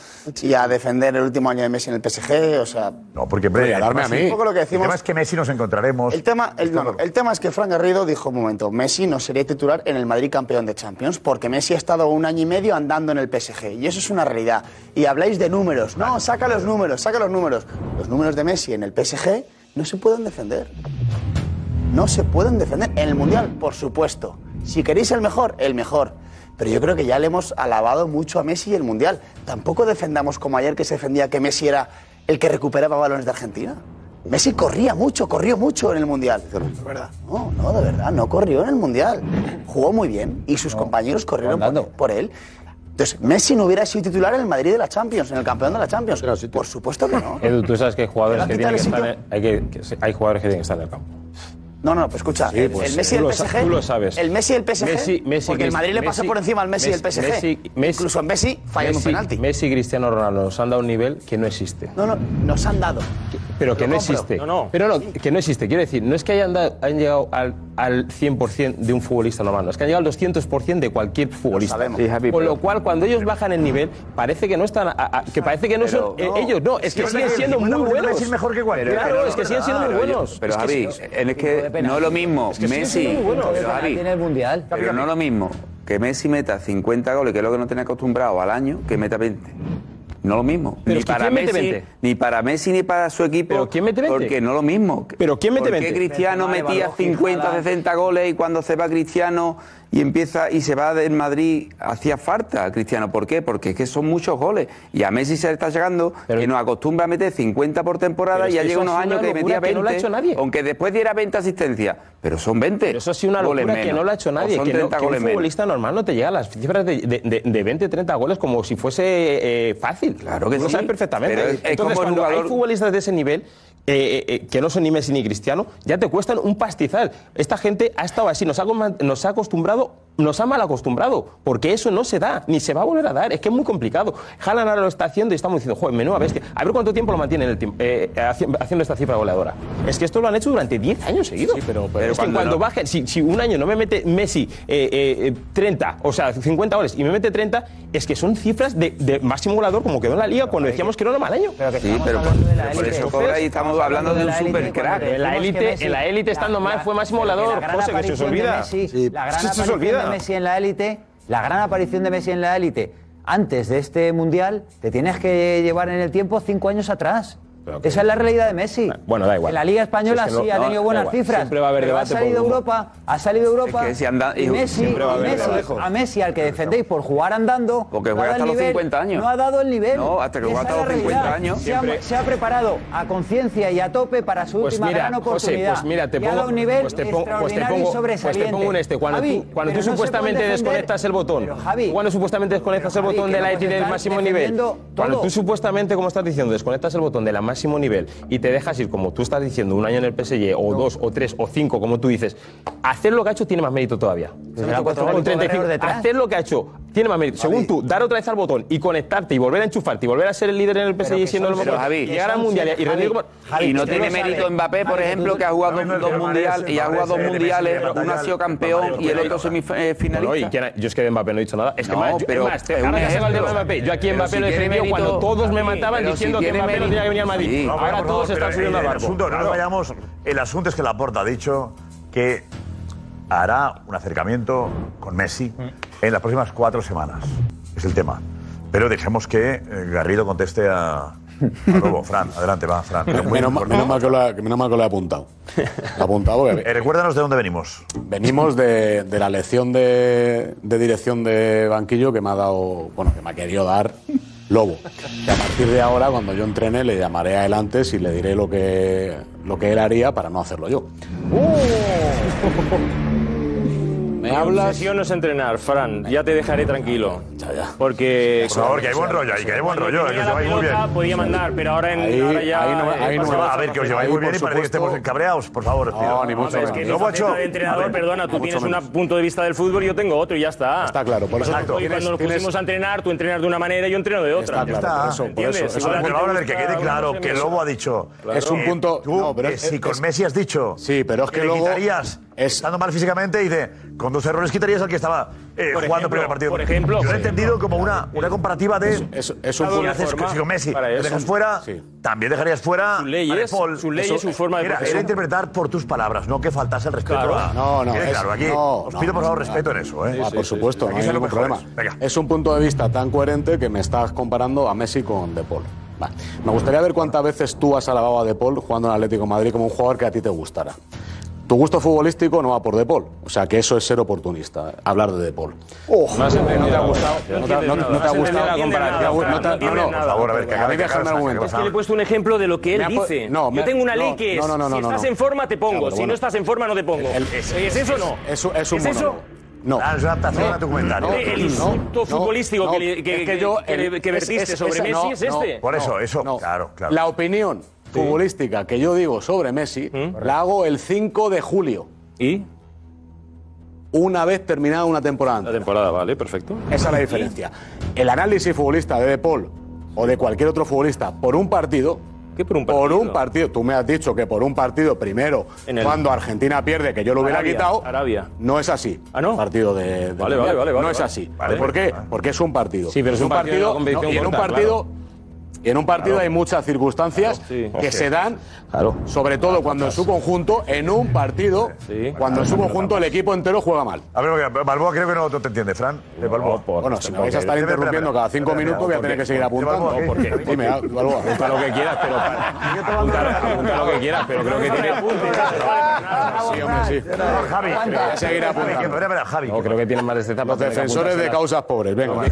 Speaker 23: y a defender el último año de Messi en el PSG. O sea,
Speaker 2: No, porque
Speaker 23: Oye, darme a mí. Un poco lo que decimos-
Speaker 2: El tema es que Messi nos encontraremos.
Speaker 23: el tema, el, no, no, el tema es que Fran Garrido dijo un momento, Messi no sería titular en el Madrid campeón de Champions porque Messi ha estado un año y medio andando en el PSG y eso es una realidad. Y habláis de números, no, saca los números, saca los números. Los números de Messi en el PSG no se pueden defender. No se pueden defender. En el Mundial, por supuesto. Si queréis el mejor, el mejor. Pero yo creo que ya le hemos alabado mucho a Messi y el Mundial. Tampoco defendamos como ayer que se defendía que Messi era el que recuperaba balones de Argentina. Messi corría mucho, corrió mucho en el Mundial. De verdad. No, no, de verdad, no corrió en el Mundial. Jugó muy bien y sus compañeros corrieron por, por él. Entonces, Messi no hubiera sido titular en el Madrid de la Champions, en el campeón de la Champions. Por supuesto que no.
Speaker 9: Edu, tú sabes que hay jugadores
Speaker 23: ¿Te
Speaker 9: que
Speaker 23: la
Speaker 9: tienen que
Speaker 23: quitan
Speaker 9: estar
Speaker 23: el
Speaker 9: en, hay, que- que sí, hay jugadores que tienen que estar en el campo.
Speaker 23: No, no, pues escucha,
Speaker 9: Sí,
Speaker 23: el,
Speaker 9: pues
Speaker 23: el Messi
Speaker 9: tú
Speaker 23: del
Speaker 9: lo sa-
Speaker 23: PSG.
Speaker 9: tú lo sabes.
Speaker 23: El Messi del PSG.
Speaker 9: Messi- Messi,
Speaker 23: porque el
Speaker 9: Messi,
Speaker 23: Madrid le pasó
Speaker 9: Messi,
Speaker 23: por encima al Messi,
Speaker 9: Messi,
Speaker 23: del PSG.
Speaker 9: Messi, Messi.
Speaker 23: Incluso en Messi falló un
Speaker 9: Messi,
Speaker 23: penalti.
Speaker 9: Messi y Cristiano Ronaldo nos han dado un nivel que no existe.
Speaker 23: No, no, nos han dado.
Speaker 9: Pero que
Speaker 23: Lo
Speaker 9: no
Speaker 23: compro.
Speaker 9: existe.
Speaker 23: No,
Speaker 9: Pero no, que no existe. Quiero decir, no es que hayan, dado- hayan llegado al, al 100% de un futbolista normal, no, es que han llegado al 200% de cualquier futbolista.
Speaker 5: sabemos. Sí, Javi,
Speaker 9: Con lo
Speaker 5: pero-
Speaker 9: cual, cuando ellos bajan el nivel, parece que no están. a- a- que parece que no son
Speaker 5: Pero-
Speaker 9: eh, ellos, no, es que
Speaker 5: Sí,
Speaker 9: siguen
Speaker 5: verdad,
Speaker 9: siendo
Speaker 5: el
Speaker 9: muy
Speaker 5: 50%
Speaker 9: buenos.
Speaker 5: es mejor que cualquiera.
Speaker 9: Claro,
Speaker 5: Pero-
Speaker 9: es que siguen siendo muy
Speaker 5: pero yo-
Speaker 9: buenos.
Speaker 5: Pero
Speaker 9: Es que
Speaker 5: Javi,
Speaker 9: sí,
Speaker 5: es que no es lo mismo
Speaker 19: Es que sí,
Speaker 5: Messi,
Speaker 19: sí, bueno,
Speaker 5: pero,
Speaker 19: pero
Speaker 5: Javi,
Speaker 19: tiene el mundial.
Speaker 5: pero no es lo mismo que Messi meta 50 goles, que es lo que no tiene acostumbrado al año, que meta 20. No lo mismo.
Speaker 9: Pero
Speaker 5: ni
Speaker 9: es que
Speaker 5: para
Speaker 9: ¿quién mete
Speaker 5: Messi,
Speaker 9: 20?
Speaker 5: ni para Messi ni para su equipo.
Speaker 9: ¿Pero quién mete 20?
Speaker 5: Porque no lo mismo.
Speaker 9: ¿Pero quién mete
Speaker 5: ¿Por qué
Speaker 9: 20?
Speaker 5: Cristiano
Speaker 9: Benzema,
Speaker 5: metía
Speaker 9: Lewandowski,
Speaker 5: 50,
Speaker 9: Haaland.
Speaker 5: 60 goles y cuando se va Cristiano y empieza y se va del Madrid hacía falta a Cristiano? ¿Por qué? Porque es que son muchos goles y a Messi se le está llegando que nos acostumbra a meter 50 por temporada
Speaker 9: Pero es
Speaker 5: y ya
Speaker 9: que
Speaker 5: llega
Speaker 9: eso
Speaker 5: unos
Speaker 9: ha sido
Speaker 5: años
Speaker 9: una
Speaker 5: que metía
Speaker 9: locura que
Speaker 5: 20,
Speaker 9: no lo ha hecho nadie.
Speaker 5: aunque después diera 20 asistencias, pero son 20. eso ha sido
Speaker 9: una locura que no lo ha hecho nadie.
Speaker 5: son
Speaker 9: Que, no-
Speaker 5: 30
Speaker 9: que un
Speaker 5: goles menos.
Speaker 9: futbolista normal no te llega a las cifras de, de, de- de 20, 30 goles como si fuese eh, fácil. Claro
Speaker 5: que
Speaker 9: Lo
Speaker 5: sí,
Speaker 9: sabes perfectamente.
Speaker 5: pero es- es
Speaker 9: Entonces,
Speaker 5: como el
Speaker 9: cuando
Speaker 5: jugador-
Speaker 9: hay futbolistas de ese nivel eh, eh, eh, que no son ni Messi ni Cristiano, ya te cuestan un pastizal. Esta gente ha estado así, nos ha, coma- nos ha acostumbrado, nos ha mal acostumbrado, porque eso no se da, ni se va a volver a dar. Es que es muy complicado. Haaland ahora lo está haciendo y estamos diciendo, joder, menuda bestia. A ver cuánto tiempo lo mantiene en el tiempo, eh, haci- haciendo esta cifra goleadora. Es que esto lo han hecho durante 10 años seguidos.
Speaker 5: pero
Speaker 9: es que
Speaker 5: cuando
Speaker 9: cuando,
Speaker 5: no-
Speaker 9: baje, si, si un año no me mete Messi eh, eh, eh, 30, o sea, 50 goles y me mete 30, es que son cifras de, de máximo goleador como quedó en la liga cuando decíamos que era un mal año.
Speaker 5: Sí, pero por, pero por eso cobra y estamos hablando de un super crack.
Speaker 9: En la élite, en la élite estando mal fue máximo goleador. José, que se os olvida.
Speaker 19: la gran
Speaker 9: Sí, se os
Speaker 19: aparición
Speaker 9: olvida.
Speaker 19: de Messi en la élite, la gran aparición de Messi en la élite antes de este mundial, te tienes que llevar en el tiempo cinco años atrás. Esa es la realidad de Messi.
Speaker 9: Bueno, da igual.
Speaker 19: En la Liga
Speaker 9: Si
Speaker 19: Española
Speaker 9: es que no-
Speaker 19: sí ha
Speaker 9: no,
Speaker 19: tenido
Speaker 9: da
Speaker 19: buenas
Speaker 9: igual.
Speaker 19: cifras.
Speaker 9: Siempre va a haber
Speaker 19: pero ha
Speaker 9: debate por
Speaker 19: salido
Speaker 9: el humo.
Speaker 19: Europa, ha salido Europa.
Speaker 5: Es que si anda-
Speaker 19: y
Speaker 5: hijo,
Speaker 19: Messi,
Speaker 5: siempre va a haber
Speaker 19: Messi-
Speaker 5: debate.
Speaker 19: a Messi al que defendéis por jugar andando,
Speaker 5: Porque
Speaker 19: no ha
Speaker 5: juega
Speaker 19: dado
Speaker 5: hasta
Speaker 19: el
Speaker 5: los
Speaker 19: nivel,
Speaker 5: 50 años.
Speaker 19: No ha dado el nivel.
Speaker 5: No, hasta que
Speaker 19: Esa
Speaker 5: juega
Speaker 19: es
Speaker 5: hasta
Speaker 19: la
Speaker 5: los 50
Speaker 19: realidad.
Speaker 5: años.
Speaker 19: Se ha,
Speaker 5: Siempre-
Speaker 19: se ha preparado a conciencia y a tope para su
Speaker 9: Pues
Speaker 19: última
Speaker 9: mira,
Speaker 19: gran
Speaker 9: José,
Speaker 19: oportunidad.
Speaker 9: pues mira, te
Speaker 19: Y ha dado
Speaker 9: pongo-
Speaker 19: un nivel
Speaker 9: pues te pongo- pues te
Speaker 19: extraordinario y
Speaker 9: pongo- pues te
Speaker 19: sobresaliente.
Speaker 9: pongo un este. Cuando
Speaker 19: Javi,
Speaker 9: tú- cuando
Speaker 19: pero
Speaker 9: tú
Speaker 19: no se
Speaker 9: supuestamente
Speaker 19: pueden defender-
Speaker 9: desconectas el botón,
Speaker 19: Pero, Javi,
Speaker 9: cuando supuestamente desconectas
Speaker 19: Pero,
Speaker 9: el botón
Speaker 19: Javi,
Speaker 9: de
Speaker 19: que
Speaker 9: la
Speaker 19: no
Speaker 9: élite del
Speaker 19: estás
Speaker 9: máximo nivel,
Speaker 19: defendiendo
Speaker 9: cuando
Speaker 19: todo.
Speaker 9: tú supuestamente, como estás diciendo, desconectas el botón de la máximo nivel y te dejas ir, como tú estás diciendo, un año en el PSG, o dos, o tres, o cinco, como tú dices, hacer lo que ha hecho tiene más mérito todavía.
Speaker 19: Se le ha puesto
Speaker 9: Con
Speaker 19: Alberto
Speaker 9: 35,
Speaker 19: Guerrero detrás.
Speaker 9: hacer lo que ha hecho tiene más mérito. Según tú, dar otra vez al botón y conectarte y volver a enchufarte y volver a ser el líder en el PSG
Speaker 5: que
Speaker 9: siendo
Speaker 5: son
Speaker 9: el mejor,
Speaker 5: siete, Javi,
Speaker 9: llegar al
Speaker 5: son
Speaker 9: mundial
Speaker 5: siete,
Speaker 9: y rendir
Speaker 5: Javi,
Speaker 9: como-
Speaker 5: Javi, Y no tú tiene lo mérito sabes. Mbappé, por Javi, ejemplo, tú- que ha jugado Javi, dos- tú- dos tú- mundial- y ha jugado dos mundiales, uno ha sido campeón y el otro
Speaker 9: semifinalista. yo es que de Mbappé no he dicho nada. Es que
Speaker 5: No,
Speaker 9: más, yo-
Speaker 5: pero
Speaker 9: es más, te-
Speaker 5: es un
Speaker 9: ahora que se va el tema de
Speaker 5: ejemplo.
Speaker 9: Mbappé. Yo aquí
Speaker 5: Pero
Speaker 9: Mbappé
Speaker 5: si
Speaker 9: lo he
Speaker 5: tiene
Speaker 9: defendido
Speaker 5: mérito-
Speaker 9: cuando todos me
Speaker 5: Javi,
Speaker 9: mataban
Speaker 5: pero
Speaker 9: diciendo
Speaker 5: si
Speaker 9: que
Speaker 5: tiene
Speaker 9: Mbappé no tenía que venir al
Speaker 5: mérito-
Speaker 9: Madrid.
Speaker 5: Sí. No,
Speaker 9: Ahora
Speaker 5: pero
Speaker 9: todos
Speaker 5: por
Speaker 9: están
Speaker 5: favor,
Speaker 9: subiendo
Speaker 5: pero
Speaker 9: al
Speaker 5: el
Speaker 9: barco.
Speaker 2: asunto, no nos vayamos. El asunto es que Laporta ha dicho que hará un acercamiento con Messi en las próximas cuatro semanas. Es el tema. Pero dejemos que eh, Garrido conteste a, a Lobo. Fran, adelante, va, Fran.
Speaker 20: Menos, mal- menos mal que lo ha, menos mal que lo he apuntado. Lo he apuntado porque-
Speaker 2: Eh, recuérdanos de dónde venimos.
Speaker 20: Venimos de, de la lección de, de dirección de banquillo que me ha dado, bueno, que me ha querido dar Lobo. Que a partir de ahora, cuando yo entrene, le llamaré a él antes y le diré lo que, lo que él haría para no hacerlo yo.
Speaker 7: Mi obsesión es entrenar, Fran. Ya te dejaré tranquilo. Porque.
Speaker 2: Por favor, que hay buen rollo ahí, que hay buen rollo, eh, que os lleváis muy bien.
Speaker 3: podía mandar, pero ahora en ahora ya. eh, pasa
Speaker 2: A
Speaker 3: más.
Speaker 2: ver, que os lleváis muy bien y parece que estemos encabreados, por favor. No,
Speaker 3: No, pero Es que
Speaker 2: No,
Speaker 3: no,
Speaker 2: Bocho,
Speaker 3: de entrenador,
Speaker 2: a ver,
Speaker 3: perdona, tú
Speaker 2: mucho
Speaker 3: tienes
Speaker 2: menos.
Speaker 3: un punto de vista del fútbol y yo tengo otro y ya está. Está
Speaker 20: claro, por eso-
Speaker 3: Cuando
Speaker 20: Tienes-
Speaker 3: nos
Speaker 20: tienes-
Speaker 3: pusimos a entrenar, tú entrenas de una manera y yo entreno de otra.
Speaker 20: Está
Speaker 3: Ya
Speaker 20: claro, por eso, por
Speaker 3: ¿entiendes?
Speaker 20: eso,
Speaker 3: Si
Speaker 20: eso
Speaker 3: a
Speaker 20: es
Speaker 3: ti
Speaker 20: un
Speaker 3: te
Speaker 20: punto-
Speaker 2: Ahora, a ver, que quede
Speaker 20: Claro,
Speaker 2: claro
Speaker 20: no sé,
Speaker 2: que
Speaker 20: me-
Speaker 2: Lobo ha dicho.
Speaker 20: Es un
Speaker 2: eh,
Speaker 20: punto-
Speaker 2: Tú,
Speaker 20: no, pero
Speaker 2: que
Speaker 20: es-
Speaker 2: si
Speaker 20: es-
Speaker 2: con Messi has dicho.
Speaker 20: Sí, pero es que
Speaker 2: le
Speaker 20: luego
Speaker 2: Quitarías, estando mal físicamente, y dice, con dos errores quitarías al que estaba eh,
Speaker 20: Por
Speaker 2: jugando
Speaker 20: ejemplo,
Speaker 2: el primer partido.
Speaker 20: por ejemplo,
Speaker 2: Yo lo
Speaker 20: por
Speaker 2: he entendido como una, una comparativa de.
Speaker 20: Eso- eso- eso fue
Speaker 2: si
Speaker 20: una
Speaker 2: haces
Speaker 20: forma
Speaker 2: si con Messi.
Speaker 20: para
Speaker 2: Lo
Speaker 20: eso.
Speaker 2: dejas fuera,
Speaker 20: Sí.
Speaker 2: también dejarías fuera.
Speaker 20: Sus leyes,
Speaker 2: a De Paul.
Speaker 20: sus leyes,
Speaker 2: Eso-
Speaker 20: su forma de
Speaker 2: Era,
Speaker 20: profesión.
Speaker 2: era interpretar por tus palabras, no que faltase el respeto.
Speaker 20: Claro.
Speaker 2: a-
Speaker 20: No, no,
Speaker 2: Quede
Speaker 20: es-
Speaker 2: claro, aquí.
Speaker 20: no,
Speaker 2: os
Speaker 20: no,
Speaker 2: pido, por favor,
Speaker 20: no.
Speaker 2: respeto en eso. ¿eh?
Speaker 20: Ah, por supuesto, no
Speaker 2: Aquí
Speaker 20: hay
Speaker 2: son los
Speaker 20: ningún problema.
Speaker 2: mejores.
Speaker 20: Es un punto de vista tan coherente que me estás comparando a Messi con De Paul. Vale. Me gustaría ver cuántas veces tú has alabado a De Paul jugando en Atlético de Madrid como un jugador que a ti te gustara. Tu gusto futbolístico no va por De Paul, o sea que eso es ser oportunista, hablar de De Paul. No has entendido nada. No te ha- no- no te ha gustado la comparación. No te ha- no, no, por favor, a ver, que
Speaker 3: A
Speaker 20: acabe,
Speaker 3: mí
Speaker 20: que
Speaker 3: déjame
Speaker 20: acabe, que
Speaker 3: un
Speaker 20: acabe.
Speaker 3: momento. Es que le he puesto un ejemplo de lo que
Speaker 20: Me
Speaker 3: él
Speaker 20: ha pu-
Speaker 3: dice.
Speaker 20: no, me-
Speaker 3: Yo tengo una
Speaker 20: no,
Speaker 3: ley que es:
Speaker 20: no, no, no,
Speaker 3: si
Speaker 20: no,
Speaker 3: estás
Speaker 20: no.
Speaker 3: en forma, te
Speaker 20: Ya,
Speaker 3: pongo.
Speaker 20: pero
Speaker 3: Si
Speaker 20: bueno.
Speaker 3: no estás en forma, no te pongo.
Speaker 20: El-
Speaker 3: ¿Es es eso o no?
Speaker 20: Es, es un
Speaker 3: ¿Es eso?
Speaker 20: monólogo. No.
Speaker 2: Ah, es una adaptación a tu comentario.
Speaker 20: no,
Speaker 2: El
Speaker 20: no,
Speaker 2: insulto
Speaker 20: no,
Speaker 2: futbolístico
Speaker 20: no,
Speaker 2: que le-
Speaker 20: es
Speaker 2: que- que- que le- que
Speaker 20: es-
Speaker 2: vertiste
Speaker 20: es-
Speaker 2: sobre
Speaker 20: esa-
Speaker 2: Messi es este. Por eso, eso, claro, claro.
Speaker 20: La opinión futbolística que yo digo sobre Messi la hago el 5 de julio.
Speaker 7: Mm. ¿Y?
Speaker 20: Una vez terminada una temporada.
Speaker 7: La temporada, vale, perfecto.
Speaker 20: Esa es la diferencia. El análisis futbolista de De Paul o de cualquier otro futbolista por un partido.
Speaker 7: ¿Qué por un
Speaker 20: partido? Por un partido. Tú me has dicho que por un partido, primero,
Speaker 7: En el-
Speaker 20: cuando Argentina pierde, que yo lo hubiera
Speaker 7: Arabia,
Speaker 20: quitado.
Speaker 7: Arabia.
Speaker 20: No es así.
Speaker 7: Ah, no.
Speaker 20: Partido de. de
Speaker 7: Vale, vale, vale,
Speaker 20: No
Speaker 7: vale,
Speaker 20: es
Speaker 7: vale.
Speaker 20: así.
Speaker 7: Vale.
Speaker 20: ¿Por qué? Porque es un partido.
Speaker 7: Sí, pero es un partido de una competición
Speaker 20: no, y en un
Speaker 7: corta,
Speaker 20: partido. y en un partido
Speaker 7: Claro.
Speaker 20: hay muchas circunstancias
Speaker 7: Claro, sí.
Speaker 20: que
Speaker 7: Ok.
Speaker 20: se dan, sobre todo cuando en su conjunto, en un partido, cuando en su conjunto el equipo entero juega mal.
Speaker 2: A ver, porque Balboa creo que no, no te entiende, Fran. Eh, Balboa.
Speaker 20: Bueno, si me vais a estar interrumpiendo cada cinco minutos, voy a tener que seguir apuntando. Dime, Balboa.
Speaker 9: Pregunta lo que quieras, pero. Pregunta, pregunta lo que quieras, pero creo que tiene.
Speaker 20: Sí, hombre, sí.
Speaker 2: Javi,
Speaker 20: Voy a seguir apuntando.
Speaker 2: Javi.
Speaker 9: No, creo que tiene más de
Speaker 20: Los defensores de causas pobres, venga.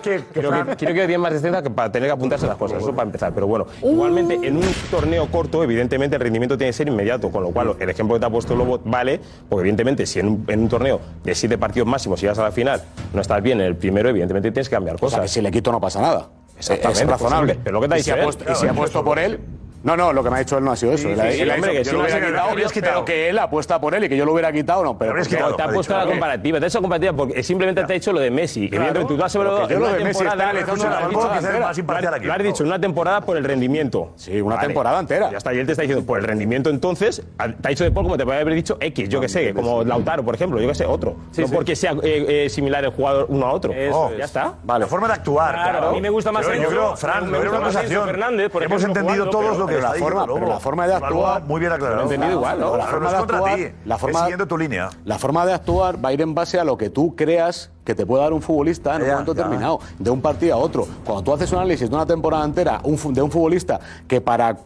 Speaker 9: Creo que, creo que tiene más destreza que para tener que apuntarse a las cosas, eso para empezar. Pero bueno, igualmente en un torneo corto, evidentemente el rendimiento tiene que ser inmediato, con lo cual el ejemplo que te ha puesto Lobo vale, porque evidentemente si en un, en un torneo de siete partidos máximos llegas a la final, no estás bien en el primero, evidentemente tienes que cambiar cosas.
Speaker 20: que si le quito no pasa nada.
Speaker 9: Exactamente,
Speaker 20: es razonable.
Speaker 9: pues, pero lo que te ha
Speaker 20: Y si
Speaker 9: dicho
Speaker 20: ha
Speaker 9: él,
Speaker 20: puesto- y
Speaker 9: claro,
Speaker 20: si ha
Speaker 9: eso
Speaker 20: puesto
Speaker 9: es
Speaker 20: por
Speaker 9: lo-
Speaker 20: él. No, no, lo que me ha dicho él no ha sido eso.
Speaker 9: Sí,
Speaker 20: Él ha-
Speaker 9: sí,
Speaker 20: él ha dicho
Speaker 9: hombre, que
Speaker 20: yo
Speaker 9: sí,
Speaker 20: lo hubiera
Speaker 9: sí,
Speaker 20: quitado,
Speaker 9: lo habrías quitado.
Speaker 20: pero que él apuesta por él y que yo lo hubiera quitado, no. Pero
Speaker 9: No, te ha puesto la comparativa, te ha hecho comparativa, porque simplemente te ha dicho lo de Messi. Evidentemente, tú has
Speaker 20: Pero
Speaker 9: hablado
Speaker 20: que yo
Speaker 9: en
Speaker 20: lo
Speaker 9: una
Speaker 20: de Messi está
Speaker 9: temporada,
Speaker 20: analizando
Speaker 9: escucha,
Speaker 20: una
Speaker 9: lo has
Speaker 20: temporada
Speaker 9: dicho,
Speaker 20: entera.
Speaker 9: lo has- Lo has dicho, una temporada por el rendimiento. Sí,
Speaker 20: una temporada entera.
Speaker 9: Ya está, y él te está diciendo, por el rendimiento entonces, a- te ha dicho de Paul como te puede haber dicho X, yo que sé, como Lautaro, por ejemplo, yo que sé, otro.
Speaker 7: Sí,
Speaker 9: no
Speaker 7: sí.
Speaker 9: porque sea eh, eh, similar el jugador uno a otro. Oh,
Speaker 7: Eso
Speaker 9: ya
Speaker 7: es.
Speaker 9: está.
Speaker 2: La forma de actuar.
Speaker 9: Claro, a mí me gusta más
Speaker 2: Pero Yo
Speaker 9: Enzo,
Speaker 2: creo,
Speaker 9: me
Speaker 2: Fran, no
Speaker 9: gusta
Speaker 2: era una
Speaker 9: más Enzo
Speaker 2: acusación.
Speaker 9: Fernández, por
Speaker 2: Hemos
Speaker 9: ejemplo,
Speaker 2: entendido
Speaker 9: jugando,
Speaker 2: todos
Speaker 9: pero-
Speaker 2: lo que
Speaker 9: pero
Speaker 2: está
Speaker 9: la
Speaker 2: diciendo
Speaker 9: forma-
Speaker 2: Lobo.
Speaker 9: pero la forma de
Speaker 2: Balboa,
Speaker 9: actuar-
Speaker 2: Muy bien aclarado.
Speaker 9: Lo he entendido igual, ¿no?
Speaker 2: La
Speaker 9: La
Speaker 2: forma
Speaker 9: forma
Speaker 2: de
Speaker 9: de
Speaker 2: contra ti.
Speaker 9: actuar- la
Speaker 2: Es
Speaker 9: forma-
Speaker 2: siguiendo tu línea.
Speaker 20: La forma de actuar va a ir en base a lo que tú creas que te puede dar un futbolista en un momento determinado, de un partido a otro. Cuando tú haces un análisis de una temporada entera un fu- de un futbolista que para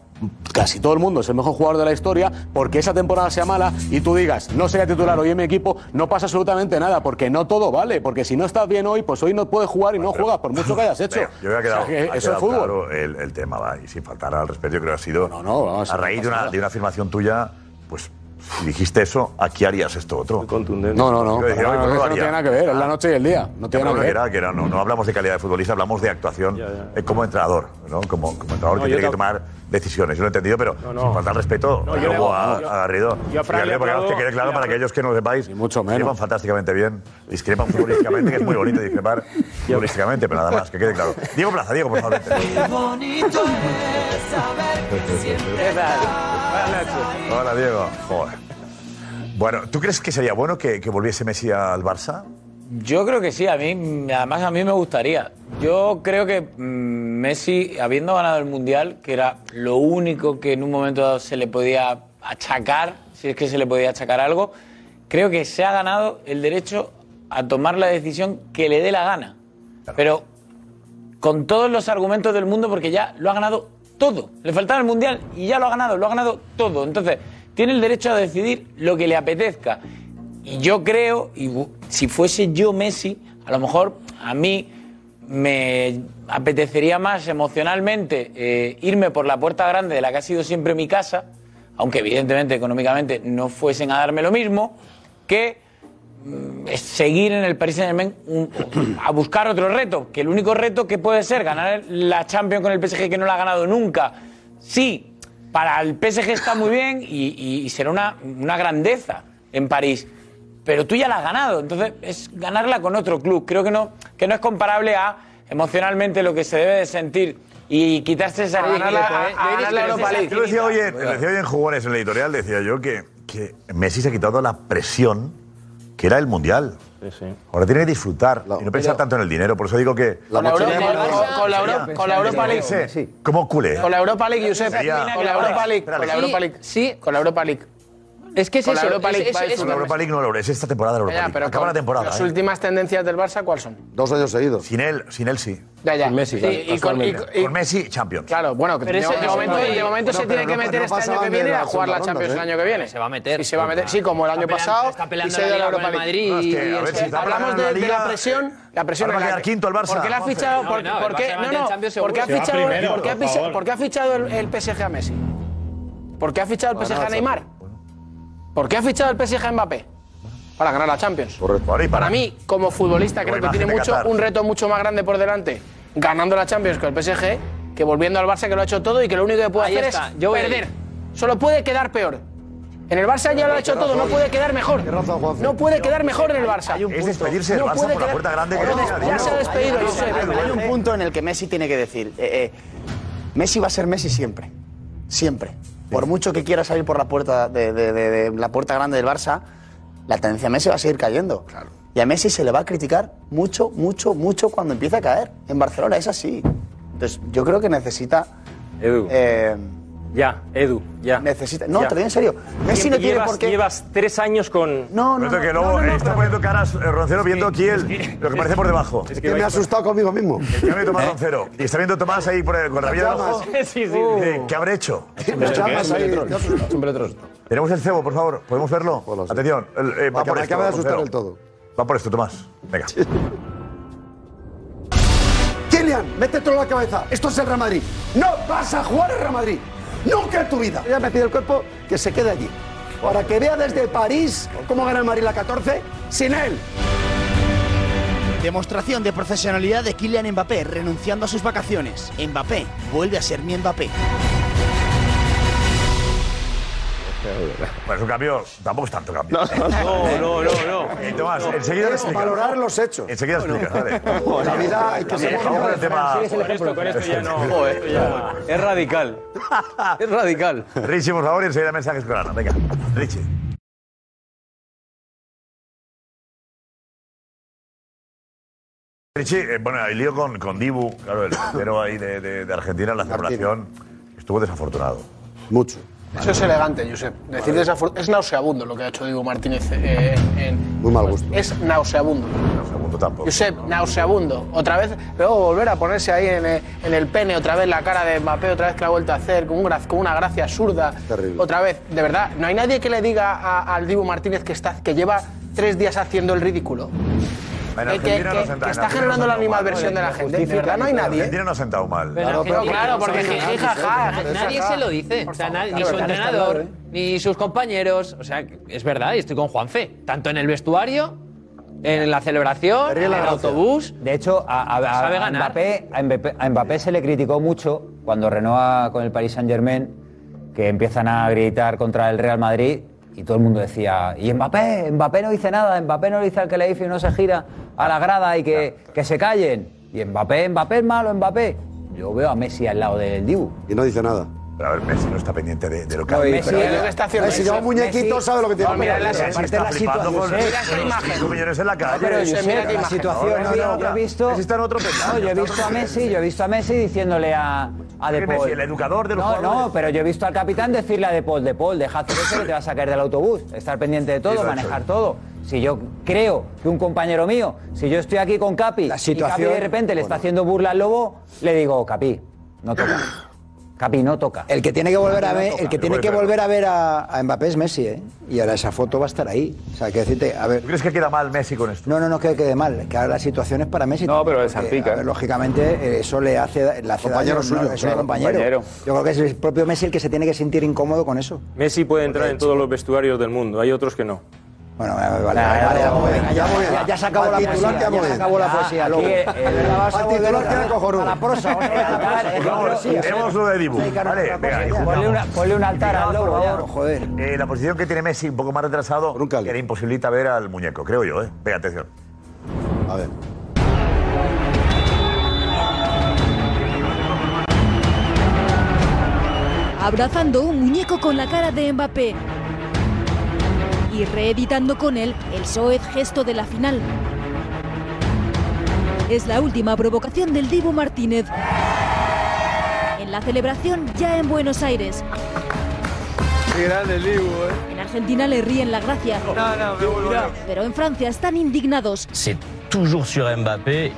Speaker 20: casi todo el mundo es el mejor jugador de la historia, porque esa temporada sea mala y tú digas, no sería titular hoy en mi equipo, no pasa absolutamente nada, porque no todo vale, porque si no estás bien hoy, pues hoy no puedes jugar y no juegas, por mucho que hayas hecho.
Speaker 2: Venga, yo había quedado,
Speaker 20: O sea, que eso
Speaker 2: ha quedado
Speaker 20: es fútbol.
Speaker 2: claro el, el tema, va. Y sin faltar al respeto, yo creo que ha sido. a
Speaker 20: no
Speaker 2: raíz de
Speaker 20: pasa
Speaker 2: una,
Speaker 20: nada.
Speaker 2: de una afirmación tuya, pues si dijiste eso, aquí harías esto otro. contundente.
Speaker 20: No, no, no.
Speaker 2: Yo decía,
Speaker 20: para
Speaker 2: "Ay,
Speaker 20: nada,
Speaker 2: ¿cómo
Speaker 20: eso
Speaker 2: lo
Speaker 20: no
Speaker 2: haría?".
Speaker 20: tiene nada que ver, es la noche y el día. No tiene
Speaker 2: Pero
Speaker 20: nada
Speaker 2: no,
Speaker 20: que
Speaker 2: que
Speaker 20: ver.
Speaker 2: era- que era- no, no hablamos de calidad de futbolista, hablamos de actuación eh, como entrenador, ¿no? Como, como entrenador
Speaker 7: No,
Speaker 2: que
Speaker 7: yo
Speaker 2: tiene que
Speaker 7: te-
Speaker 2: tomar decisiones. Yo lo he entendido, pero
Speaker 7: No, no.
Speaker 2: sin faltar respeto,
Speaker 7: No, yo
Speaker 2: luego
Speaker 7: le-
Speaker 2: a,
Speaker 7: yo-
Speaker 2: a Garrido.
Speaker 7: yo a Fran
Speaker 2: Y
Speaker 7: le
Speaker 2: Garrido, para que
Speaker 7: aplaudo-
Speaker 2: nos quede claro
Speaker 7: le
Speaker 2: para
Speaker 7: apla-
Speaker 2: aquellos que no lo sepáis, discrepan fantásticamente bien, discrepan futbolísticamente, que es muy bonito discrepar futbolísticamente, pero nada más, que quede claro. Diego Plaza, Diego, por favor. vente.
Speaker 1: bonito es saber que siempre
Speaker 2: Hola, Diego. Joder. Bueno, ¿tú crees que sería bueno que, que volviese Messi al Barça?
Speaker 13: Yo creo que sí, a mí, además a mí me gustaría. Yo creo que mm, Messi, habiendo ganado el Mundial, que era lo único que en un momento dado se le podía achacar, si es que se le podía achacar algo, creo que se ha ganado el derecho a tomar la decisión que le dé la gana. Pero con todos los argumentos del mundo porque ya lo ha ganado todo. Le faltaba el Mundial y ya lo ha ganado, lo ha ganado todo. Entonces, tiene el derecho a decidir lo que le apetezca. Y yo creo, y bu- si fuese yo Messi, a lo mejor a mí me apetecería más emocionalmente eh, irme por la puerta grande de la que ha sido siempre mi casa, aunque evidentemente económicamente no fuesen a darme lo mismo, que mm, es seguir en el Paris Saint-Germain un- a buscar otro reto. Que el único reto que puede ser ganar la Champions con el PSG que no la ha ganado nunca. Sí, para el PSG está muy bien y, y- y será una, una grandeza en París. Pero tú ya la has ganado, entonces es ganarla con otro club. Creo que no, que no es comparable a emocionalmente lo que se debe de sentir y quitarse esa
Speaker 2: A ganar la- a- a ganar la Europa ¿eh? League. Yo lo decía hoy, en-
Speaker 13: Cuidado.
Speaker 2: lo decía hoy en Jugones, en la editorial, decía yo que, que Messi se ha quitado la presión que era el Mundial. Ahora tiene que disfrutar y no pensar tanto en el dinero. Por eso digo que...
Speaker 10: Con la Europa- con la Euro- con la Europa League.
Speaker 2: Sí. ¿Cómo culé?
Speaker 10: Con la Europa League, Josep.
Speaker 2: Sería-
Speaker 10: Con la Europa League.
Speaker 2: Espérale.
Speaker 10: Con la Europa League. Sí. Con la Europa League.
Speaker 11: Es que
Speaker 2: es eso, es- es- es- Con la Europa League no lo es esta temporada la Europa League. Acaba la temporada.
Speaker 10: Las
Speaker 2: ¿eh?
Speaker 10: últimas tendencias del Barça, ¿cuáles son?
Speaker 2: Dos años seguidos. Sin él, sin él sí.
Speaker 10: Ya, ya.
Speaker 2: Messi,
Speaker 10: Sí, y con- y-
Speaker 2: con,
Speaker 10: y-
Speaker 2: Messi, Champions.
Speaker 10: Claro, bueno, que
Speaker 2: Pero
Speaker 10: de,
Speaker 2: eso-
Speaker 10: de
Speaker 2: eso
Speaker 10: momento,
Speaker 2: no hay-
Speaker 10: de momento
Speaker 2: Bueno,
Speaker 10: se
Speaker 2: pero
Speaker 10: tiene que
Speaker 2: no-
Speaker 10: meter
Speaker 2: no
Speaker 10: este año
Speaker 2: pasaban
Speaker 10: que
Speaker 2: de
Speaker 10: viene
Speaker 2: la
Speaker 10: a jugar la
Speaker 2: segunda
Speaker 10: Champions el
Speaker 2: ronda, ¿eh?
Speaker 10: año que viene.
Speaker 11: Se va a meter.
Speaker 10: Y se va a meter, sí, como el año
Speaker 11: Está
Speaker 10: pasado.
Speaker 11: peleando- está peleando
Speaker 10: y se ha
Speaker 11: la
Speaker 10: ido a la
Speaker 11: liga
Speaker 10: Europa
Speaker 11: con el
Speaker 10: League.
Speaker 11: Madrid y No, es que, a ver,
Speaker 2: si
Speaker 10: Hablamos
Speaker 2: está
Speaker 10: de,
Speaker 2: pagando
Speaker 10: de
Speaker 2: la
Speaker 10: la
Speaker 2: liga,
Speaker 10: presión. La presión
Speaker 2: ahora va
Speaker 10: en la
Speaker 2: a quedar
Speaker 10: que-
Speaker 2: quinto el Barça,
Speaker 10: ¿Por qué le has
Speaker 2: Juanfe.
Speaker 10: fichado?
Speaker 2: No,
Speaker 10: por-
Speaker 2: no, el
Speaker 10: por
Speaker 2: Barça
Speaker 10: qué-
Speaker 2: va a
Speaker 10: no,
Speaker 2: meter
Speaker 10: no,
Speaker 2: Champions
Speaker 10: ¿Por qué ha
Speaker 2: seguro. Se va
Speaker 10: fichado-
Speaker 2: primero,
Speaker 10: por qué ha
Speaker 2: por
Speaker 10: fichado-
Speaker 2: favor.
Speaker 10: por qué ha fichado el- el PSG a Messi? ¿Por qué ha fichado el
Speaker 2: Bueno,
Speaker 10: PSG a
Speaker 2: eso-
Speaker 10: Neymar? ¿Por qué ha fichado el PSG a Mbappé? Para ganar la Champions.
Speaker 2: Ahora, y
Speaker 10: Para mí, como futbolista,
Speaker 2: Qué
Speaker 10: creo
Speaker 2: buena
Speaker 10: que tiene
Speaker 2: imagen
Speaker 10: mucho,
Speaker 2: de Qatar.
Speaker 10: un reto mucho más grande por delante ganando la Champions con el PSG que volviendo al Barça que lo ha hecho todo y que lo único que puede
Speaker 11: Ahí
Speaker 10: hacer
Speaker 11: está,
Speaker 10: es
Speaker 11: yo voy
Speaker 10: perder. Solo puede quedar peor. En el Barça ya lo ha hecho todo, no puede quedar mejor. No puede quedar mejor en el Barça.
Speaker 2: Es despedirse del
Speaker 10: No
Speaker 2: Barça
Speaker 10: puede
Speaker 2: por la
Speaker 10: quedar-
Speaker 2: puerta grande que
Speaker 10: No,
Speaker 2: tenía,
Speaker 10: Ya se ha despedido,
Speaker 23: Hay-
Speaker 10: Josep.
Speaker 23: hay- Hay un punto en el que Messi tiene que decir, eh, eh, Messi va a ser Messi siempre, siempre. Por mucho que quiera salir por la puerta de, de- de- de la puerta grande del Barça, la tendencia a Messi va a seguir cayendo. Y a Messi se le va a criticar mucho, mucho, mucho cuando empieza a caer. En Barcelona es así. Entonces yo creo que necesita.
Speaker 13: Edu.
Speaker 23: ya, Edu, ya. Necesita. No,
Speaker 13: Ya.
Speaker 23: te lo digo en serio. Messi no tiene
Speaker 3: Llevas-
Speaker 23: por qué.
Speaker 3: Llevas tres años con.
Speaker 23: No,
Speaker 2: Pero que luego está poniendo caras eh, Roncero viendo aquí el, lo que parece por debajo.
Speaker 3: Es que me he asustado
Speaker 2: conmigo mismo. El cambio de Tomás Roncero. ¿Eh? Y está viendo Tomás ahí por el, con la rabia debajo.
Speaker 3: Sí, sí, sí.
Speaker 2: Dice, ¿Qué habré hecho?
Speaker 3: unas chapas ahí.
Speaker 2: Tenemos el cebo, por favor. ¿Podemos verlo? Atención. el- eh, va
Speaker 15: Porque
Speaker 2: por
Speaker 15: me
Speaker 2: esto,
Speaker 15: acaba de asustar
Speaker 2: Roncero.
Speaker 15: el todo.
Speaker 2: Va por esto, Tomás. Venga.
Speaker 4: Kylian, métetelo en la cabeza. Esto es el Real Madrid. No vas a jugar el Real Madrid. Nunca en tu vida. Ya me pide el cuerpo que se quede allí. Para que vea desde París cómo gana el Madrid la 14 sin él.
Speaker 16: Demostración de profesionalidad de Kylian Mbappé renunciando a sus vacaciones. Mbappé vuelve a ser mi Mbappé.
Speaker 2: Bueno, es Pues un cambio. Tampoco es tanto cambio.
Speaker 15: no, no,
Speaker 2: no. Tomás, enseguida lo
Speaker 15: Es
Speaker 2: explicas.
Speaker 15: valorar los hechos.
Speaker 2: Enseguida explica, vale. Eh,
Speaker 15: La vida hay que ser-
Speaker 2: Vamos con el tema.
Speaker 13: Joder, es radical. Es radical.
Speaker 2: Richie, por favor, y enseguida mensajes con Ana. Venga, Richie. Richie, eh, bueno, hay lío con, con Dibu, claro, el portero ahí de, de- de Argentina en la celebración. Estuvo desafortunado.
Speaker 15: Mucho.
Speaker 10: Eso es elegante, Josep. Decir desafor- es nauseabundo lo que ha hecho Diego Martínez eh, en-
Speaker 15: Muy mal gusto.
Speaker 10: Es nauseabundo.
Speaker 2: Nauseabundo tampoco.
Speaker 10: Josep, nauseabundo. Otra vez, luego volver a ponerse ahí en, eh, en el pene, otra vez la cara de Mbappé, otra vez que la ha vuelto a hacer, con, un gra- con una gracia absurda.
Speaker 15: Terrible.
Speaker 10: Otra vez, de verdad, no hay nadie que le diga a- al Dibu Martínez que, está, que lleva tres días haciendo el ridículo.
Speaker 2: En
Speaker 10: Eh, que-
Speaker 2: Argentina
Speaker 10: que-
Speaker 2: no ha sentado-
Speaker 10: que
Speaker 2: en
Speaker 10: está
Speaker 2: Argentina
Speaker 10: generando
Speaker 2: no ha
Speaker 10: la
Speaker 2: sentado
Speaker 10: animadversión
Speaker 2: mal.
Speaker 10: de la gente. De verdad, no hay nadie.
Speaker 2: Argentina no ha sentado mal.
Speaker 10: Claro, pero claro, porque jijijaja.
Speaker 11: Nadie se lo dice. O sea, na- ni su
Speaker 10: claro, ¿eh? claro,
Speaker 11: entrenador, ni sus compañeros. O sea, es verdad, y estoy con Juanfe. Tanto en el vestuario, en la celebración, en el autobús.
Speaker 19: De hecho, a, a- a-
Speaker 11: Sabe
Speaker 19: a
Speaker 11: ganar.
Speaker 19: Mbappé, a Mbappé- a Mbappé se le criticó mucho cuando renova con el Paris Saint Germain, que empiezan a gritar contra el Real Madrid y todo el mundo decía, y Mbappé, Mbappé no dice nada, Mbappé no le dice al que le dice y no se gira a la grada y que, que se callen. Y Mbappé, Mbappé es malo, Mbappé. Yo veo a Messi al lado del Dibu.
Speaker 15: Y no dice nada.
Speaker 2: Pero a ver, Messi no está pendiente de, de lo que
Speaker 19: No,
Speaker 2: hace.
Speaker 19: Messi-
Speaker 2: Pero-
Speaker 19: Messi lo que está haciendo Messi lleva un Messi- muñequito, sabe lo que tiene No, que mira hacer. la-
Speaker 2: Messi
Speaker 19: aparte
Speaker 2: está
Speaker 19: la
Speaker 2: flipando
Speaker 19: situación,
Speaker 2: con
Speaker 19: mira
Speaker 2: los
Speaker 19: esa imagen.
Speaker 2: 5 millones en la calle.
Speaker 19: pero Josep, mira la situación,
Speaker 2: No,
Speaker 19: yo-
Speaker 2: no,
Speaker 19: yo he
Speaker 2: no.
Speaker 19: visto-
Speaker 2: Messi está en otro peldaño,
Speaker 19: No, yo he
Speaker 2: está
Speaker 19: visto a
Speaker 2: otro-
Speaker 19: Messi, yo he visto a Messi diciéndole a, a De
Speaker 2: ¿Qué
Speaker 19: Paul.
Speaker 2: Messi, el educador de los
Speaker 19: no,
Speaker 2: jugadores?
Speaker 19: no, pero yo he visto al capitán decirle a De Paul, De Paul, deja hacer eso que te vas a caer del autobús, estar pendiente de
Speaker 15: Sí,
Speaker 19: todo,
Speaker 15: lo ha
Speaker 19: manejar
Speaker 15: hecho.
Speaker 19: todo. Si yo creo que un compañero mío, si yo estoy aquí con Capi, y
Speaker 15: situación-
Speaker 19: Capi de repente le está haciendo burla al lobo, le digo, Capi, no toca. Capi, no toca.
Speaker 8: El que tiene que volver a ver, el que tiene que
Speaker 19: volver
Speaker 8: volver a ver a, a Mbappé es Messi, ¿eh? Y ahora esa foto va a estar ahí. O sea, que decirte, a ver.
Speaker 2: ¿Crees que queda mal Messi con esto?
Speaker 8: No, no, no es que quede mal. Que ahora la situación es para Messi. No, pero le lógicamente, eh, eso le hace, le hace daño.
Speaker 15: Compañero
Speaker 8: ¿no?
Speaker 15: suyo,
Speaker 8: es
Speaker 15: claro,
Speaker 8: un compañero.
Speaker 7: compañero.
Speaker 8: Yo creo que es el propio Messi el que se tiene que sentir incómodo con eso.
Speaker 7: Messi puede entrar en todos los vestuarios del mundo, hay otros que no.
Speaker 19: Bueno, vale, vale, vale,
Speaker 15: ya,
Speaker 19: vamos,
Speaker 15: ya,
Speaker 19: venga,
Speaker 15: ya,
Speaker 19: ya,
Speaker 15: ya,
Speaker 19: ya se acabó la
Speaker 15: Al titular
Speaker 19: poesía,
Speaker 15: queda
Speaker 19: ya
Speaker 15: muy
Speaker 19: se
Speaker 15: bien.
Speaker 19: acabó la
Speaker 15: Ya,
Speaker 19: poesía, loco.
Speaker 15: aquí, eh,
Speaker 19: Vas a
Speaker 15: al
Speaker 19: volver
Speaker 15: titular
Speaker 19: otra
Speaker 15: queda
Speaker 19: vez
Speaker 15: cojonudo.
Speaker 19: a la prosa, otra vez a la prosa, es la
Speaker 2: Vamos,
Speaker 19: poesía.
Speaker 2: tenemos lo de Dibu.
Speaker 19: Sí, claro,
Speaker 2: Vale,
Speaker 19: otra
Speaker 2: venga,
Speaker 19: cosa, ya.
Speaker 2: y jugamos.
Speaker 19: Ponle una- ponle un altar al
Speaker 2: Por
Speaker 19: loro, ya.
Speaker 2: favor. Eh, la posición que tiene Messi, un poco más retrasado, que le imposibilita ver al muñeco, creo yo, ¿eh? Venga, atención. A ver.
Speaker 24: abrazando un muñeco con la cara de Mbappé y reeditando con él el soez gesto de la final. Es la última provocación del Dibu Martínez. En la celebración ya en Buenos Aires.
Speaker 6: Qué grande el Dibu, eh.
Speaker 24: En Argentina le ríen la gracia.
Speaker 6: No, no, me vuelvo loco.
Speaker 24: Pero en Francia están indignados.
Speaker 25: C'est toujours sur Mbappé.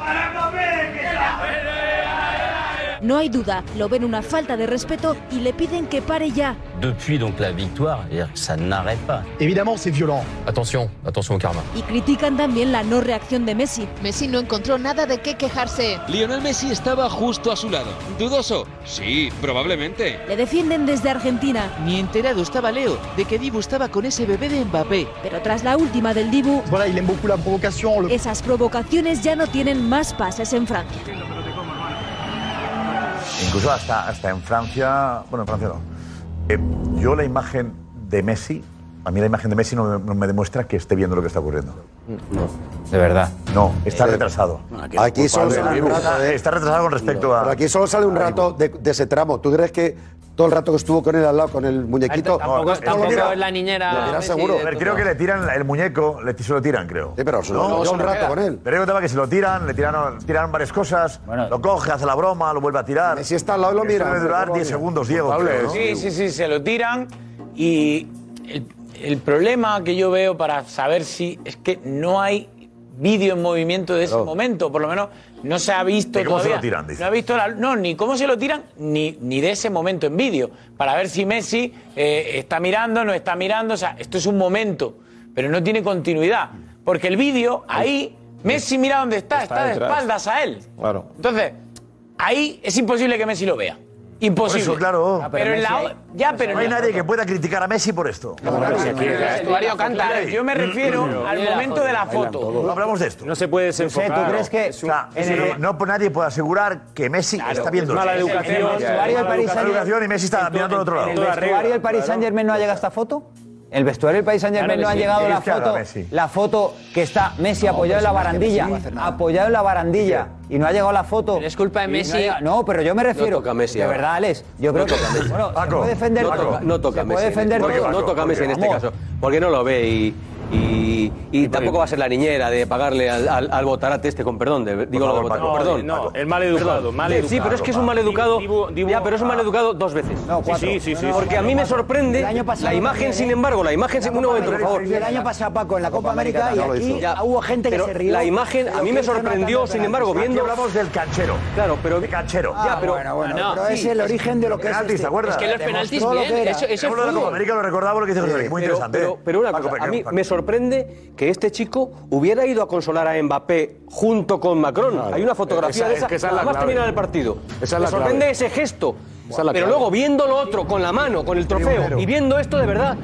Speaker 24: No hay duda, lo ven una falta de respeto y le piden que pare ya.
Speaker 25: Depuis donc la victoire, c'est-à-dire que ça n'arrête pas.
Speaker 26: Évidemment, c'est violent. Attention, attention au karma.
Speaker 24: Y critican también la no reacción de Messi.
Speaker 14: Messi no encontró nada de qué quejarse.
Speaker 7: Lionel Messi estaba justo a su lado. ¿Dudoso? Sí, probablemente.
Speaker 24: Le defienden desde Argentina.
Speaker 7: Ni enterado estaba Leo de que Dibu estaba con ese bebé de Mbappé.
Speaker 24: Pero tras la última del Dibu, esas provocaciones ya no tienen más pases en Francia.
Speaker 2: Incluso hasta, hasta en Francia. Bueno, en Francia no. Eh, yo la imagen de Messi. A mí la imagen de Messi no me, no me demuestra que esté viendo lo que está ocurriendo. No. Eh,
Speaker 8: De verdad.
Speaker 2: No, está retrasado.
Speaker 15: Aquí solo sale un
Speaker 2: eh,
Speaker 15: rato.
Speaker 2: está,
Speaker 15: de-
Speaker 2: está retrasado con respecto a.
Speaker 15: Pero aquí solo sale un rato de, de ese tramo. ¿Tú crees que todo el rato que estuvo con él al lado, con el muñequito.
Speaker 2: Tampoco-
Speaker 15: no,
Speaker 2: tampoco
Speaker 15: mira,
Speaker 2: es
Speaker 11: la niñera.
Speaker 15: Lo dirá
Speaker 2: Messi
Speaker 15: seguro.
Speaker 2: de A ver, creo que le tiran la- el muñeco, le, se lo tiran, creo. Sí,
Speaker 15: pero se lo- lleva un rato con él.
Speaker 2: Pero yo contaba que se lo tiran, le tiraron, tiraron varias cosas, lo coge, hace la broma, lo vuelve a tirar. Si está al lado,
Speaker 15: lo mira,
Speaker 2: Debe
Speaker 15: lo
Speaker 2: durar
Speaker 15: mira.
Speaker 2: 10 segundos, Diego. creo, ¿no?
Speaker 13: Sí, sí, sí, se lo tiran y el, el problema que yo veo para saber si es que no hay vídeo en movimiento de ese momento, por lo menos no se ha visto
Speaker 2: ¿De cómo se
Speaker 13: todavía.
Speaker 2: lo tiran, dice?
Speaker 13: No ha visto la- no, ni cómo se lo tiran ni, ni de ese momento en vídeo, para ver si Messi eh, está mirando, no está mirando, o sea, esto es un momento, pero no tiene continuidad, porque el vídeo ahí Messi mira dónde está, está, de
Speaker 9: detrás.
Speaker 13: espaldas a él.
Speaker 9: Claro.
Speaker 13: Entonces, ahí es imposible que Messi lo vea. Imposible. Ah,
Speaker 2: Por eso, claro.
Speaker 13: pero en la o- ya, pero
Speaker 2: no ah, hay nadie que pueda criticar a Messi por esto. Pues
Speaker 13: vestuario canta. Yo me refiero al momento de la
Speaker 2: No
Speaker 13: foto.
Speaker 2: hablamos de esto. No se
Speaker 13: puede
Speaker 2: desenfocar.
Speaker 13: desenfocar.
Speaker 2: O sea, es decir, no, nadie puede asegurar que Messi está viendo
Speaker 8: es mala
Speaker 2: esto.
Speaker 8: educación.
Speaker 2: En el vestuario del
Speaker 8: Mala
Speaker 2: Paris Saint-Germain-
Speaker 8: educación.
Speaker 2: y Messi está mirando al otro lado.
Speaker 8: ¿En el vestuario del Paris Saint Germain no ha llegado esta foto? ¿En el vestuario del Paris Saint Germain
Speaker 2: Claro,
Speaker 8: no ha
Speaker 2: Messi.
Speaker 8: llegado la
Speaker 2: Es que habla
Speaker 8: foto,
Speaker 2: Messi.
Speaker 8: la foto que está Messi
Speaker 2: No,
Speaker 8: apoyado en la
Speaker 2: pues es que Messi
Speaker 8: barandilla,
Speaker 2: no va a hacer nada.
Speaker 8: apoyado en la barandilla y no ha llegado la foto.
Speaker 11: es culpa de
Speaker 8: Y no
Speaker 11: Messi.
Speaker 8: ha llegado- No, pero yo me
Speaker 11: No
Speaker 8: refiero.
Speaker 11: toca a Messi
Speaker 8: de
Speaker 11: ahora.
Speaker 8: verdad, Alex, yo creo
Speaker 11: No
Speaker 8: que
Speaker 11: toca a Messi.
Speaker 8: bueno, se
Speaker 11: Paco,
Speaker 8: puede defender
Speaker 11: no
Speaker 8: todo.
Speaker 11: toca- no toca
Speaker 8: Se
Speaker 11: a Messi.
Speaker 6: este
Speaker 8: puede defender
Speaker 11: ¿Por qué,
Speaker 8: todo.
Speaker 11: Paco?
Speaker 8: No toca a Messi
Speaker 11: en este caso,
Speaker 6: porque no lo ve y, y, y tampoco va a ser la niñera de pagarle al, al, al botarate este con perdón, de- digo lo de botarate,
Speaker 11: Paco,
Speaker 6: perdón.
Speaker 11: no,
Speaker 6: Paco.
Speaker 11: el mal educado,
Speaker 6: Perdón.
Speaker 11: mal
Speaker 6: Sí, Sí,
Speaker 11: educado,
Speaker 6: pero es que es un mal educado, ya, pero es un mal educado dos veces.
Speaker 8: cuatro. Sí, sí, sí, sí.
Speaker 6: Porque a mí me sorprende
Speaker 8: El año pasado
Speaker 6: la imagen,
Speaker 8: también,
Speaker 6: sin
Speaker 8: ¿eh?
Speaker 6: embargo, la imagen,
Speaker 8: La
Speaker 6: un
Speaker 8: Copa
Speaker 6: momento, por
Speaker 8: América-
Speaker 6: favor.
Speaker 8: El año pasado, Paco, en la Copa América, y aquí
Speaker 6: Ya.
Speaker 8: hubo gente que
Speaker 6: Pero
Speaker 8: se rió.
Speaker 6: La imagen a
Speaker 8: Pero
Speaker 6: mí
Speaker 8: que
Speaker 6: me
Speaker 8: hizo una
Speaker 6: sorprendió,
Speaker 8: tanda
Speaker 6: sin
Speaker 8: de
Speaker 6: embargo,
Speaker 8: penaltis.
Speaker 6: viendo.
Speaker 8: Aquí hablamos
Speaker 2: del canchero.
Speaker 6: Claro, pero.
Speaker 2: De canchero.
Speaker 6: Ya,
Speaker 8: Ah,
Speaker 6: pero.
Speaker 8: bueno, bueno, pero es el origen de lo que es
Speaker 2: Penaltis,
Speaker 8: este.
Speaker 2: ¿te acuerdas? Hablamos de la Copa América, lo recordaba lo que dice José Luis, Muy
Speaker 6: pero,
Speaker 2: interesante.
Speaker 6: Pero, pero una
Speaker 2: Paco,
Speaker 6: cosa, a
Speaker 2: Paco,
Speaker 6: mí
Speaker 2: Paco.
Speaker 6: me sorprende que este chico hubiera ido a consolar a Mbappé junto con Macron. Hay una fotografía
Speaker 17: Esa-
Speaker 6: de
Speaker 17: es
Speaker 6: esa,
Speaker 17: que esa es la
Speaker 6: nada más
Speaker 17: clave.
Speaker 6: terminar el partido.
Speaker 17: Esa es
Speaker 6: me
Speaker 17: la
Speaker 6: sorprende
Speaker 17: clave.
Speaker 6: ese gesto.
Speaker 17: Esa es la
Speaker 6: pero
Speaker 17: clave.
Speaker 6: luego viendo lo otro con la mano, con el trofeo,
Speaker 17: Tribunero.
Speaker 6: y viendo esto de verdad.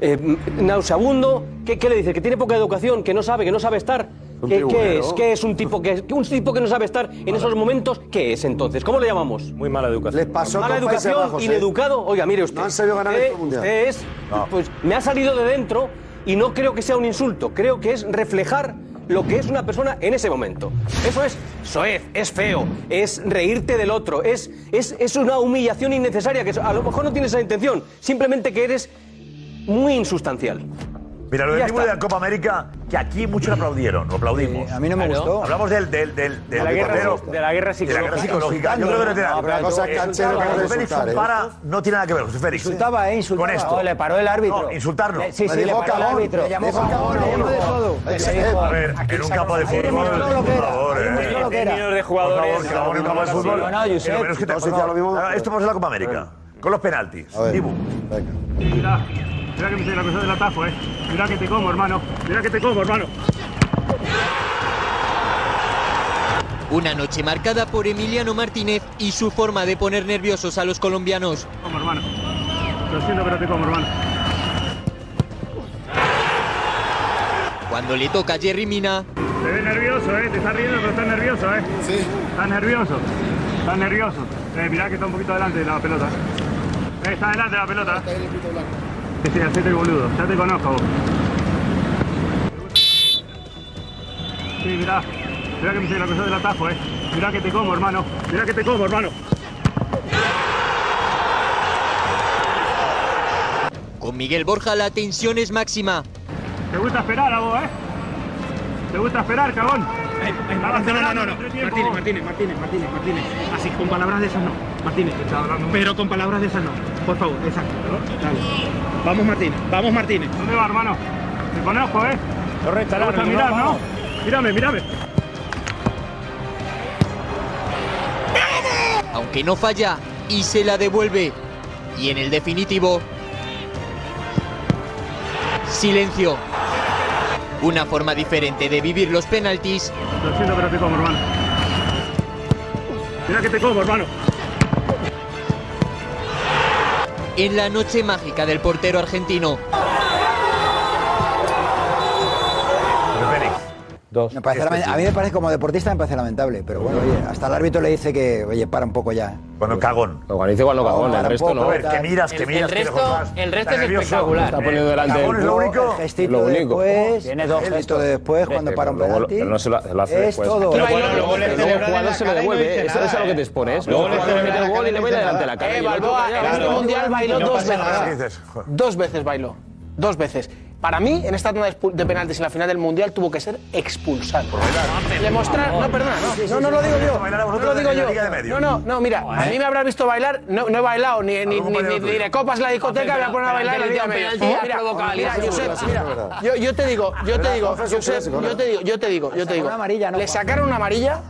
Speaker 6: eh, nauseabundo, ¿qué, qué le dice? Que tiene poca educación, que no sabe, que no sabe estar.
Speaker 17: Un
Speaker 6: ¿Qué, qué
Speaker 17: tribunero.
Speaker 6: es? ¿Qué es un tipo que, que un tipo que no sabe estar en esos momentos? ¿Qué es entonces? ¿Cómo le llamamos?
Speaker 27: Muy mala educación.
Speaker 6: Les
Speaker 27: pasó
Speaker 6: mala
Speaker 27: con Países
Speaker 6: educación,
Speaker 27: Bajos, ¿eh?
Speaker 6: ineducado. Oiga, mire usted.
Speaker 27: No han sabido ganar
Speaker 6: usted-
Speaker 27: el Mundial.
Speaker 6: usted es, pues me ha salido de dentro y no creo que sea un insulto. Creo que es reflejar lo que es una persona en ese momento. Eso es soez, es feo, es reírte del otro, es, es, es una humillación innecesaria que a lo mejor no tienes esa intención, simplemente que eres muy insustancial.
Speaker 2: Mira, lo del
Speaker 6: Ya
Speaker 2: Dibu de
Speaker 6: está.
Speaker 2: la Copa América, que aquí muchos aplaudieron, lo aplaudimos.
Speaker 6: a mí no me Claro. gustó.
Speaker 2: Hablamos del, del, del,
Speaker 6: De la
Speaker 2: del
Speaker 6: guerra-
Speaker 2: portero.
Speaker 6: de la guerra
Speaker 2: De la guerra psicológica.
Speaker 6: psicológica.
Speaker 2: Yo creo que no tiene
Speaker 6: No,
Speaker 2: nada
Speaker 6: pero la cosa es canchero,
Speaker 2: Eh,
Speaker 6: que no
Speaker 2: José
Speaker 6: es
Speaker 2: Félix
Speaker 6: insultar, ¿eh?
Speaker 2: compara, no tiene nada que ver, José Félix.
Speaker 8: Insultaba, ¿eh? Insultaba.
Speaker 2: Con esto.
Speaker 8: No, le paró el árbitro.
Speaker 2: No, insultarlo.
Speaker 8: Le- sí, sí, Le le dijo paró el cagón, árbitro. le llamó Le dijo cagón, cagón, le le llamó de dijo- todo. le
Speaker 2: Sí,
Speaker 8: dijo-
Speaker 2: A ver, en un campo de fútbol, por favor, eh.
Speaker 8: lo que era.
Speaker 2: Por favor, que vamos en un campo de fútbol.
Speaker 8: No, no, Josep,
Speaker 2: Pero menos que te-
Speaker 8: todos
Speaker 2: por favor,
Speaker 8: decían lo mismo.
Speaker 2: ahora, Esto pasó en la Copa América, con los penaltis. Dibu.
Speaker 7: Mira, mira que me hice la cosa del atajo, eh. Mira que te como, hermano. Mira que te como, hermano.
Speaker 14: Una noche marcada por Emiliano Martínez y su forma de poner nerviosos a los colombianos.
Speaker 7: Como, hermano. Lo siento, pero te como, hermano.
Speaker 14: Cuando le toca a Jerry Mina,
Speaker 7: Te ves nervioso, ¿eh? Te estás riendo, pero estás nervioso, ¿eh? Sí. Estás nervioso. Estás nervioso. Eh, mirá que está un poquito delante de la pelota. Eh, está delante de la pelota. Está el Sí, sí, hacete el boludo. Ya te conozco vos. Sí, mirá. Mirá que me hice la cosa del atajo, ¿eh? Mirá que te como, hermano. Mirá que te como, hermano.
Speaker 14: con Miguel Borja la tensión es máxima.
Speaker 7: Te gusta esperar a vos, ¿eh? Te gusta esperar, cagón.
Speaker 28: No, no, no, no. Martínez, Martínez, Martínez, Martínez, Martínez. Así, con palabras de esas no. Martínez, Pero con palabras de esas no. Por favor, exacto. Dale. Vamos, Martínez. Vamos, Martínez.
Speaker 7: ¿Dónde va, hermano? Te conozco, ¿eh?
Speaker 28: Correcto,
Speaker 7: Te gusta mirar, ¿no? Mírame, mírame.
Speaker 14: Aunque no falla, y se la devuelve. Y en el definitivo, silencio. Una forma diferente de vivir los penaltis
Speaker 7: Lo siento, pero te como, hermano. Mirá que te como, hermano.
Speaker 14: en la noche mágica del portero argentino.
Speaker 19: Dos.
Speaker 8: Me parece lament- a mí me parece, como deportista, me parece lamentable. Pero bueno, oye, hasta el árbitro le dice que, oye, para un poco ya.
Speaker 2: Bueno, cagón.
Speaker 9: Organiza cuando cagón, el
Speaker 8: para un
Speaker 9: resto
Speaker 8: poco,
Speaker 9: no.
Speaker 8: A ver, que
Speaker 2: miras, que El- miras, el que no resto- controlas. el resto Está es nervioso. espectacular.
Speaker 9: Está poniendo delante
Speaker 2: Cagón
Speaker 9: del
Speaker 2: es lo
Speaker 9: club,
Speaker 2: único.
Speaker 9: el
Speaker 8: Gestito de después, Tiene dos gestos de después cuando para un
Speaker 9: Luego lo-
Speaker 8: penalti.
Speaker 9: pero no se lo, lo hace
Speaker 8: Es
Speaker 9: después.
Speaker 8: todo.
Speaker 9: Pero
Speaker 8: Pero
Speaker 9: bueno,
Speaker 8: bueno,
Speaker 9: luego,
Speaker 8: luego le
Speaker 9: luego
Speaker 8: celebra
Speaker 9: el
Speaker 8: en
Speaker 9: jugador
Speaker 8: la
Speaker 9: se lo
Speaker 8: cara y no
Speaker 9: devuelve.
Speaker 8: dice
Speaker 9: Eso es a lo que te expones. Luego el jugador mete el gol y le baila delante de la cara.
Speaker 10: Eh,
Speaker 9: y el otro
Speaker 10: Balboa,
Speaker 9: ya-
Speaker 10: en este
Speaker 9: Claro.
Speaker 10: mundial bailó
Speaker 9: No
Speaker 10: dos
Speaker 9: pasa nada.
Speaker 10: veces. Dos veces bailó. Dos veces. Para mí, en esta tanda de expu- de penaltis en la final del mundial tuvo que ser expulsado. Le mostrar. No, perdona,
Speaker 8: Sí, sí,
Speaker 10: no. No,
Speaker 8: sí,
Speaker 10: no lo
Speaker 8: sí.
Speaker 10: digo yo.
Speaker 8: Bailar a
Speaker 10: No lo
Speaker 8: vosotros en
Speaker 10: digo
Speaker 8: la liga de
Speaker 10: yo.
Speaker 8: medio.
Speaker 10: No, no, no, mira. A mí me habrás visto bailar. No, no he bailado ni, ni, ni,
Speaker 8: compañero
Speaker 10: ni- ni
Speaker 8: tuyo.
Speaker 10: de copas en la discoteca.
Speaker 8: Pero-
Speaker 10: Me voy a poner a
Speaker 8: pero
Speaker 10: bailar en la
Speaker 8: el
Speaker 10: liga de
Speaker 8: penalti
Speaker 10: medio.
Speaker 8: ha
Speaker 10: Mira,
Speaker 8: provocado
Speaker 10: mira,
Speaker 8: liazo.
Speaker 10: Josep,
Speaker 8: Sí,
Speaker 10: mira.
Speaker 8: es verdad.
Speaker 10: Yo, yo te digo, yo te
Speaker 8: Verdad,
Speaker 10: digo,
Speaker 8: Jorge,
Speaker 10: Josep,
Speaker 8: sí, sí,
Speaker 10: yo te digo, yo te digo, yo te digo. Le sacaron una amarilla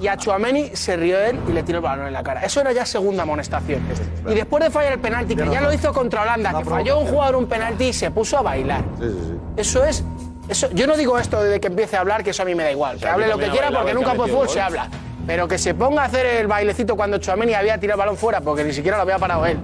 Speaker 10: y a Chuameni se rió él y le tiró el balón en la cara. Eso era ya segunda amonestación. Y después de fallar el penalti, que ya lo hizo contra Holanda, que falló un jugador un penalti y se puso a bailar. Eso es. Eso, yo no digo esto de que empiece a hablar, que eso a mí me da igual. Que
Speaker 20: sea,
Speaker 10: hable
Speaker 20: que
Speaker 10: lo que
Speaker 20: también ha
Speaker 10: quiera
Speaker 20: bailado
Speaker 10: porque
Speaker 20: el que
Speaker 10: nunca
Speaker 20: ha
Speaker 10: por
Speaker 20: metido
Speaker 10: fútbol se
Speaker 20: gol.
Speaker 10: habla. Pero que se ponga a hacer el bailecito cuando Chuameni había tirado el balón fuera porque ni siquiera lo había parado él.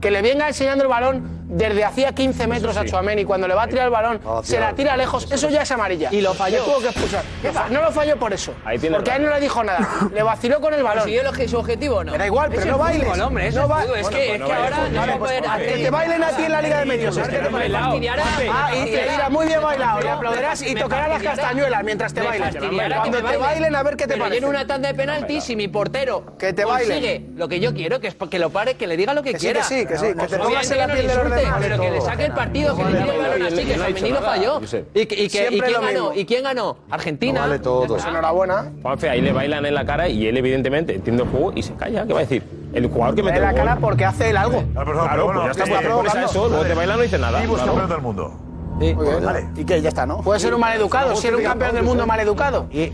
Speaker 10: Que le venga enseñando el balón desde hacía 15 metros a Chuameni. Cuando le va a tirar el balón, se la tira lejos. Eso ya es amarilla.
Speaker 11: Y lo falló.
Speaker 10: Le tuvo que expulsar. Lo fa- No lo falló por eso.
Speaker 11: tiene
Speaker 10: porque a él no
Speaker 11: razón.
Speaker 10: le dijo nada. Le vaciló con el balón.
Speaker 11: ¿Consiguió lo que- su objetivo o no?
Speaker 10: Me da igual, pero
Speaker 11: Eso
Speaker 10: no
Speaker 11: es
Speaker 10: bailes.
Speaker 11: fútbol, hombre, eso
Speaker 10: no
Speaker 11: es
Speaker 10: ba-
Speaker 11: fútbol. Es que- es que ahora no
Speaker 10: fútbol.
Speaker 11: vamos a poder
Speaker 10: Vale,
Speaker 11: hacer-
Speaker 10: pues, Que te bailen a ti en la Liga de Medios. es que te bailen.
Speaker 11: fastidiará.
Speaker 10: Ah, y te dirá muy bien bailado. Le aplaudirás y
Speaker 11: Me
Speaker 10: tocarás las
Speaker 11: fastidiará.
Speaker 10: castañuelas mientras te
Speaker 11: Me
Speaker 10: bailan.
Speaker 11: fastidiará
Speaker 10: Cuando
Speaker 11: que
Speaker 10: te bailen, a ver qué te
Speaker 11: Pero yo
Speaker 10: parece.
Speaker 11: en una tanda de penaltis, si mi portero
Speaker 10: Que te
Speaker 11: consigue
Speaker 10: bailen.
Speaker 11: lo que yo quiero, que es que lo pare, que le diga lo que,
Speaker 10: Que sí,
Speaker 11: quiera.
Speaker 10: que sí, que sí, que te
Speaker 11: Obviamente
Speaker 10: pongas en la
Speaker 11: no le
Speaker 10: piel de los
Speaker 11: insulte,
Speaker 10: demás,
Speaker 11: Pero que le
Speaker 10: todo.
Speaker 11: saque el partido, que
Speaker 10: No
Speaker 11: le
Speaker 10: vale
Speaker 11: tire el
Speaker 10: todo.
Speaker 11: balón
Speaker 10: Y él
Speaker 11: así,
Speaker 10: no
Speaker 11: que
Speaker 10: ha dicho
Speaker 11: Femení lo
Speaker 10: nada,
Speaker 11: falló.
Speaker 10: Josep.
Speaker 11: Y que- y que-
Speaker 10: Siempre
Speaker 11: ¿y quién
Speaker 10: lo
Speaker 11: ganó?
Speaker 10: mismo.
Speaker 11: ¿Y quién ganó? Argentina.
Speaker 9: No vale todo.
Speaker 11: Ya está.
Speaker 10: Enhorabuena.
Speaker 9: Juanfe, ahí le bailan en la cara y él, evidentemente, entiende el juego y se calla. ¿Qué va a decir? El jugador que
Speaker 10: Me
Speaker 9: mete
Speaker 10: da
Speaker 9: el
Speaker 10: la cara
Speaker 9: gol.
Speaker 10: porque hace él algo.
Speaker 2: Ah,
Speaker 9: Claro, pues ya está, pues te pones a eso, luego te bailan no dices nada.
Speaker 2: Vivos
Speaker 9: claro.
Speaker 2: campeones del mundo.
Speaker 23: Vale. Y que ya está, ¿no?
Speaker 10: Puede ser un maleducado,
Speaker 23: Sí,
Speaker 10: ser un
Speaker 23: sí,
Speaker 10: campeón
Speaker 23: sí,
Speaker 10: del mundo
Speaker 23: sí.
Speaker 10: maleducado.
Speaker 19: Y,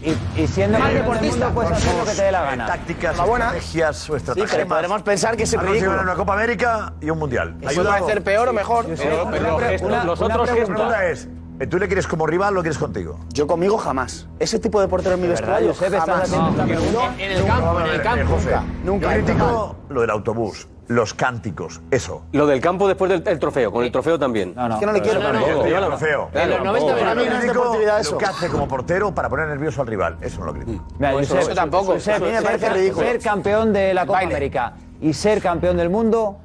Speaker 19: siendo
Speaker 10: mal
Speaker 23: campeón del
Speaker 10: deportista.
Speaker 23: pues,
Speaker 19: Puedes hacer lo que te dé la
Speaker 2: Eh,
Speaker 19: gana.
Speaker 2: Tácticas,
Speaker 10: Enhorabuena.
Speaker 2: estrategias, su
Speaker 23: pero
Speaker 2: estrategia.
Speaker 23: podremos pensar que es
Speaker 2: Han conseguido
Speaker 23: ridículo.
Speaker 2: ganar una Copa América y un Mundial.
Speaker 23: Eso puede ser peor o mejor.
Speaker 2: Pero,
Speaker 23: Pero los gestos, los otros
Speaker 2: La
Speaker 23: gestos.
Speaker 2: pregunta es, eh, ¿tú le quieres como rival o lo quieres contigo?
Speaker 23: Yo conmigo jamás. Ese tipo de portero en mi
Speaker 2: ¿Verdad,
Speaker 23: vestuario
Speaker 2: Josep? ¿Estás
Speaker 23: jamás.
Speaker 2: haciendo esta
Speaker 23: Nunca.
Speaker 2: pregunta? Vamos a ver, eh, José,
Speaker 23: Nunca.
Speaker 2: Yo critico lo del autobús, los cánticos, eso.
Speaker 6: Lo del campo después del el trofeo, con el trofeo también.
Speaker 2: Es que no le quiero
Speaker 6: Pero
Speaker 2: tampoco.
Speaker 6: tampoco.
Speaker 2: Yo lo veo.
Speaker 6: Claro,
Speaker 2: Yo
Speaker 6: tampoco.
Speaker 2: critico
Speaker 23: deportividad eso.
Speaker 2: Lo que hace como portero para poner nervioso al rival, eso no lo critico.
Speaker 19: Mira,
Speaker 2: No,
Speaker 19: Josep, Josep,
Speaker 23: A mí me
Speaker 19: ser
Speaker 23: parece
Speaker 19: ca-
Speaker 23: ridículo.
Speaker 19: Ser campeón de la Copa América y ser campeón del mundo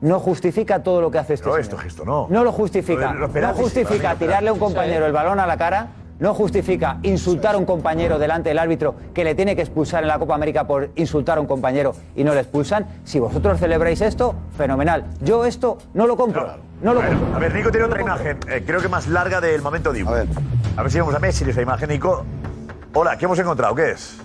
Speaker 19: no justifica todo lo que hace este
Speaker 2: No,
Speaker 19: señor.
Speaker 2: esto gesto no.
Speaker 19: No lo justifica.
Speaker 2: Lo de los
Speaker 19: no
Speaker 2: penaltis, sí, para
Speaker 19: justifica
Speaker 2: mí, los
Speaker 19: tirarle a un
Speaker 2: penaltis.
Speaker 19: compañero el balón a la cara. No justifica insultar a un compañero delante del árbitro que le tiene que expulsar en la Copa América por insultar a un compañero y no le expulsan. Si vosotros celebráis esto, fenomenal. Yo esto no lo compro. No lo compro.
Speaker 2: A ver, Nico tiene otra imagen, eh, creo que más larga del momento Dibu. A ver. A ver si vemos a Messi esa imagen, Nico. Hola, ¿qué hemos encontrado? ¿Qué es?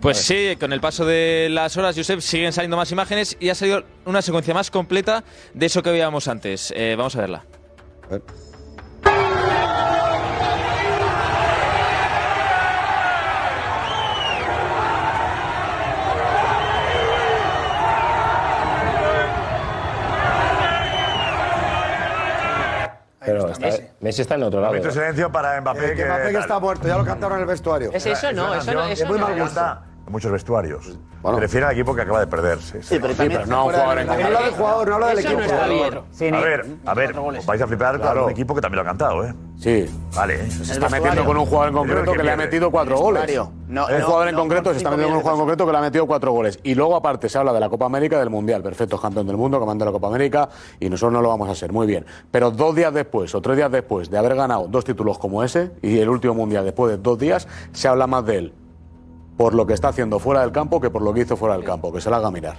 Speaker 29: Pues sí, con el paso de las horas, Josep, siguen saliendo más imágenes y ha salido una secuencia más completa de eso que veíamos antes. Eh, vamos a verla.
Speaker 9: Pero está- Messi. está en otro lado.
Speaker 2: Momento de silencio para Mbappé.
Speaker 15: Eh, Que Mbappé que
Speaker 2: tal.
Speaker 15: está muerto, ya lo cantaron en el vestuario.
Speaker 2: Es eso, no,
Speaker 15: una
Speaker 2: eso no,
Speaker 15: canción
Speaker 2: eso
Speaker 15: que muy
Speaker 2: no.
Speaker 15: mal gusta.
Speaker 2: Muy muchos vestuarios. Me refiero al equipo que acaba de perderse. Sí,
Speaker 23: pero también-
Speaker 2: no a un jugador en
Speaker 23: Pero
Speaker 2: concreto.
Speaker 23: habla del jugador, no habla del Eso no equipo. está bien. Sí,
Speaker 2: A
Speaker 23: ni-
Speaker 2: ver, a ver, os vais a flipar claro. un equipo que también lo ha cantado, ¿eh?
Speaker 20: Sí.
Speaker 2: Vale.
Speaker 20: Se está metiendo con un jugador en concreto que le ha metido cuatro goles. un jugador en concreto se está metiendo con un jugador en concreto que le ha metido cuatro goles. Y luego, aparte, se habla de la Copa América y del Mundial. Perfecto, es campeón del mundo, comanda la Copa América y nosotros no lo vamos a hacer. Muy bien. Pero dos días después o tres días después de haber ganado dos títulos como ese y el último Mundial después de dos días, se habla más de él por lo que está haciendo fuera del campo que por lo que hizo fuera del campo. Que se la haga mirar.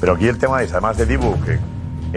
Speaker 2: Pero aquí el tema es, además de Dibu, que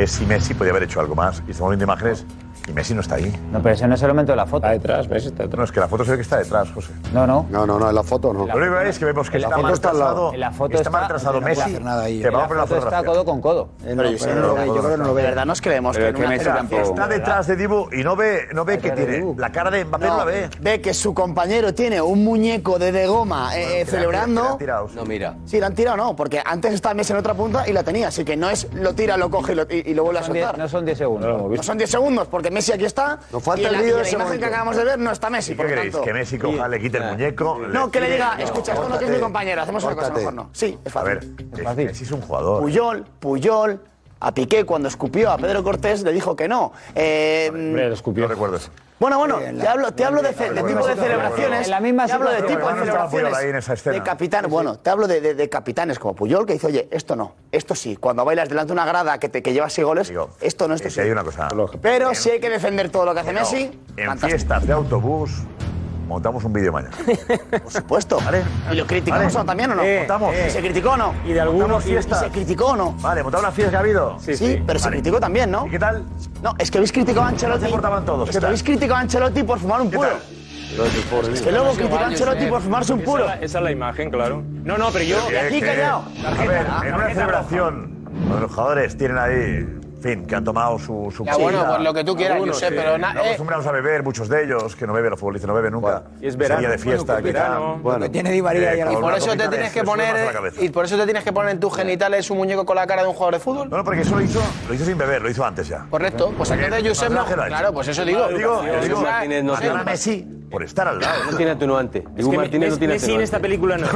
Speaker 2: es si Messi podía haber hecho algo más. Y estamos viendo imágenes y Messi no está ahí.
Speaker 19: No, pero ese no es el momento de la foto. Está
Speaker 20: detrás, Messi está
Speaker 2: No, es que la foto se ve que está detrás, José.
Speaker 19: No, no.
Speaker 15: No, no, no, en la foto no.
Speaker 2: Lo único es que vemos que
Speaker 19: En pues la
Speaker 2: está
Speaker 19: foto
Speaker 2: mal
Speaker 19: está al lado.
Speaker 2: retrasado.
Speaker 19: En la foto
Speaker 2: Está mal
Speaker 19: está-
Speaker 2: retrasado
Speaker 19: no puede
Speaker 2: Messi.
Speaker 19: hacer nada ahí.
Speaker 2: Te
Speaker 19: En
Speaker 2: vamos
Speaker 19: la
Speaker 2: por la
Speaker 19: foto está
Speaker 2: fotografía.
Speaker 19: codo con codo.
Speaker 23: Pero yo sé, Eh, no lo ve, yo creo que no lo ve. De verdad nos creemos que en una fotografía
Speaker 2: Está detrás de Dibu y no ve, no ve que tiene. La cara de Mbappé no, la ve.
Speaker 23: Ve que su compañero tiene un muñeco de, de goma eh, eh, celebrando.
Speaker 2: No mira.
Speaker 23: Sí, la han tirado no, porque antes estaba Messi en otra punta y la tenía, así que no es lo tira, lo coge y lo, y- y lo vuelve a
Speaker 19: Son diez-
Speaker 23: soltar.
Speaker 19: no son 10 segundos.
Speaker 23: No son 10 segundos, porque Messi aquí está.
Speaker 19: Nos falta
Speaker 23: y en
Speaker 19: el
Speaker 23: la,
Speaker 19: vídeo
Speaker 23: y en
Speaker 19: de
Speaker 23: la
Speaker 19: ese
Speaker 23: imagen que
Speaker 19: momento.
Speaker 23: acabamos de ver no está Messi,
Speaker 2: ¿Qué
Speaker 23: por
Speaker 2: queréis?
Speaker 23: tanto.
Speaker 2: ¿Que Messi coja, le quite el muñeco?
Speaker 23: No, que le diga,
Speaker 2: tire?
Speaker 23: escucha, esto no que es mi compañero, hacemos una cosa mejor no. Sí, es
Speaker 2: A
Speaker 23: fácil.
Speaker 2: ver, Messi es un jugador.
Speaker 23: Puyol, Puyol, a Piqué cuando escupió a Pedro Cortés le dijo que no. Eh,
Speaker 2: Hombre, lo escupió. No recuerdas.
Speaker 23: bueno, bueno, te hablo, te hablo de, ce- de tipo de celebraciones.
Speaker 19: En la misma
Speaker 23: te hablo de
Speaker 19: situación.
Speaker 23: tipo de
Speaker 19: Pero no estaba Puyol
Speaker 23: celebraciones.
Speaker 19: ahí en esa escena.
Speaker 23: de capitán, bueno, te hablo de, de- de capitanes como Puyol que dice, oye, esto no, esto sí. Cuando bailas delante de una grada que, te, que llevas seis goles, esto no, esto sí.
Speaker 2: hay una cosa.
Speaker 23: Pero si hay que defender todo lo que hace
Speaker 2: No,
Speaker 23: Messi,
Speaker 2: En
Speaker 23: fantástico.
Speaker 2: fiestas de autobús montamos un vídeo mañana. Por
Speaker 23: supuesto.
Speaker 2: ¿Vale?
Speaker 23: ¿Y lo criticamos
Speaker 2: Vale.
Speaker 23: o también o no?
Speaker 2: Eh, eh.
Speaker 23: ¿Y se criticó o no?
Speaker 2: Y de algunos
Speaker 23: Montamos
Speaker 2: fiestas.
Speaker 23: ¿Y se criticó o no?
Speaker 2: Vale, montamos las fiestas que ha habido.
Speaker 23: Sí,
Speaker 2: sí.
Speaker 23: pero se
Speaker 2: Vale.
Speaker 23: criticó también, ¿no? ¿Y
Speaker 2: qué tal?
Speaker 23: No, es que habéis criticado a Ancelotti.
Speaker 2: ¿Cómo se portaban todos?
Speaker 23: Es
Speaker 2: ¿Qué
Speaker 23: que
Speaker 2: tal?
Speaker 23: habéis criticado a Ancelotti por fumar un puro. Es que luego criticó a Ancelotti por fumarse un puro.
Speaker 7: Esa, es la imagen, claro.
Speaker 23: No, no, pero yo-
Speaker 2: que-
Speaker 23: Y aquí,
Speaker 2: que-
Speaker 23: callao.
Speaker 2: A ver,
Speaker 4: Ah,
Speaker 2: en una celebración, cuando los jugadores tienen ahí. En fin, que han tomado su, su
Speaker 10: Ya, bueno,
Speaker 2: bebida.
Speaker 10: pues lo que tú quieras,
Speaker 2: Algunos,
Speaker 10: Josep,
Speaker 2: sí.
Speaker 10: pero na-
Speaker 2: No
Speaker 10: eh.
Speaker 2: acostumbrados a beber, muchos de ellos, que no beben, los futbolistas no beben nunca.
Speaker 10: y es
Speaker 2: Ese
Speaker 10: verano.
Speaker 2: día de fiesta,
Speaker 10: Bueno, pues
Speaker 2: quizá. eh,
Speaker 10: verano. Lo que tiene
Speaker 2: Di
Speaker 10: María, y por eso te tienes que poner
Speaker 23: eh,
Speaker 10: y por eso te tienes que poner en tus genitales un muñeco con la cara de un jugador de fútbol.
Speaker 2: No, no, porque eso lo hizo, lo hizo sin beber, lo hizo antes ya.
Speaker 10: Correcto, pues entonces Josep no. Claro, pues eso digo.
Speaker 2: Digo, yo digo,
Speaker 10: Martínez no
Speaker 2: matar a
Speaker 10: tiene.
Speaker 2: Messi por estar al lado.
Speaker 18: No tiene atenuante. Dibu Martínez no tiene atenuante.
Speaker 2: película no.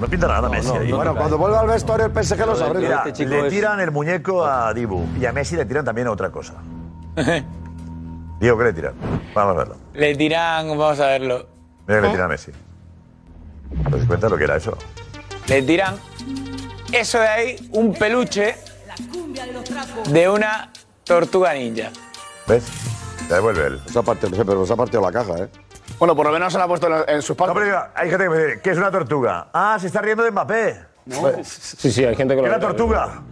Speaker 2: no pinta nada Messi ahí.
Speaker 15: bueno, cuando vuelva al vestuario el PSG lo sabremos.
Speaker 2: Mira, le tiran el muñeco a Dibu y a Messi le tiran también otra cosa. Digo, ¿qué le tiran? Vamos a verlo.
Speaker 13: Le tiran, vamos a verlo.
Speaker 2: Mira que le tiran a Messi. ¿Te das cuenta lo que era eso?
Speaker 13: Le tiran eso de ahí, un peluche de una tortuga ninja.
Speaker 2: ¿Ves? Te devuelve él.
Speaker 15: Esa parte, pero se ha partido la caja, ¿eh?
Speaker 23: Bueno, por lo menos se la ha puesto en sus
Speaker 2: No, pero diga, hay gente que me dice, ¿qué es una tortuga? Ah, se está riendo de Mbappé.
Speaker 9: Sí, sí, hay gente que
Speaker 2: ¿Qué
Speaker 9: lo
Speaker 2: es la tortuga?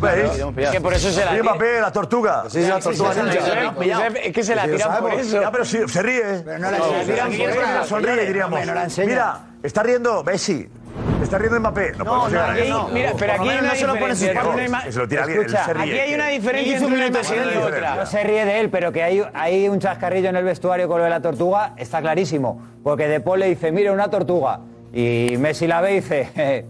Speaker 2: ¿Veis?
Speaker 13: Que por eso se la
Speaker 2: Oye,
Speaker 13: tira.
Speaker 2: Mbappé, la tortuga.
Speaker 13: Sí, sí, la Sí, sí, tortuga sí, ninja. sí, sí, sí, sí, es que se la
Speaker 2: Sí, sí, lo
Speaker 13: tiran por
Speaker 2: sabemos.
Speaker 13: eso.
Speaker 2: Ya, pero sí, se ríe.
Speaker 13: Pero no la- se la tiran
Speaker 2: sí,
Speaker 13: por
Speaker 2: sí,
Speaker 13: eso.
Speaker 2: la sonríe,
Speaker 13: Hombre,
Speaker 2: diríamos.
Speaker 13: no la enseñan.
Speaker 2: Mira, está riendo Messi. Está riendo Mbappé. No, podemos llegar a
Speaker 13: aquí-
Speaker 2: eso.
Speaker 13: mira, pero
Speaker 2: Por
Speaker 13: aquí
Speaker 2: lo
Speaker 13: hay
Speaker 2: menos
Speaker 13: una
Speaker 2: no se lo pone
Speaker 13: diferencia.
Speaker 2: en sus
Speaker 13: Aquí hay una
Speaker 2: manos.
Speaker 13: ima-
Speaker 2: Se lo tira alguien, él
Speaker 13: Escucha,
Speaker 2: se ríe.
Speaker 13: aquí hay una diferencia
Speaker 2: Hizo un
Speaker 13: entre una
Speaker 2: minuto
Speaker 13: cosa y
Speaker 2: así.
Speaker 13: otra.
Speaker 19: No se ríe de él, pero que hay, hay un chascarrillo en el vestuario con lo de la tortuga, está clarísimo. Porque De Paul le dice, mira, una tortuga. Y Messi la ve y dice, "Eh,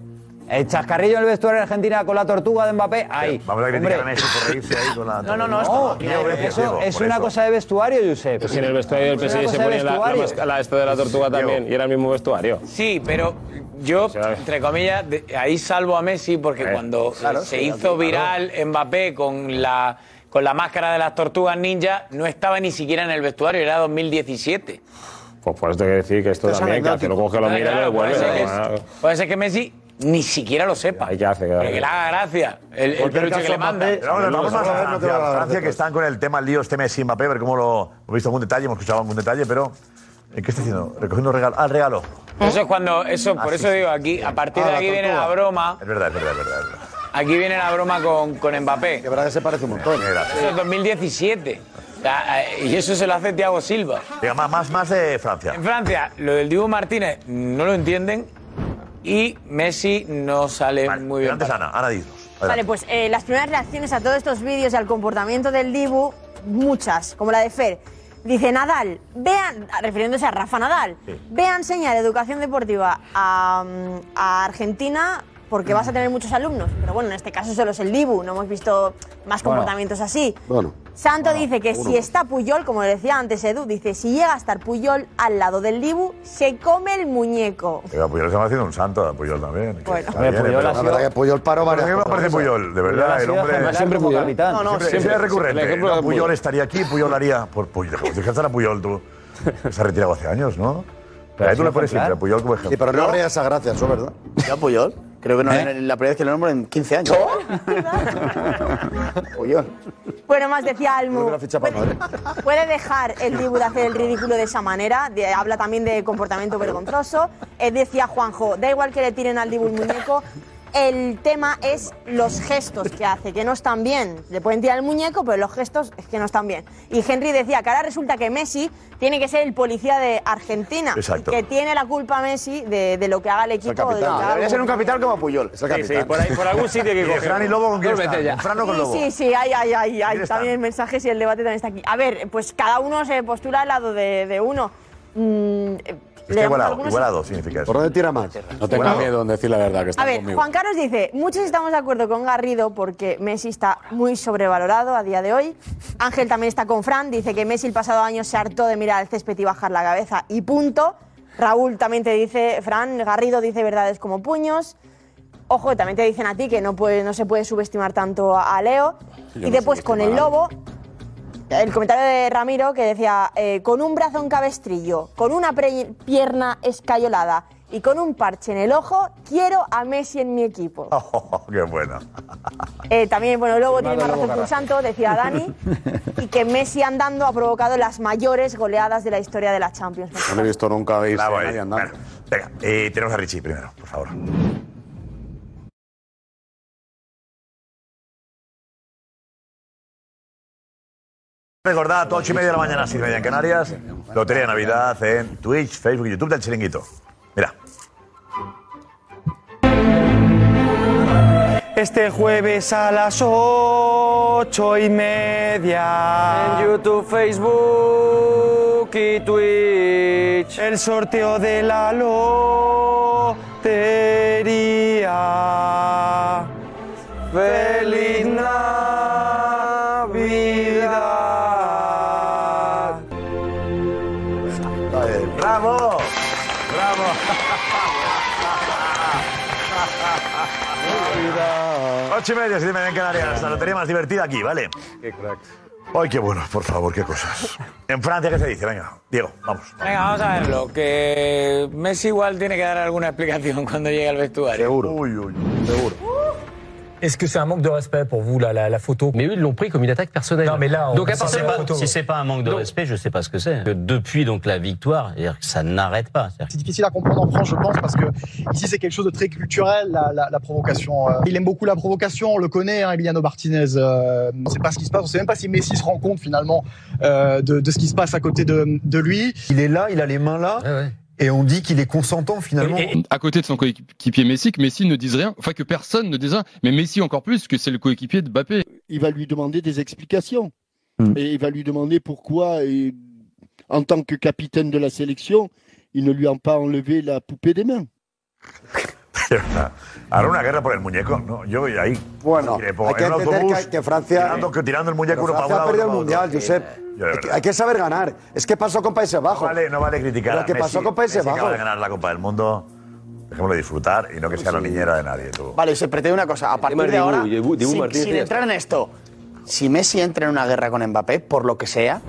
Speaker 19: el chascarrillo en el vestuario de Argentina con la tortuga de Mbappé, ahí.
Speaker 2: Vamos a criticar a
Speaker 19: Hombre.
Speaker 2: Messi por reírse ahí con la
Speaker 19: No, no, no, esto no.
Speaker 2: Diego,
Speaker 19: Eso
Speaker 2: Diego,
Speaker 19: es
Speaker 2: por
Speaker 19: una
Speaker 2: eso.
Speaker 19: cosa de vestuario, Josep.
Speaker 9: Si en el vestuario del
Speaker 19: Es una
Speaker 9: PSG se
Speaker 19: cosa de
Speaker 9: ponía la, la,
Speaker 19: vestuario.
Speaker 9: máscara- esta de la tortuga también y era el mismo vestuario.
Speaker 13: Sí, pero yo, entre comillas, de- ahí salvo a Messi
Speaker 2: Eh,
Speaker 13: porque cuando
Speaker 9: claro,
Speaker 13: se
Speaker 9: sí,
Speaker 13: hizo
Speaker 9: claro.
Speaker 13: viral Mbappé con la, con la máscara de las tortugas ninja, no estaba ni siquiera en el vestuario, era 2017.
Speaker 9: Pues por eso te quiero decir que esto
Speaker 13: Esto es
Speaker 9: también, que hace
Speaker 13: anecdótico.
Speaker 9: lo coge, lo
Speaker 13: Claro,
Speaker 9: mira y lo
Speaker 13: claro,
Speaker 9: devuelve.
Speaker 13: puede ser que-
Speaker 9: Ah,
Speaker 13: Puede ser que Messi ni siquiera lo sepa.
Speaker 9: Hay que hacer,
Speaker 13: Pero que le haga gracia el, el
Speaker 2: Cualquier
Speaker 13: peluche que
Speaker 2: caso,
Speaker 13: le manda.
Speaker 2: Mbappé- Pero vamos, vamos a Francia, Francia, que están con el tema el lío este Messi y Mbappé, a ver cómo lo hemos visto algún detalle, hemos escuchado algún detalle, pero ¿eh, ¿qué está haciendo? Recogiendo regalo. Ah, el regalo.
Speaker 13: Eso es cuando, eso, por
Speaker 2: Ah,
Speaker 13: eso
Speaker 2: sí, sí,
Speaker 13: digo, aquí, a partir
Speaker 2: Ah,
Speaker 13: de
Speaker 2: la
Speaker 13: aquí viene la
Speaker 2: tortuga.
Speaker 13: broma,
Speaker 2: Es verdad, es verdad, es verdad. es verdad.
Speaker 13: aquí viene la broma con, con Mbappé. De
Speaker 15: verdad que se parece un montón.
Speaker 13: Eso es 2017. O sea, eh, Y eso se lo hace Thiago Silva.
Speaker 2: Diga, más, más, más de Francia.
Speaker 13: En Francia, lo del Dibu Martínez no lo entienden y Messi no sale muy bien.
Speaker 2: Antes Ana, Ana dinos.
Speaker 3: Vale, pues eh, las primeras reacciones a todos estos vídeos y al comportamiento del Dibu, muchas, como la de Fer. Dice Nadal, vean, refiriéndose a Rafa Nadal, vean enseñar educación deportiva a, mm, a Argentina
Speaker 1: porque vas a tener muchos alumnos. Pero bueno, en este caso solo es el Dibu, no hemos visto más
Speaker 15: Bueno.
Speaker 1: comportamientos
Speaker 16: Uh.
Speaker 1: así.
Speaker 15: Bueno.
Speaker 1: Santo dice que
Speaker 15: uno.
Speaker 1: si está Puyol, como decía antes Edu, dice, si llega a estar Puyol al lado del Dibu, se come el muñeco.
Speaker 2: Pero a Puyol se me haciendo un santo a Puyol también.
Speaker 1: Bueno.
Speaker 2: Está
Speaker 15: Hombre,
Speaker 2: bien,
Speaker 15: Puyol
Speaker 2: eh, pero
Speaker 15: ha sido- Puyol
Speaker 2: ¿Por
Speaker 15: varias
Speaker 2: qué me
Speaker 15: cosas. ¿eh?
Speaker 2: aparece Puyol? De
Speaker 15: Puyol ha
Speaker 2: verdad, el
Speaker 15: sido
Speaker 2: hombre.
Speaker 15: ejemplar Siempre como Puyol. capitán.
Speaker 2: No, no, siempre, siempre es
Speaker 15: El
Speaker 2: recurrente.
Speaker 15: ejemplo
Speaker 2: No,
Speaker 15: de
Speaker 2: Puyol
Speaker 15: Puyol.
Speaker 2: estaría aquí, Puyol haría. Por Puyol, Pues como si dejaras a Puyol tú. Se ha retirado hace años, ¿no?
Speaker 15: Pero
Speaker 2: Pero
Speaker 15: ha
Speaker 2: ahí tú
Speaker 15: sido
Speaker 2: le pones
Speaker 15: ejemplar.
Speaker 2: siempre a Puyol como ejemplo.
Speaker 15: Sí, pero no le esa gracia, eso es verdad.
Speaker 23: ¿Ya Puyol? Creo que no
Speaker 15: ¿Eh?
Speaker 23: era la primera vez que lo nombro en 15 años. Puyol.
Speaker 1: Bueno, más decía
Speaker 15: Creo
Speaker 1: Almu.
Speaker 15: que la ficha para Madrid.
Speaker 1: Puede dejar el Dibu de hacer el ridículo de esa manera. De- habla también de comportamiento vergonzoso. Eh, decía Juanjo, da igual que le tiren al Dibu el muñeco. El tema es los gestos que hace, que no están bien. Le pueden tirar el muñeco, pero los gestos es que no están bien. Y Henry decía que ahora resulta que Messi tiene que ser el policía de Argentina.
Speaker 23: Exacto.
Speaker 1: Y Que tiene la culpa Messi de, de lo que haga el equipo. o de lo que haga
Speaker 23: Debería
Speaker 1: algún
Speaker 23: ser un capitán Ah, como Puyol. Es el
Speaker 20: capitán. sí, por ahí- por algún sitio que
Speaker 23: coger.
Speaker 20: cogerlo. Fran y Lobo, ¿con quién
Speaker 23: Dos
Speaker 20: están?
Speaker 23: veces ya.
Speaker 20: ¿Con Fran o con
Speaker 1: Sí,
Speaker 20: Lobo?
Speaker 1: sí, sí, hay, hay, hay, hay
Speaker 20: están?
Speaker 1: también mensajes y el debate también está aquí. A ver, pues cada uno se postula al lado de, de uno. Mm, eh, le
Speaker 20: que
Speaker 1: damos
Speaker 20: igualado,
Speaker 1: algunos-
Speaker 20: igualado.
Speaker 2: significa
Speaker 15: ¿Por dónde tira más?
Speaker 20: No tengas miedo en decir la verdad que
Speaker 1: A
Speaker 20: está
Speaker 1: ver,
Speaker 20: conmigo.
Speaker 1: Juan Carlos dice, muchos estamos de acuerdo con Garrido porque Messi está muy sobrevalorado a día de hoy. Ángel también está con Fran, dice que Messi el pasado año se hartó de mirar al césped y bajar la cabeza y punto. Raúl también te dice, Fran, Garrido dice verdades como puños. Ojo, que también te dicen a ti que no, puede, no se puede subestimar tanto a, a Leo.
Speaker 24: Yo
Speaker 1: y
Speaker 24: no
Speaker 1: después con el
Speaker 24: subestimaba
Speaker 1: lobo, el comentario de Ramiro que decía, eh, con un brazo en cabestrillo, con una pre- pierna escayolada y con un parche en el ojo, quiero a Messi en mi equipo.
Speaker 2: Oh, Qué buena.
Speaker 1: Eh, también, bueno, Lobo tiene
Speaker 2: Firmado
Speaker 1: más razón
Speaker 2: Lobo
Speaker 1: que un
Speaker 2: Carrasco.
Speaker 1: santo, decía Dani, y que Messi andando ha provocado las mayores goleadas de la historia de la Champions.
Speaker 20: No lo he visto nunca veis
Speaker 2: Bravo,
Speaker 20: nadie
Speaker 2: eh.
Speaker 20: andando.
Speaker 2: Bueno, venga, eh, tenemos a Richie primero, por favor. Recordad, 8 y media de la mañana, 6 y media en Canarias. Lotería de Navidad en Twitch, Facebook y YouTube del Chiringuito. Mira.
Speaker 4: Este jueves a las ocho y media. En YouTube, Facebook y Twitch. El sorteo de la lotería. ¡Feliz Navidad!
Speaker 2: ¡Bravo! ¡Bravo! Ocho y media, siete y media en Canarias. La lotería más divertida aquí, ¿vale? Qué cracks. Ay, qué bueno, por favor, qué cosas. En Francia, ¿qué se dice? Venga, Diego, vamos.
Speaker 13: Venga, vamos a verlo. Que Messi igual tiene que dar alguna explicación cuando llegue al vestuario.
Speaker 20: Seguro.
Speaker 4: seguro.
Speaker 30: Est-ce que c'est un manque de respect pour vous, la, la, la photo Mais eux, ils l'ont pris comme une attaque personnelle. Non, mais là, on
Speaker 25: Donc
Speaker 30: si
Speaker 25: à partir
Speaker 30: c'est
Speaker 25: de-
Speaker 30: pas-
Speaker 25: si c'est pas un manque de respect, je sais pas ce que c'est. Que Depuis donc la victoire, c'est-à-dire que ça n'arrête pas. C'est-à-dire
Speaker 31: C'est difficile à comprendre en France, je pense, parce que ici c'est quelque chose de très culturel, la, la- la provocation. Euh, Il aime beaucoup la provocation, on le connaît, hein, Emiliano Martinez. Euh, on ne sait pas ce qui se passe, on ne sait même pas si Messi se rend compte finalement euh, de, de ce qui se passe à côté de, de lui.
Speaker 32: Il est là, il a les mains là, et on dit qu'il est consentant finalement.
Speaker 33: à côté de son coéquipier Messi, que Messi ne dise rien, enfin que personne ne dise rien, mais Messi encore plus, que c'est le coéquipier de Mbappé.
Speaker 34: il va lui demander des explications. Et il va lui demander pourquoi, et, en tant que capitaine de la sélection, ils ne lui ont pas enlevé la poupée des mains.
Speaker 2: Ahora una guerra por el muñeco, ¿no? Yo voy ahí. Bueno,
Speaker 15: hay que entender que- que Francia-
Speaker 2: Tirando, que tirando el muñeco uno
Speaker 15: Pero
Speaker 2: para un
Speaker 15: Francia ha
Speaker 2: lado,
Speaker 15: perdido el
Speaker 2: otro para
Speaker 15: mundial,
Speaker 2: otro.
Speaker 15: Josep.
Speaker 2: Yo, de
Speaker 15: Hay que-
Speaker 2: verdad.
Speaker 15: Hay que saber ganar. Es que pasó con Países Bajos.
Speaker 2: Vale, no vale criticar.
Speaker 15: Lo que pasó con Países
Speaker 2: Bajos.
Speaker 15: Bajos.
Speaker 2: acaba de ganar la Copa del Mundo. Dejémoslo disfrutar y no que sea la niñera de nadie, tú.
Speaker 23: Vale, y se pretende una cosa. A partir
Speaker 2: es
Speaker 23: de
Speaker 2: Dibu,
Speaker 23: ahora,
Speaker 2: Dibu, Dibu
Speaker 23: sin-
Speaker 2: Martínez
Speaker 23: sin
Speaker 2: ya
Speaker 23: entrar en esto, si Messi entra en una guerra con Mbappé, por lo que sea,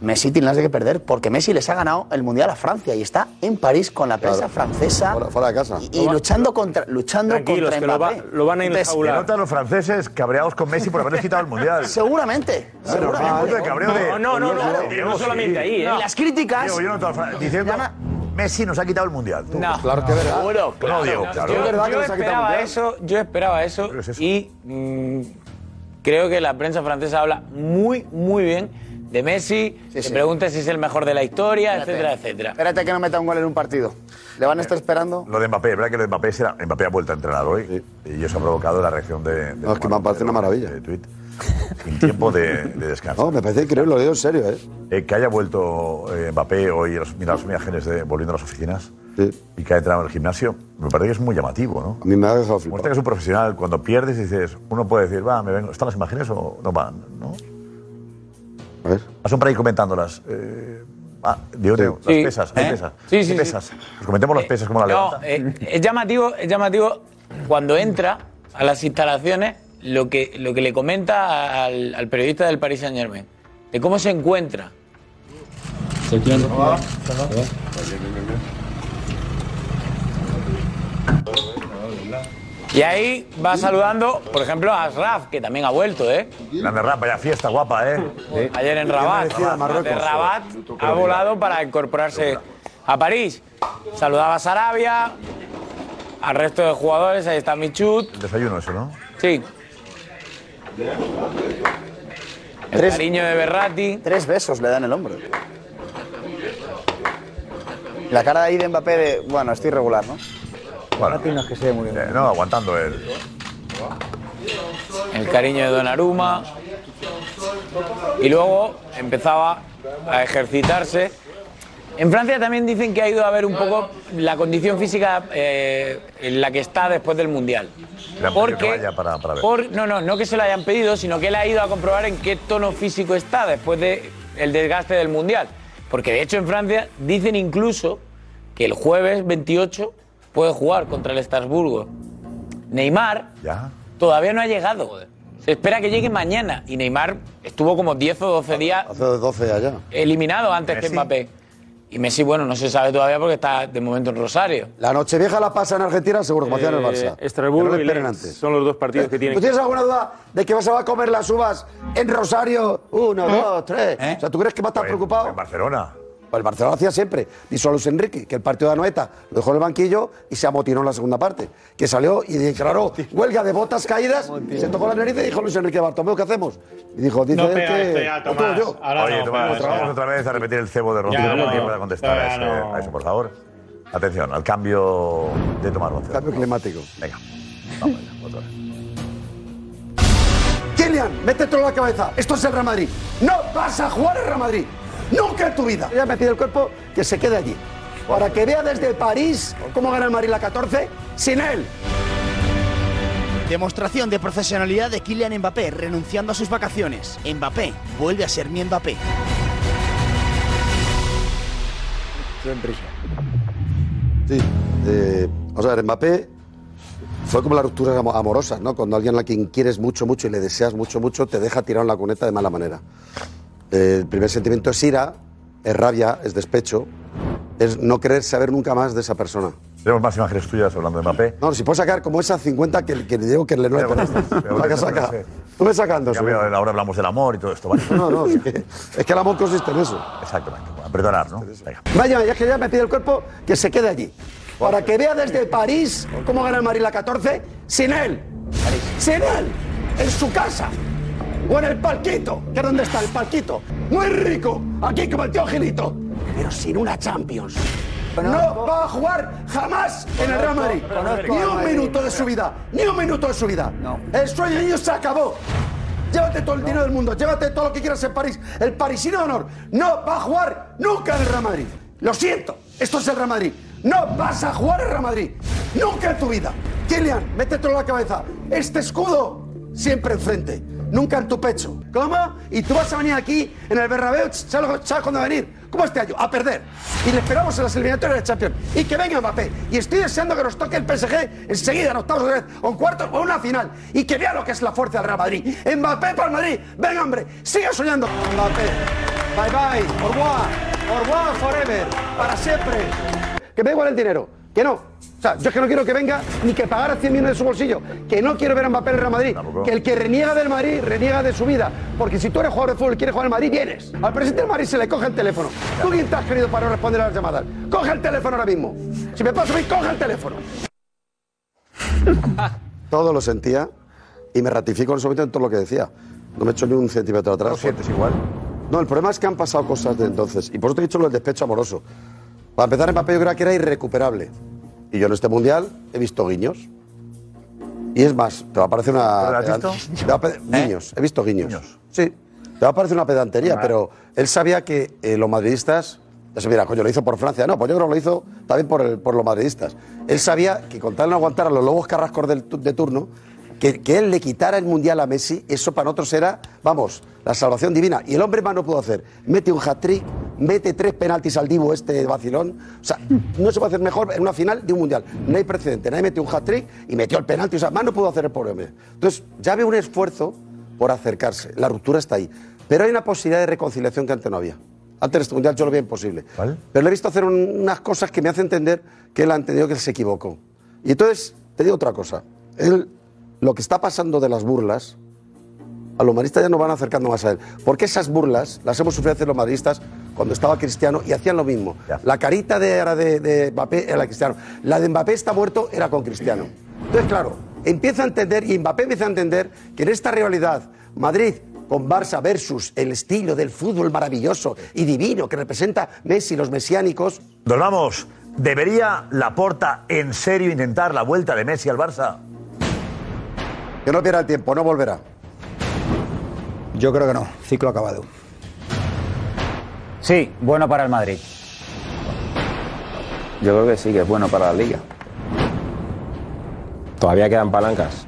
Speaker 23: Messi tiene las de que perder, porque Messi les ha ganado el Mundial a Francia y está en París con la prensa francesa. Fuera, de casa. Y, y luchando contra, luchando contra Mbappé. Entonces,
Speaker 2: Se notan los franceses cabreados con Messi por haberles quitado el mundial.
Speaker 23: Seguramente.
Speaker 2: Seguramente.
Speaker 23: seguramente.
Speaker 2: de cabreo de-
Speaker 23: No, no, no, no,
Speaker 2: Claro.
Speaker 23: no
Speaker 2: Diego, sí.
Speaker 23: solamente ahí, ¿eh? Las críticas-
Speaker 2: Diego, yo no te lo fra- diciendo, Messi nos ha quitado el mundial. tú. pues,
Speaker 13: No. Claro que es verdad.
Speaker 23: Seguro,
Speaker 2: No, Diego, claro.
Speaker 13: Yo, yo esperaba eso, yo esperaba eso, y mm, creo que la prensa francesa habla muy, muy bien de Messi. se pregunta si es el mejor de la historia, etcétera, etcétera.
Speaker 23: Espérate que no meta un gol en un partido. Le van a estar esperando.
Speaker 2: Lo de Mbappé, ¿verdad que lo de Mbappé será? Mbappé ha vuelto a entrenar hoy y eso ha provocado la reacción de. de-
Speaker 15: No, es que me parece una maravilla.
Speaker 2: de tweet. sin tiempo de, de descanso. No, me parece increíble, lo digo en serio. ¿eh? que haya vuelto eh, Mbappé hoy, a las- mira, las imágenes de volviendo a las oficinas y que haya entrado en el gimnasio, me parece que es muy llamativo, ¿no? A mí me ha dejado flipar. que es un profesional, cuando pierdes dices, uno puede decir, va, me vengo, ¿están las imágenes o no van? ¿no? A ver. Son para ir comentándolas. Eh, ah, digo, digo,
Speaker 13: Sí.
Speaker 2: las pesas, hay
Speaker 13: ¿Eh?
Speaker 2: pesas.
Speaker 13: Sí,
Speaker 2: hay
Speaker 13: sí, sí.
Speaker 2: pesas. Pues comentemos las pesas, como la
Speaker 13: No,
Speaker 2: levanta.
Speaker 13: eh, es llamativo, es llamativo cuando entra a las instalaciones lo que, lo que le comenta al, al periodista del Paris Saint Germain, de cómo se encuentra. Y ahí va saludando, por ejemplo, a Asraf, que también ha vuelto, ¿eh?
Speaker 2: Grande Rabat, vaya fiesta guapa, ¿eh?
Speaker 13: Ayer en Rabat. De Rabat ha volado para incorporarse a París. Saludaba a Sarabia, al resto de jugadores, ahí está Michut.
Speaker 2: Desayuno eso, ¿no?
Speaker 13: Sí. El cariño de Berratti.
Speaker 23: Tres besos le dan el hombro. La cara ahí de Mbappé de, bueno, estoy regular, ¿no?
Speaker 2: Bueno,
Speaker 23: que se ve muy bien.
Speaker 2: Eh, no, aguantando él.
Speaker 13: El cariño de Donnarumma. Y luego empezaba a ejercitarse. En Francia también dicen que ha ido a ver un poco la condición física eh, en la que está después del Mundial.
Speaker 2: Le han pedido que
Speaker 13: Porque,
Speaker 2: vaya para, para ver.
Speaker 13: por- no, no, no que se lo hayan pedido, sino que él ha ido a comprobar en qué tono físico está después del desgaste del Mundial. Porque de hecho en Francia dicen incluso que el jueves 28 puede jugar contra el Estrasburgo. Neymar
Speaker 2: Ya.
Speaker 13: todavía no ha llegado. Se espera que llegue mañana. Y Neymar estuvo como 10 o 12 días
Speaker 15: Hace 12 allá.
Speaker 13: eliminado antes que
Speaker 15: Messi.
Speaker 13: Mbappé. Y Messi, bueno, no se sabe todavía porque está de momento en Rosario.
Speaker 15: La Nochevieja la pasa en Argentina, seguro, como hacían en el
Speaker 13: Eh,
Speaker 15: Barça.
Speaker 13: Estrasburgo
Speaker 15: Que no le
Speaker 13: y
Speaker 15: esperen
Speaker 13: Leeds
Speaker 15: antes. Eh,
Speaker 13: son los dos partidos que tienen
Speaker 15: ¿Tú tienes
Speaker 13: que-
Speaker 15: alguna duda de que se va a comer las uvas en Rosario? Uno,
Speaker 2: ¿Eh?
Speaker 15: dos, tres. O sea, ¿tú crees que va a estar preocupado? En
Speaker 2: Pues, Barcelona.
Speaker 15: Pues el Barcelona lo hacía siempre. Dijo a Luis Enrique que el partido de Anoeta lo dejó en el banquillo y se amotinó en la segunda parte. Que salió y declaró huelga de botas caídas, se tocó la nariz y dijo Luis Enrique Bartomeu, ¿qué hacemos? Y dijo, dice
Speaker 2: No
Speaker 15: él
Speaker 2: pegas
Speaker 15: que...
Speaker 2: esto ya,
Speaker 15: lo tengo
Speaker 2: este, Tomás.
Speaker 15: yo.
Speaker 2: Ahora Oye, Tomás, vamos otra vez a repetir el cebo de Rocío
Speaker 15: Ya,
Speaker 2: porque
Speaker 15: no,
Speaker 2: pueda contestar a,
Speaker 15: todavía
Speaker 2: ese-
Speaker 15: no.
Speaker 2: a eso, por favor. Atención, al cambio de Tomás Rocío. Cambio climático. Venga. Vamos allá, otra vez.
Speaker 15: Kylian, métetelo en la cabeza. Esto es el Real Madrid. No vas a jugar al Real Madrid. Nunca en tu vida. Ya me pide el cuerpo que se quede allí. Para que vea desde París cómo gana el Madrid la 14 sin él.
Speaker 1: Demostración de profesionalidad de Kylian Mbappé renunciando a sus vacaciones. Mbappé vuelve a ser mi Mbappé.
Speaker 15: Sí. eh, vamos a ver, Mbappé fue como las rupturas amo- amorosas, ¿no? Cuando alguien a quien quieres mucho, mucho y le deseas mucho, mucho, te deja tirado en la cuneta de mala manera. Eh, el primer sentimiento es ira, es rabia, es despecho, es no querer saber nunca más de esa persona.
Speaker 2: Tenemos más imágenes tuyas hablando de Mbappé.
Speaker 15: No, si puedo sacar como esa 50 que, que le digo que le no le pertenece. Saca, saca. Tú me sacando.
Speaker 2: Ya veo, Ahora hablamos del amor y todo esto. ¿vale?
Speaker 15: No, no, es que, es que el amor consiste en eso.
Speaker 2: Exactamente. A perdonar, ¿no? Venga.
Speaker 15: Vaya, ya que ya me pide el cuerpo que se quede allí. Para que vea desde París cómo gana el Madrid la 14 sin él. Sin él. En su casa. O en el palquito. ¿Que dónde está el palquito? Muy rico. Aquí como el tío Gilito. Pero sin una Champions. No va a jugar jamás en el Real Madrid.
Speaker 23: Conozco
Speaker 15: Ni
Speaker 23: al
Speaker 15: un
Speaker 23: Madrid.
Speaker 15: minuto de su vida. Ni un minuto de su vida. El sueño de ellos se acabó. Llévate todo el dinero del mundo, llévate todo lo que quieras en París. El parisino de honor no va a jugar nunca en el Real Madrid. Lo siento, esto es el Real Madrid. No vas a jugar en Real Madrid. Nunca en tu vida. Kylian, métetelo en la cabeza. Este escudo siempre enfrente, nunca en tu pecho. ¿Cómo? Y tú vas a venir aquí en el Bernabéu, ¿sabes lo- sabes cuándo va a venir? ¿Cómo este año? A perder. Y le esperamos en las eliminatorias de Champions. Y que venga Mbappé. Y estoy deseando que nos toque el PSG enseguida, en octavos de vez, o en cuartos, o en una final. Y que vea lo que es la fuerza del Real Madrid. Mbappé para el Madrid. Venga, hombre, sigue soñando. Mbappé. Bye bye. Au revoir. Au revoir forever. Para siempre. Que me da igual el dinero. Que no. O sea, yo es que no quiero que venga ni que pagara 100 millones de su bolsillo. Que no quiero ver a Mbappé en el Real Madrid. Que el que reniega del Madrid, reniega de su vida. Porque si tú eres jugador de fútbol y quieres jugar en el Madrid, vienes. Al presidente del Madrid se le coge el teléfono. ¿Tú quién te has querido para no responder a las llamadas? Coge el teléfono ahora mismo. Si me paso a mí, coge el teléfono. Todo lo sentía y me ratifico en ese momento en todo lo que decía. No me echo ni un centímetro atrás. ¿Lo sientes igual? No, el problema es que han pasado cosas desde entonces. Y por eso te he dicho lo del despecho amoroso. Para empezar, Mbappé yo creía que era irrecuperable. Y yo en este Mundial he visto guiños. Y es más, te va a parecer una.
Speaker 2: ¿Pero lo has visto?
Speaker 15: pedan-
Speaker 2: ¿Eh?
Speaker 15: te va a pare-
Speaker 8: ¿Eh?
Speaker 15: Guiños, he visto guiños. Sí. Te va a parecer una pedantería, pero él sabía que eh, los madridistas. Eso, mira, coño, lo hizo por Francia. No, pues yo creo que lo hizo también por, el- por los madridistas. Él sabía que con tal de no aguantar a los lobos carrascos del tu- de turno, que, que él le quitara el mundial a Messi, eso para nosotros era, vamos, la salvación divina. Y el hombre más no pudo hacer. Mete un hat-trick, mete tres penaltis al Divo este vacilón. O sea, no se puede hacer mejor en una final de un mundial. No hay precedente. Nadie metió un hat-trick y metió el penalti. O sea, más no pudo hacer el pobre hombre. Entonces, ya ve un esfuerzo por acercarse. La ruptura está ahí. Pero hay una posibilidad de reconciliación que antes no había. Antes de este mundial yo lo veía imposible. Pero le he visto hacer un- unas cosas que me hace entender que él ha entendido que él se equivocó. Y entonces, te digo otra cosa. Él, lo que está pasando de las burlas, a los madridistas ya nos van acercando más a él. Porque esas burlas las hemos sufrido hacer los madridistas cuando estaba Cristiano y hacían lo mismo. La carita de, era de, de Mbappé era la de Cristiano. La de Mbappé está muerto era con Cristiano. Entonces, claro, empieza a entender y Mbappé empieza a entender que en esta rivalidad Madrid con Barça versus el estilo del fútbol maravilloso y divino que representa Messi, los mesiánicos.
Speaker 2: Nos vamos. ¿Debería Laporta en serio intentar la vuelta de Messi al Barça?
Speaker 15: Que no pierda el tiempo, no volverá.
Speaker 8: Yo creo que no. Ciclo acabado.
Speaker 19: Sí, bueno para el Madrid.
Speaker 8: Yo creo que sí, que es bueno para la liga.
Speaker 35: Todavía quedan palancas.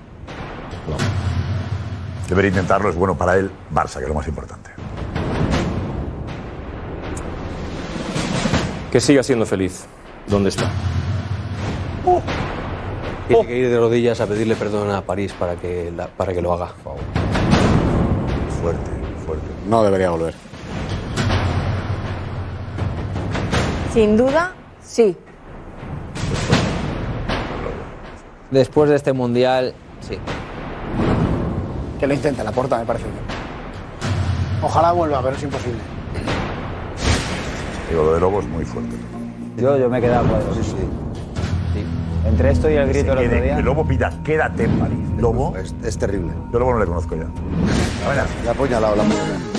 Speaker 2: Debería intentarlo, es bueno para él, Barça, que es lo más importante.
Speaker 36: Que siga siendo feliz. ¿Dónde está?
Speaker 6: Tiene que ir de rodillas a pedirle perdón a París para que, la- para que lo haga.
Speaker 2: Fuerte, fuerte.
Speaker 6: No debería volver.
Speaker 1: Sin duda, sí.
Speaker 6: Después de este mundial, sí.
Speaker 11: Que lo intenta la puerta, me parece.
Speaker 37: Ojalá vuelva, pero es imposible.
Speaker 2: Digo, lo de Lobos muy fuerte.
Speaker 19: Yo, yo me he quedado cuadro. Sí, sí. Entre esto y el grito del
Speaker 2: Que
Speaker 19: otro
Speaker 2: de-
Speaker 19: día.
Speaker 2: que Lobo pida, quédate en París. Lobo. Es,
Speaker 15: terrible.
Speaker 2: Yo Lobo no le conozco ya.
Speaker 15: Ya apuñalado la mujer.